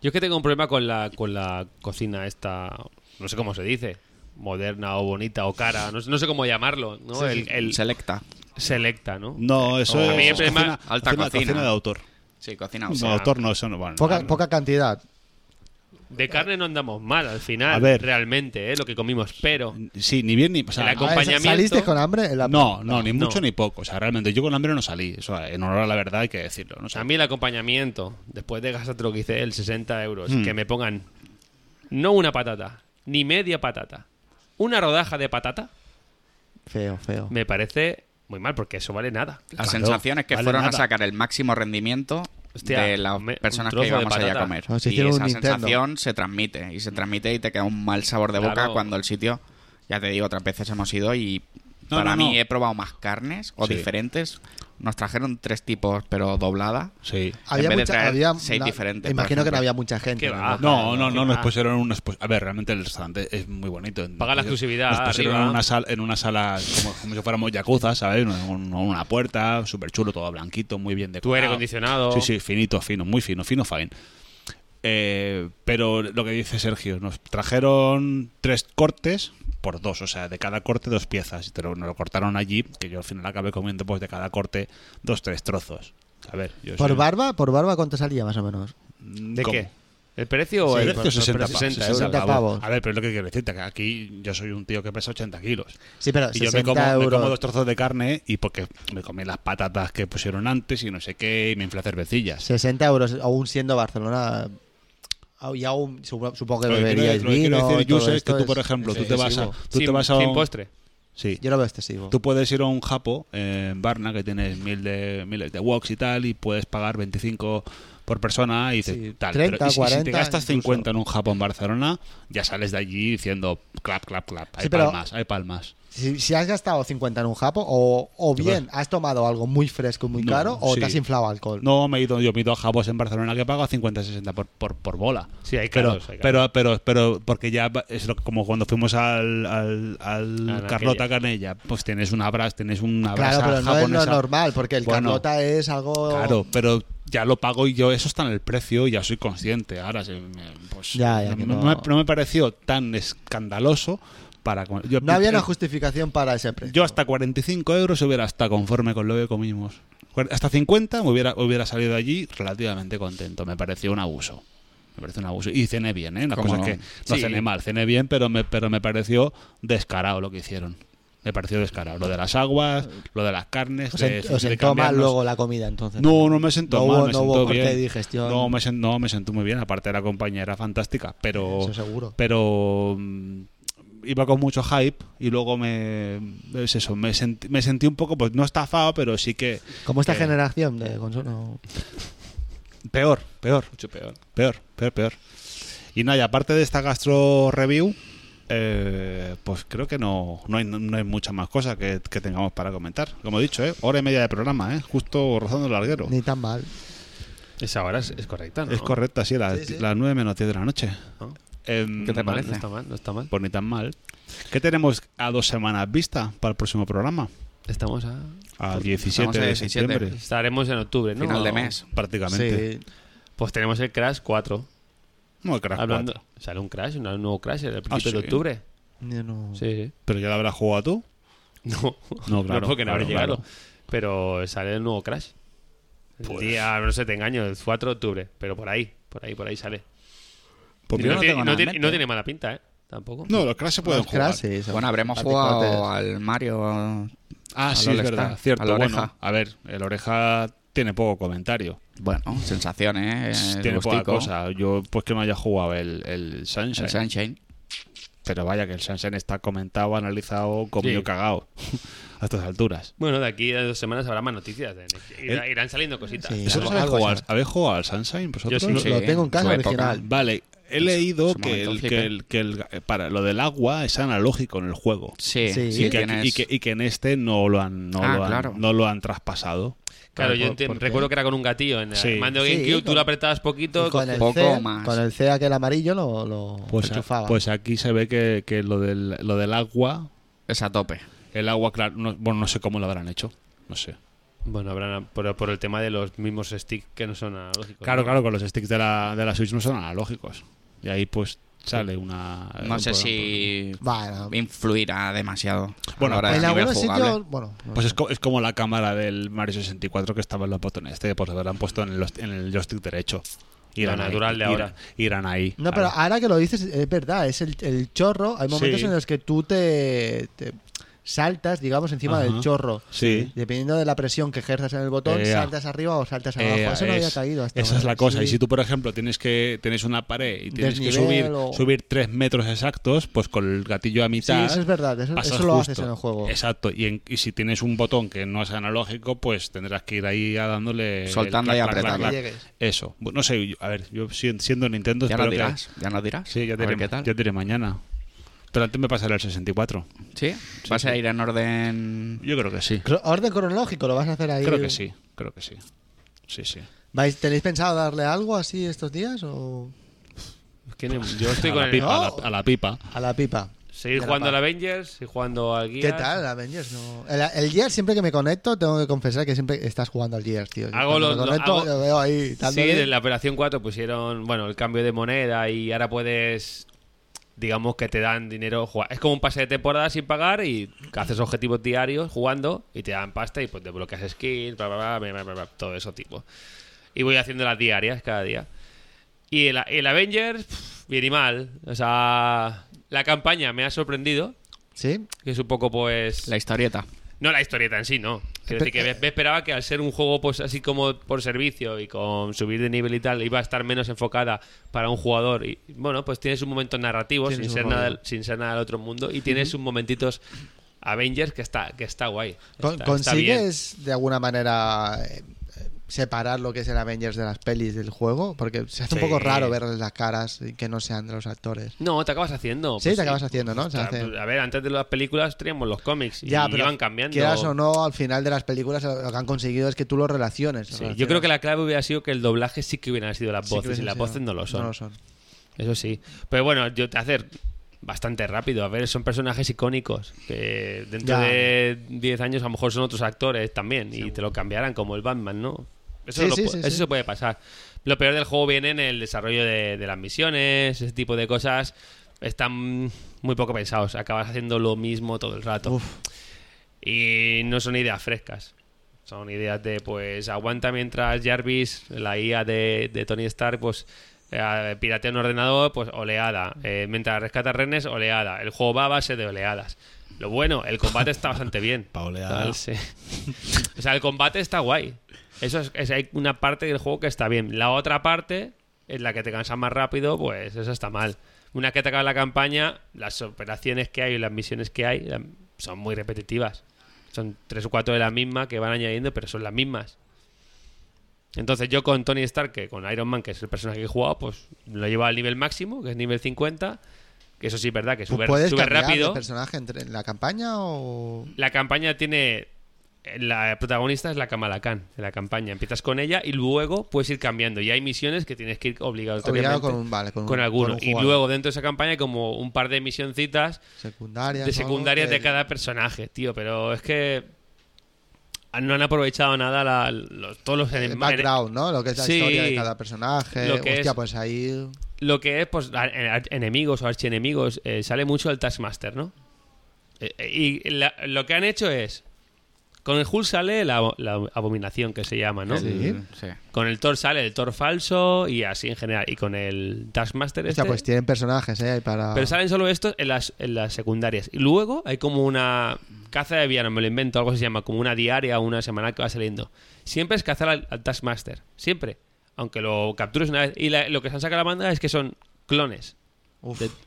Yo es que tengo un problema con la, con la cocina esta, no sé cómo se dice, moderna o bonita o cara, no, sé- no sé cómo llamarlo, ¿no? el, el
Selecta.
selecta, ¿no?
No, eso
A
es
mí el problema-
alta
cocina,
cocina.
de autor.
Sí, cocina.
No,
o sea,
autor no, eso no. Bueno,
Poca,
no.
poca cantidad.
De carne no andamos mal al final,
A ver.
realmente, ¿eh? lo que comimos, pero
Sí, ni bien ni. o sea,
La
no,
co- Acompañamiento.
¿Saliste con hambre? En la-
no, no, ni
No.
mucho ni poco. O sea, realmente yo con hambre no salí. Eso, eh, en honor a la verdad hay que decirlo. ¿no? O sea,
a mí el acompañamiento, después de gastar lo que hice, el 60 euros,
Hmm.
que me pongan no una patata, ni media patata, una rodaja de patata,
Feo, feo.
me parece muy mal, porque eso vale nada.
Las
Claro,
sensaciones que
vale
fueron
nada.
a sacar el máximo rendimiento
Hostia,
de las
me- un
personas
trozo
que
de
íbamos allá a
patata.
comer.
Ah,
Nos
Y
hicieron un
esa
Nintendo.
sensación se transmite. Y se transmite y te queda un mal sabor de boca
Claro.
cuando el sitio, ya te digo, otras veces hemos ido y
No,
para
no,
mí
no.
he probado más carnes o
Sí.
diferentes. Nos trajeron tres tipos, pero doblada.
Sí.
Había
vez de
mucha.
traer
Había,
seis
la-
diferentes, por
Imagino que
ejemplo.
no había mucha gente.
Qué
¿no?
va.
No, no, no,
Ah.
nos pusieron unos. pues, A ver, realmente el restaurante es muy bonito.
Paga la exclusividad,
Nos pusieron
arriba.
en una, sala, en una sala como, como si fuéramos yakuza, ¿sabes? Un- un- una puerta, súper chulo, todo blanquito, muy bien decorado.
Tu aire acondicionado.
Ah. Sí, sí, finito, fino, muy fino, fino, fine. Eh, pero lo que dice Sergio, nos trajeron tres cortes por dos, o sea, de cada corte dos piezas. Y te lo, nos lo cortaron allí, que yo al final acabé comiendo pues de cada corte dos, tres trozos. A ver, yo
¿Por
soy-
barba? ¿Por barba cuánto salía más o menos?
¿De
¿Cómo?
qué? ¿El precio o
Sí,
el
precio 60, pavos,
60
euros. 60 pavos.
A ver, pero es lo que quiero decirte, que aquí yo soy un tío que pesa 80 kilos.
Sí, pero
Y
60
yo me como, me
euros.
como dos trozos de carne y porque me comí las patatas que pusieron antes y no sé qué, y me infla cervecillas.
60 euros, aún siendo Barcelona. Ah, Y aún supo- supongo que
Lo que quiero-
beberíais
lo que quiero
vino.
decir,
y todo
Josep,
esto
que tú,
es
por ejemplo, tú te vas a.
excesivo.
Tú
sin,
te vas a
sin
un-
postre.
Sí.
Yo lo veo excesivo.
Tú puedes ir a un japo eh, en Barna que tiene miles de, miles de woks y tal y puedes pagar 25 por persona y dices,
Sí,
tal.
30,
pero, y si- y si te
40
gastas
incluso.
50 en un japo en Barcelona, ya sales de allí diciendo clap, clap, clap. Hay
Sí, pero-
palmas, hay palmas.
Si, si has gastado 50 en un japo, o, o bien has tomado algo muy fresco y muy
No,
caro, o
sí.
te has inflado alcohol.
No, me he ido, yo me he ido a japos en Barcelona que pago 50, 60 por, por, por bola.
Sí, hay
pero,
caros, hay
pero, pero, pero, porque ya va- es lo que- como cuando fuimos al, al, al
A la
Carlota Canella, pues tienes una brasa, tienes una
claro,
brasa
pero no es lo
japonesa.
normal, porque el
Bueno,
carlota es algo.
Claro, pero ya lo pago y yo, eso está en el precio y ya soy consciente. Ahora, se me- pues,
Ya, ya,
no,
que
no
no-
me, no me pareció tan escandaloso para. con- Yo,
No había
yo-
una justificación para ese precio.
Yo hasta 45 euros hubiera estado conforme con lo que comimos. Cuar- Hasta 50 me hubiera, hubiera salido allí relativamente contento. Me pareció un abuso. Me pareció un abuso. Y cené bien, ¿eh? La
¿Cómo
cosa es
no?
que no
Sí.
cené mal, cené bien, pero me, pero me pareció descarado lo que hicieron. Me pareció descarado. Lo de las aguas, lo de las carnes.
Os,
de-
en- os
pues de
sentó mal
cambiarnos-
luego la comida, entonces.
no, no me sentó
No
mal,
hubo-
me
no
sentó
hubo corte
bien.
de digestión.
No me, sen- no, me sentó muy bien, aparte la compañía era fantástica, pero
Eso seguro.
pero mm, iba con mucho hype y luego me es eso, me sentí, me sentí un poco pues no estafado, pero sí que
Como esta
que-
generación
eh,
de consumo.
peor, peor,
Mucho peor.
peor, peor, peor. Y nada, y aparte de esta gastro review eh, pues creo que no, no, hay, no hay mucha más cosa que, que tengamos para comentar. Como he dicho, ¿eh? hora y media de programa, ¿eh? justo rozando el larguero.
Ni tan mal.
Esa hora es, es correcta, ¿no?
Es correcta, sí, las,
Sí, sí.
las 9 menos 10 de la noche.
¿No?
Em,
¿Qué te
No
parece?
está mal, no está mal.
Pues ni tan mal. ¿Qué tenemos a dos semanas vista para el próximo programa?
Estamos a...
A
estamos
17
a
de
17.
septiembre,
Estaremos en octubre, ¿no?
Final de mes.
prácticamente.
Sí.
Pues tenemos el Crash 4.
No, Crash
Hablando,
4.
sale un Crash, un nuevo Crash el principio
sí.
de octubre.
Yo no-
Sí, sí.
¿Pero ya la habrás jugado tú?
No,
No, claro,
porque no habrá
claro,
llegado.
claro.
Pero sale el nuevo Crash. El día, no sé, te engaño, el 4 de octubre. Pero por ahí, por ahí, por ahí sale.
Pues
Y no,
mira, no,
tiene,
tengo
no
nada en
tiene-
mente.
no tiene mala pinta, ¿eh? Tampoco.
los Crash se pueden
Los
jugar.
Crash, sí, son
Bueno, habremos
particulotes.
jugado al Mario.
Ah,
Al
sí, es
All-Star,
verdad. Cierto,
al Oreja.
bueno, a ver, el oreja tiene poco comentario.
Bueno, sensaciones. eh,
tiene poca
gustico,
cosa. Yo, pues que no haya jugado el, el Sunshine.
El Sunshine.
Pero vaya, que el Sunshine está comentado, analizado, como
Sí.
yo cagado *laughs* a estas alturas.
Bueno, de aquí a dos semanas habrá más noticias. de Next Gen. Irá- Irán saliendo cositas.
Sí,
¿Eso
algo-
habéis
algo
jugado, al-
así.
¿Habéis jugado al Sunshine vosotros?
Yo
Lo-
sí.
Lo tengo en casa
Su época.
original.
Vale, he leído
su
que
momento
el,
flipper.
que, el, que el- eh, para lo del agua es analógico en el juego.
Sí,
Sí.
sí,
y, que,
tienes-
y que- y que en este no lo han, no
Ah,
lo han,
claro.
no lo han traspasado.
Claro,
Por-
yo
por-
enti-
porque-
recuerdo que era con un gatillo en el
Sí.
mando
Sí,
GameCube, tú
con-
lo apretabas poquito.
Y con el
Poco
C,
más.
Con el C aquel amarillo lo, lo
Pues, a-
enchufaba.
pues aquí se ve que, que lo, del, lo del agua,
es a tope.
el agua, claro, no, bueno, no sé cómo lo habrán hecho. No sé.
Bueno, habrán por, por el tema de los mismos sticks que no son analógicos.
Claro,
¿no?
claro, con los sticks de la, de la Switch no son analógicos. Y ahí pues sale una.
No
un
sé
programa-
si
Bueno,
influirá demasiado.
Bueno,
ahora
en algunos
jugable.
sitios. Bueno, no
Pues
sé.
es, co- es como la cámara del Mario 64 que estaba en los botones este, pues lo habrán puesto en el, host- en el joystick derecho.
Lo natural de
ir-
ahora.
Irán ahí.
No,
claro.
pero ahora que lo dices, es verdad, es el, el chorro. Hay momentos
Sí.
en los que tú te, te saltas, digamos, encima
Ajá.
del chorro.
Sí.
Dependiendo de la presión que ejerzas en el botón,
Ea.
saltas arriba o saltas abajo.
Eh,
Eso no había
es-
caído hasta
Esa
ahora.
es la cosa.
Sí.
Y si tú, por ejemplo, tienes que tienes una pared y tienes que
Desnivel
subir
o-
subir tres metros exactos, pues con el gatillo a
Sí,
mitad.
eso es verdad, eso,
pasas
eso lo
justo.
haces en el juego.
Exacto. Y, en- y si tienes un botón que no es analógico, pues tendrás que ir ahí a dándole. el
Soltando
clac,
y
clac,
apretando.
clac,
Que
clac.
llegues.
Eso. Bueno, No sé, yo- a ver, yo si- siendo Nintendo,
Ya
espero
nos
que-
dirás. Ya nos dirás.
Sí, ya
A ver
diré,
qué tal.
ya diré mañana. Pero antes me pasaré al 64.
¿Sí? ¿Vas a ir en orden
Yo creo que sí.
Cro- Orden cronológico, lo vas a hacer ahí.
Creo que sí, creo que sí. Sí, sí.
¿Vais, ¿Tenéis pensado darle algo así estos días o
Es que ni- yo estoy
a,
con
la
el-
pipa,
No.
a,
Oh.
la, a la pipa.
a la pipa?
Seguir
Ya
jugando
la
al Avengers, seguir jugando al
¿Qué
Gears.
tal, Avengers? No. El, el Gears siempre que me conecto, tengo que confesar que siempre estás jugando al Gears, tío. Yo
Hago
cuando
los-
me
los-
conecto,
hago-
lo veo ahí
Sí,
dándole.
de la operación 4 pusieron, bueno, el cambio de moneda y ahora puedes, digamos que te dan dinero. jugar. Es como un pase de temporada sin pagar y haces objetivos diarios jugando y te dan pasta y pues desbloqueas skins, bla, bla, bla, bla, bla, bla, bla, todo eso tipo. Y voy haciendo las diarias cada día. Y el, el Avengers, pff, bien y mal. O sea, la campaña me ha sorprendido,
¿Sí?
que es un poco pues...
la historieta?
No la historieta en sí, no. Quiero decir que me- me esperaba que al ser un juego pues así como por servicio y con subir de nivel y tal, iba a estar menos enfocada para un jugador. Y bueno, pues tienes un momento narrativo
Tienes
sin
un
ser,
momento.
nada, del- sin ser nada del otro mundo y tienes un momentitos Avengers que está, que está guay.
Con-
Está- está bien.
¿Consigues de alguna manera eh, eh, separar lo que es el Avengers de las pelis del juego? Porque se hace
Sí.
un poco raro verles las caras y que no sean de los actores.
No, te acabas haciendo.
Sí, te acabas haciendo, ¿no? Se
Claro,
hace-
pues, A ver, antes de las películas teníamos los cómics y iban cambiando.
Quieras o no, al final de las películas lo que han conseguido es que tú lo relaciones.
Sí,
Relacionas.
yo creo que la clave hubiera sido que el doblaje sí que hubieran sido las
Sí que
voces y
hubiesen
las
sido-
voces no lo son.
No lo son.
Eso sí. Pero bueno, yo te hacer bastante rápido. A ver, son personajes icónicos que dentro
Ya.
de 10 años a lo mejor son otros actores también y te lo cambiarán como el Batman, ¿no? Eso,
Sí,
lo
sí,
pu-
sí,
eso
sí.
se puede pasar. Lo peor del juego viene en el desarrollo de, de las misiones, ese tipo de cosas. Están muy poco pensados. Acabas haciendo lo mismo todo el rato.
Uf.
Y no son ideas frescas. Son ideas de, pues, aguanta mientras Jarvis, la IA de, de Tony Stark, pues, eh, piratea un ordenador, pues, oleada. Eh, mientras rescata renes, oleada. El juego va a base de oleadas. Lo bueno, el combate está bastante bien.
Pa' oleadas.
Sí. O sea, el combate está guay. Eso es, es- hay una parte del juego que está bien. La otra parte, en la que te cansas más rápido, pues eso está mal. Una que te acaba la campaña, las operaciones que hay y las misiones que hay la- son muy repetitivas. Son tres o cuatro de la misma que van añadiendo, pero son las mismas. Entonces yo con Tony Stark, que con Iron Man, que es el personaje que he jugado, pues lo llevo al nivel máximo, que es nivel 50. Que eso sí es verdad, que sube,
Pues ¿Puedes
sube
cambiar de
rápido.
personaje entre, en la campaña o...?
La campaña tiene. La protagonista es la Kamala Khan de la campaña. Empiezas con ella y luego puedes ir cambiando. Y hay misiones que tienes que ir obligatoriamente
Obligado con un- vale, con un-
alguno.
con un
y
jugador.
luego dentro de esa campaña hay como un par de misioncitas
Secundaria.
de secundarias de cada personaje, tío. Pero es que no han aprovechado nada la- los, todos los
El
enem-
background, ¿no? Lo que es la
Sí.
historia de cada personaje.
Lo que
Hostia,
es-
pues ahí...
lo que es pues a- a- enemigos o archienemigos eh, sale mucho el Taskmaster no Eh, eh, y la- lo que han hecho es con el Hulk sale la, la abominación que se llama no
Sí.
Sí.
con el Thor sale el Thor falso y así en general y con el Taskmaster
Hostia,
este,
pues tienen personajes, ¿eh? Ahí Para...
pero salen solo estos en las, en las secundarias. Y luego hay como una caza de villanos, me lo invento, algo que se llama como una diaria o una semana que va saliendo. Siempre es cazar al, al Taskmaster, siempre. Aunque lo captures una vez. Y la- lo que se han sacado a la banda es que son clones.
Uf.
De-
Eso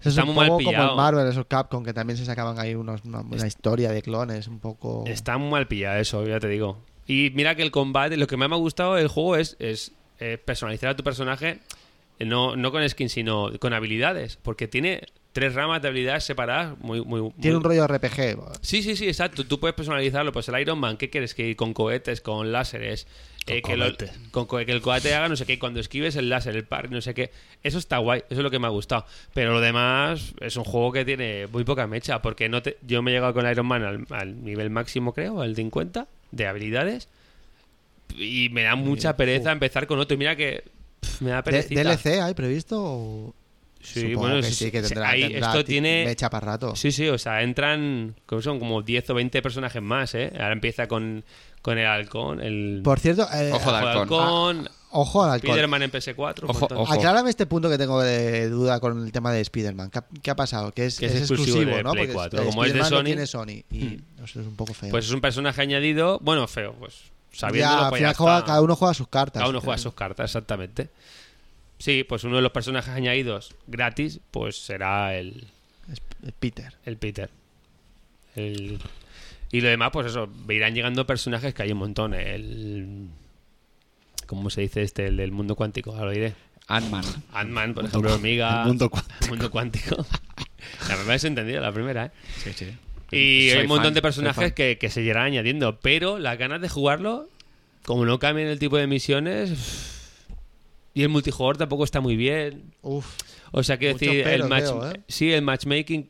es
Está
un
muy mal
poco como
pillado. Este
el Marvel, esos Capcom, que también se sacaban ahí unos, una, una historia de clones un poco...
Está muy mal pillado eso, ya te digo. Y mira que el combate, lo que más me ha gustado del juego es, es, eh, personalizar a tu personaje, eh, no, no con skins, sino con habilidades. Porque tiene tres ramas de habilidades separadas muy, muy, muy-
Tiene un rollo RPG. bo-
Sí, sí, sí, exacto. Tú puedes personalizarlo. Pues el Iron Man, ¿qué quieres? Que con cohetes, con láseres. eh, que, lo-
cohetes.
con co- que el cohete haga no sé qué. y Cuando esquives el láser, el par, no sé qué. Eso está guay. Eso es lo que me ha gustado. Pero lo demás es un juego que tiene muy poca mecha. Porque no te, yo me he llegado con Iron Man al, al nivel máximo, creo, al 50 de habilidades. Y me da mucha pereza empezar con otro. Y mira que pff, me da
D-
pereza.
¿DLC hay previsto? o-
Sí,
Supongo
bueno,
que
sí,
sí, que
sí,
tendrá,
ahí
tendrá
esto
ti-
tiene-
mecha para rato.
Sí, sí, o sea, entran, ¿cómo son como 10 o 20 personajes más, ¿eh? Ahora empieza con, con el halcón, el
Por Ah, cierto, eh,
Ojo de
ojo de
halcón.
halcón,
ojo al alcohol.
Spiderman en PS4. un
Ojo,
montón.
ojo.
Aclárame este punto que tengo de duda con el tema de Spider-Man. ¿Qué, ha- qué ha pasado? Que es,
Que es
es
exclusivo
exclusivo,
de
¿no?
Play
Porque
4.
el
Como es de
Spider-Man lo
Sony-
tiene Sony. Y eso es un poco feo.
Pues es un personaje añadido, bueno, feo, pues sabiéndolo,
ya, al
pues ya
final juega-
está.
cada uno juega sus cartas. ¿eh?
Cada uno juega sus cartas, exactamente. Sí, pues uno de los personajes añadidos gratis, pues será el,
Es- es Peter.
el Peter. El- Y lo demás, pues eso, me irán llegando personajes que hay un montón. ¿eh? El... ¿Cómo se dice este? El del mundo cuántico, ahora lo diré.
Ant-Man.
Ant-Man, por ejemplo, Hormiga.
El mundo cuántico.
Mundo
*laughs*
cuántico. La primera has entendido, la primera, ¿eh?
Sí, sí.
Y
Soy
hay un montón
fan,
de
soy
personajes
fan.
que, que se irán añadiendo, pero las ganas de jugarlo, como no cambian el tipo de misiones. Y el multijugador tampoco está muy bien.
Uf.
O sea, quiero
Muchos
decir, el,
peros
match,
veo, ¿eh?
sí, el matchmaking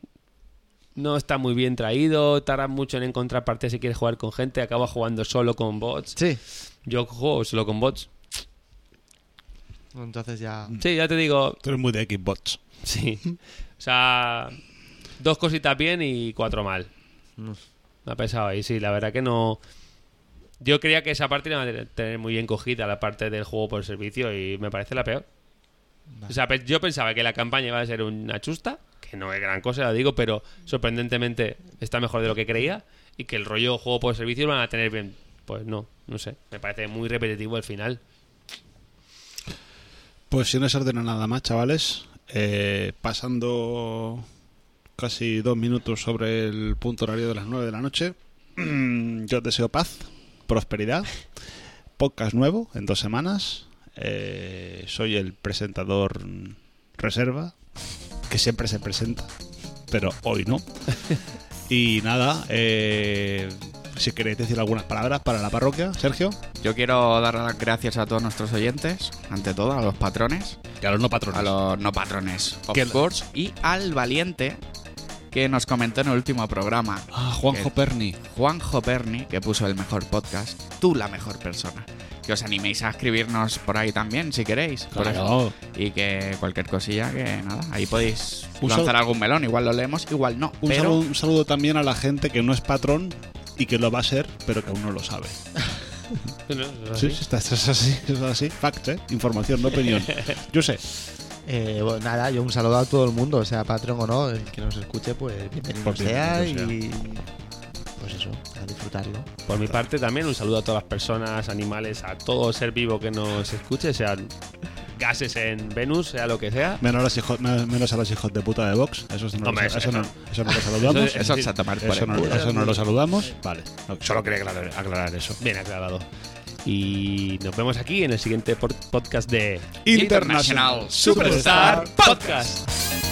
no está muy bien traído, tarda mucho en encontrar partidas si quieres jugar con gente, acaba jugando solo con bots.
Sí.
Yo juego solo con bots.
Entonces ya.
Mm.
Sí, ya te digo,
Tú eres muy de Xbox.
Sí. O sea, dos cositas bien y cuatro mal. Me ha pesado ahí, sí, la verdad que no. Yo creía que esa parte la iban a tener muy bien cogida, la parte del juego por servicio, y me parece la peor. O sea, pe- yo pensaba que la campaña iba a ser una chusta, que no es gran cosa, lo digo, pero sorprendentemente está mejor de lo que creía. y que el rollo juego por servicio lo van a tener bien. Pues no, no sé. Me parece muy repetitivo el final. *laughs*
Pues si no se ordena nada más, chavales, eh, pasando casi dos minutos sobre el punto horario de las nueve de la noche, *clears throat* yo os deseo paz, prosperidad, podcast nuevo en dos semanas. Eh, soy el presentador reserva, que siempre se presenta, pero hoy *laughs* no. y nada, eh, si queréis decir algunas palabras para la parroquia, Sergio.
Yo quiero dar las gracias a todos nuestros oyentes, ante todo a los patrones,
Y a los no patrones.
a los no patrones, of
Que-
course, y al valiente que nos comentó en el último programa,
Ah, Juanjo
Que-
Perni.
Juanjo Perni, que puso el mejor podcast, tú la mejor persona. Que os animéis a escribirnos por ahí también, si queréis. por eso.
Claro.
Y que cualquier cosilla, que nada, ahí podéis
Un sal-
lanzar algún melón. Igual lo leemos, igual no.
Un,
pero
saludo, un saludo también a la gente que no es patrón y que lo va a ser, pero que aún no lo sabe.
No, no, no, ¿Ah,
Sí,
sí.
sí, está- es así, es así. Fact, ¿eh? Información, no opinión. Yo sé.
Eh, bueno, nada, yo un saludo a todo el mundo, sea patrón o no, el que nos escuche, pues bienvenido,
Pues
sea,
bienvenido
y pues eso, a disfrutarlo.
Por mi parte también un saludo a todas las personas, animales, a todo ser vivo que nos escuche, sean gases en Venus, sea lo que sea.
Menos a los hijos, me- menos a los hijos de puta de Vox. Eso no,
Hombre,
lo, eso,
eso-
no, eso no lo saludamos.
eso-
eso es a tomar por
Eso
el
no,
culo.
eso no lo saludamos. Vale. No, solo quería aclarar, aclarar eso.
Bien aclarado. Y nos vemos aquí en el siguiente por- podcast de
International Superstar
Podcast.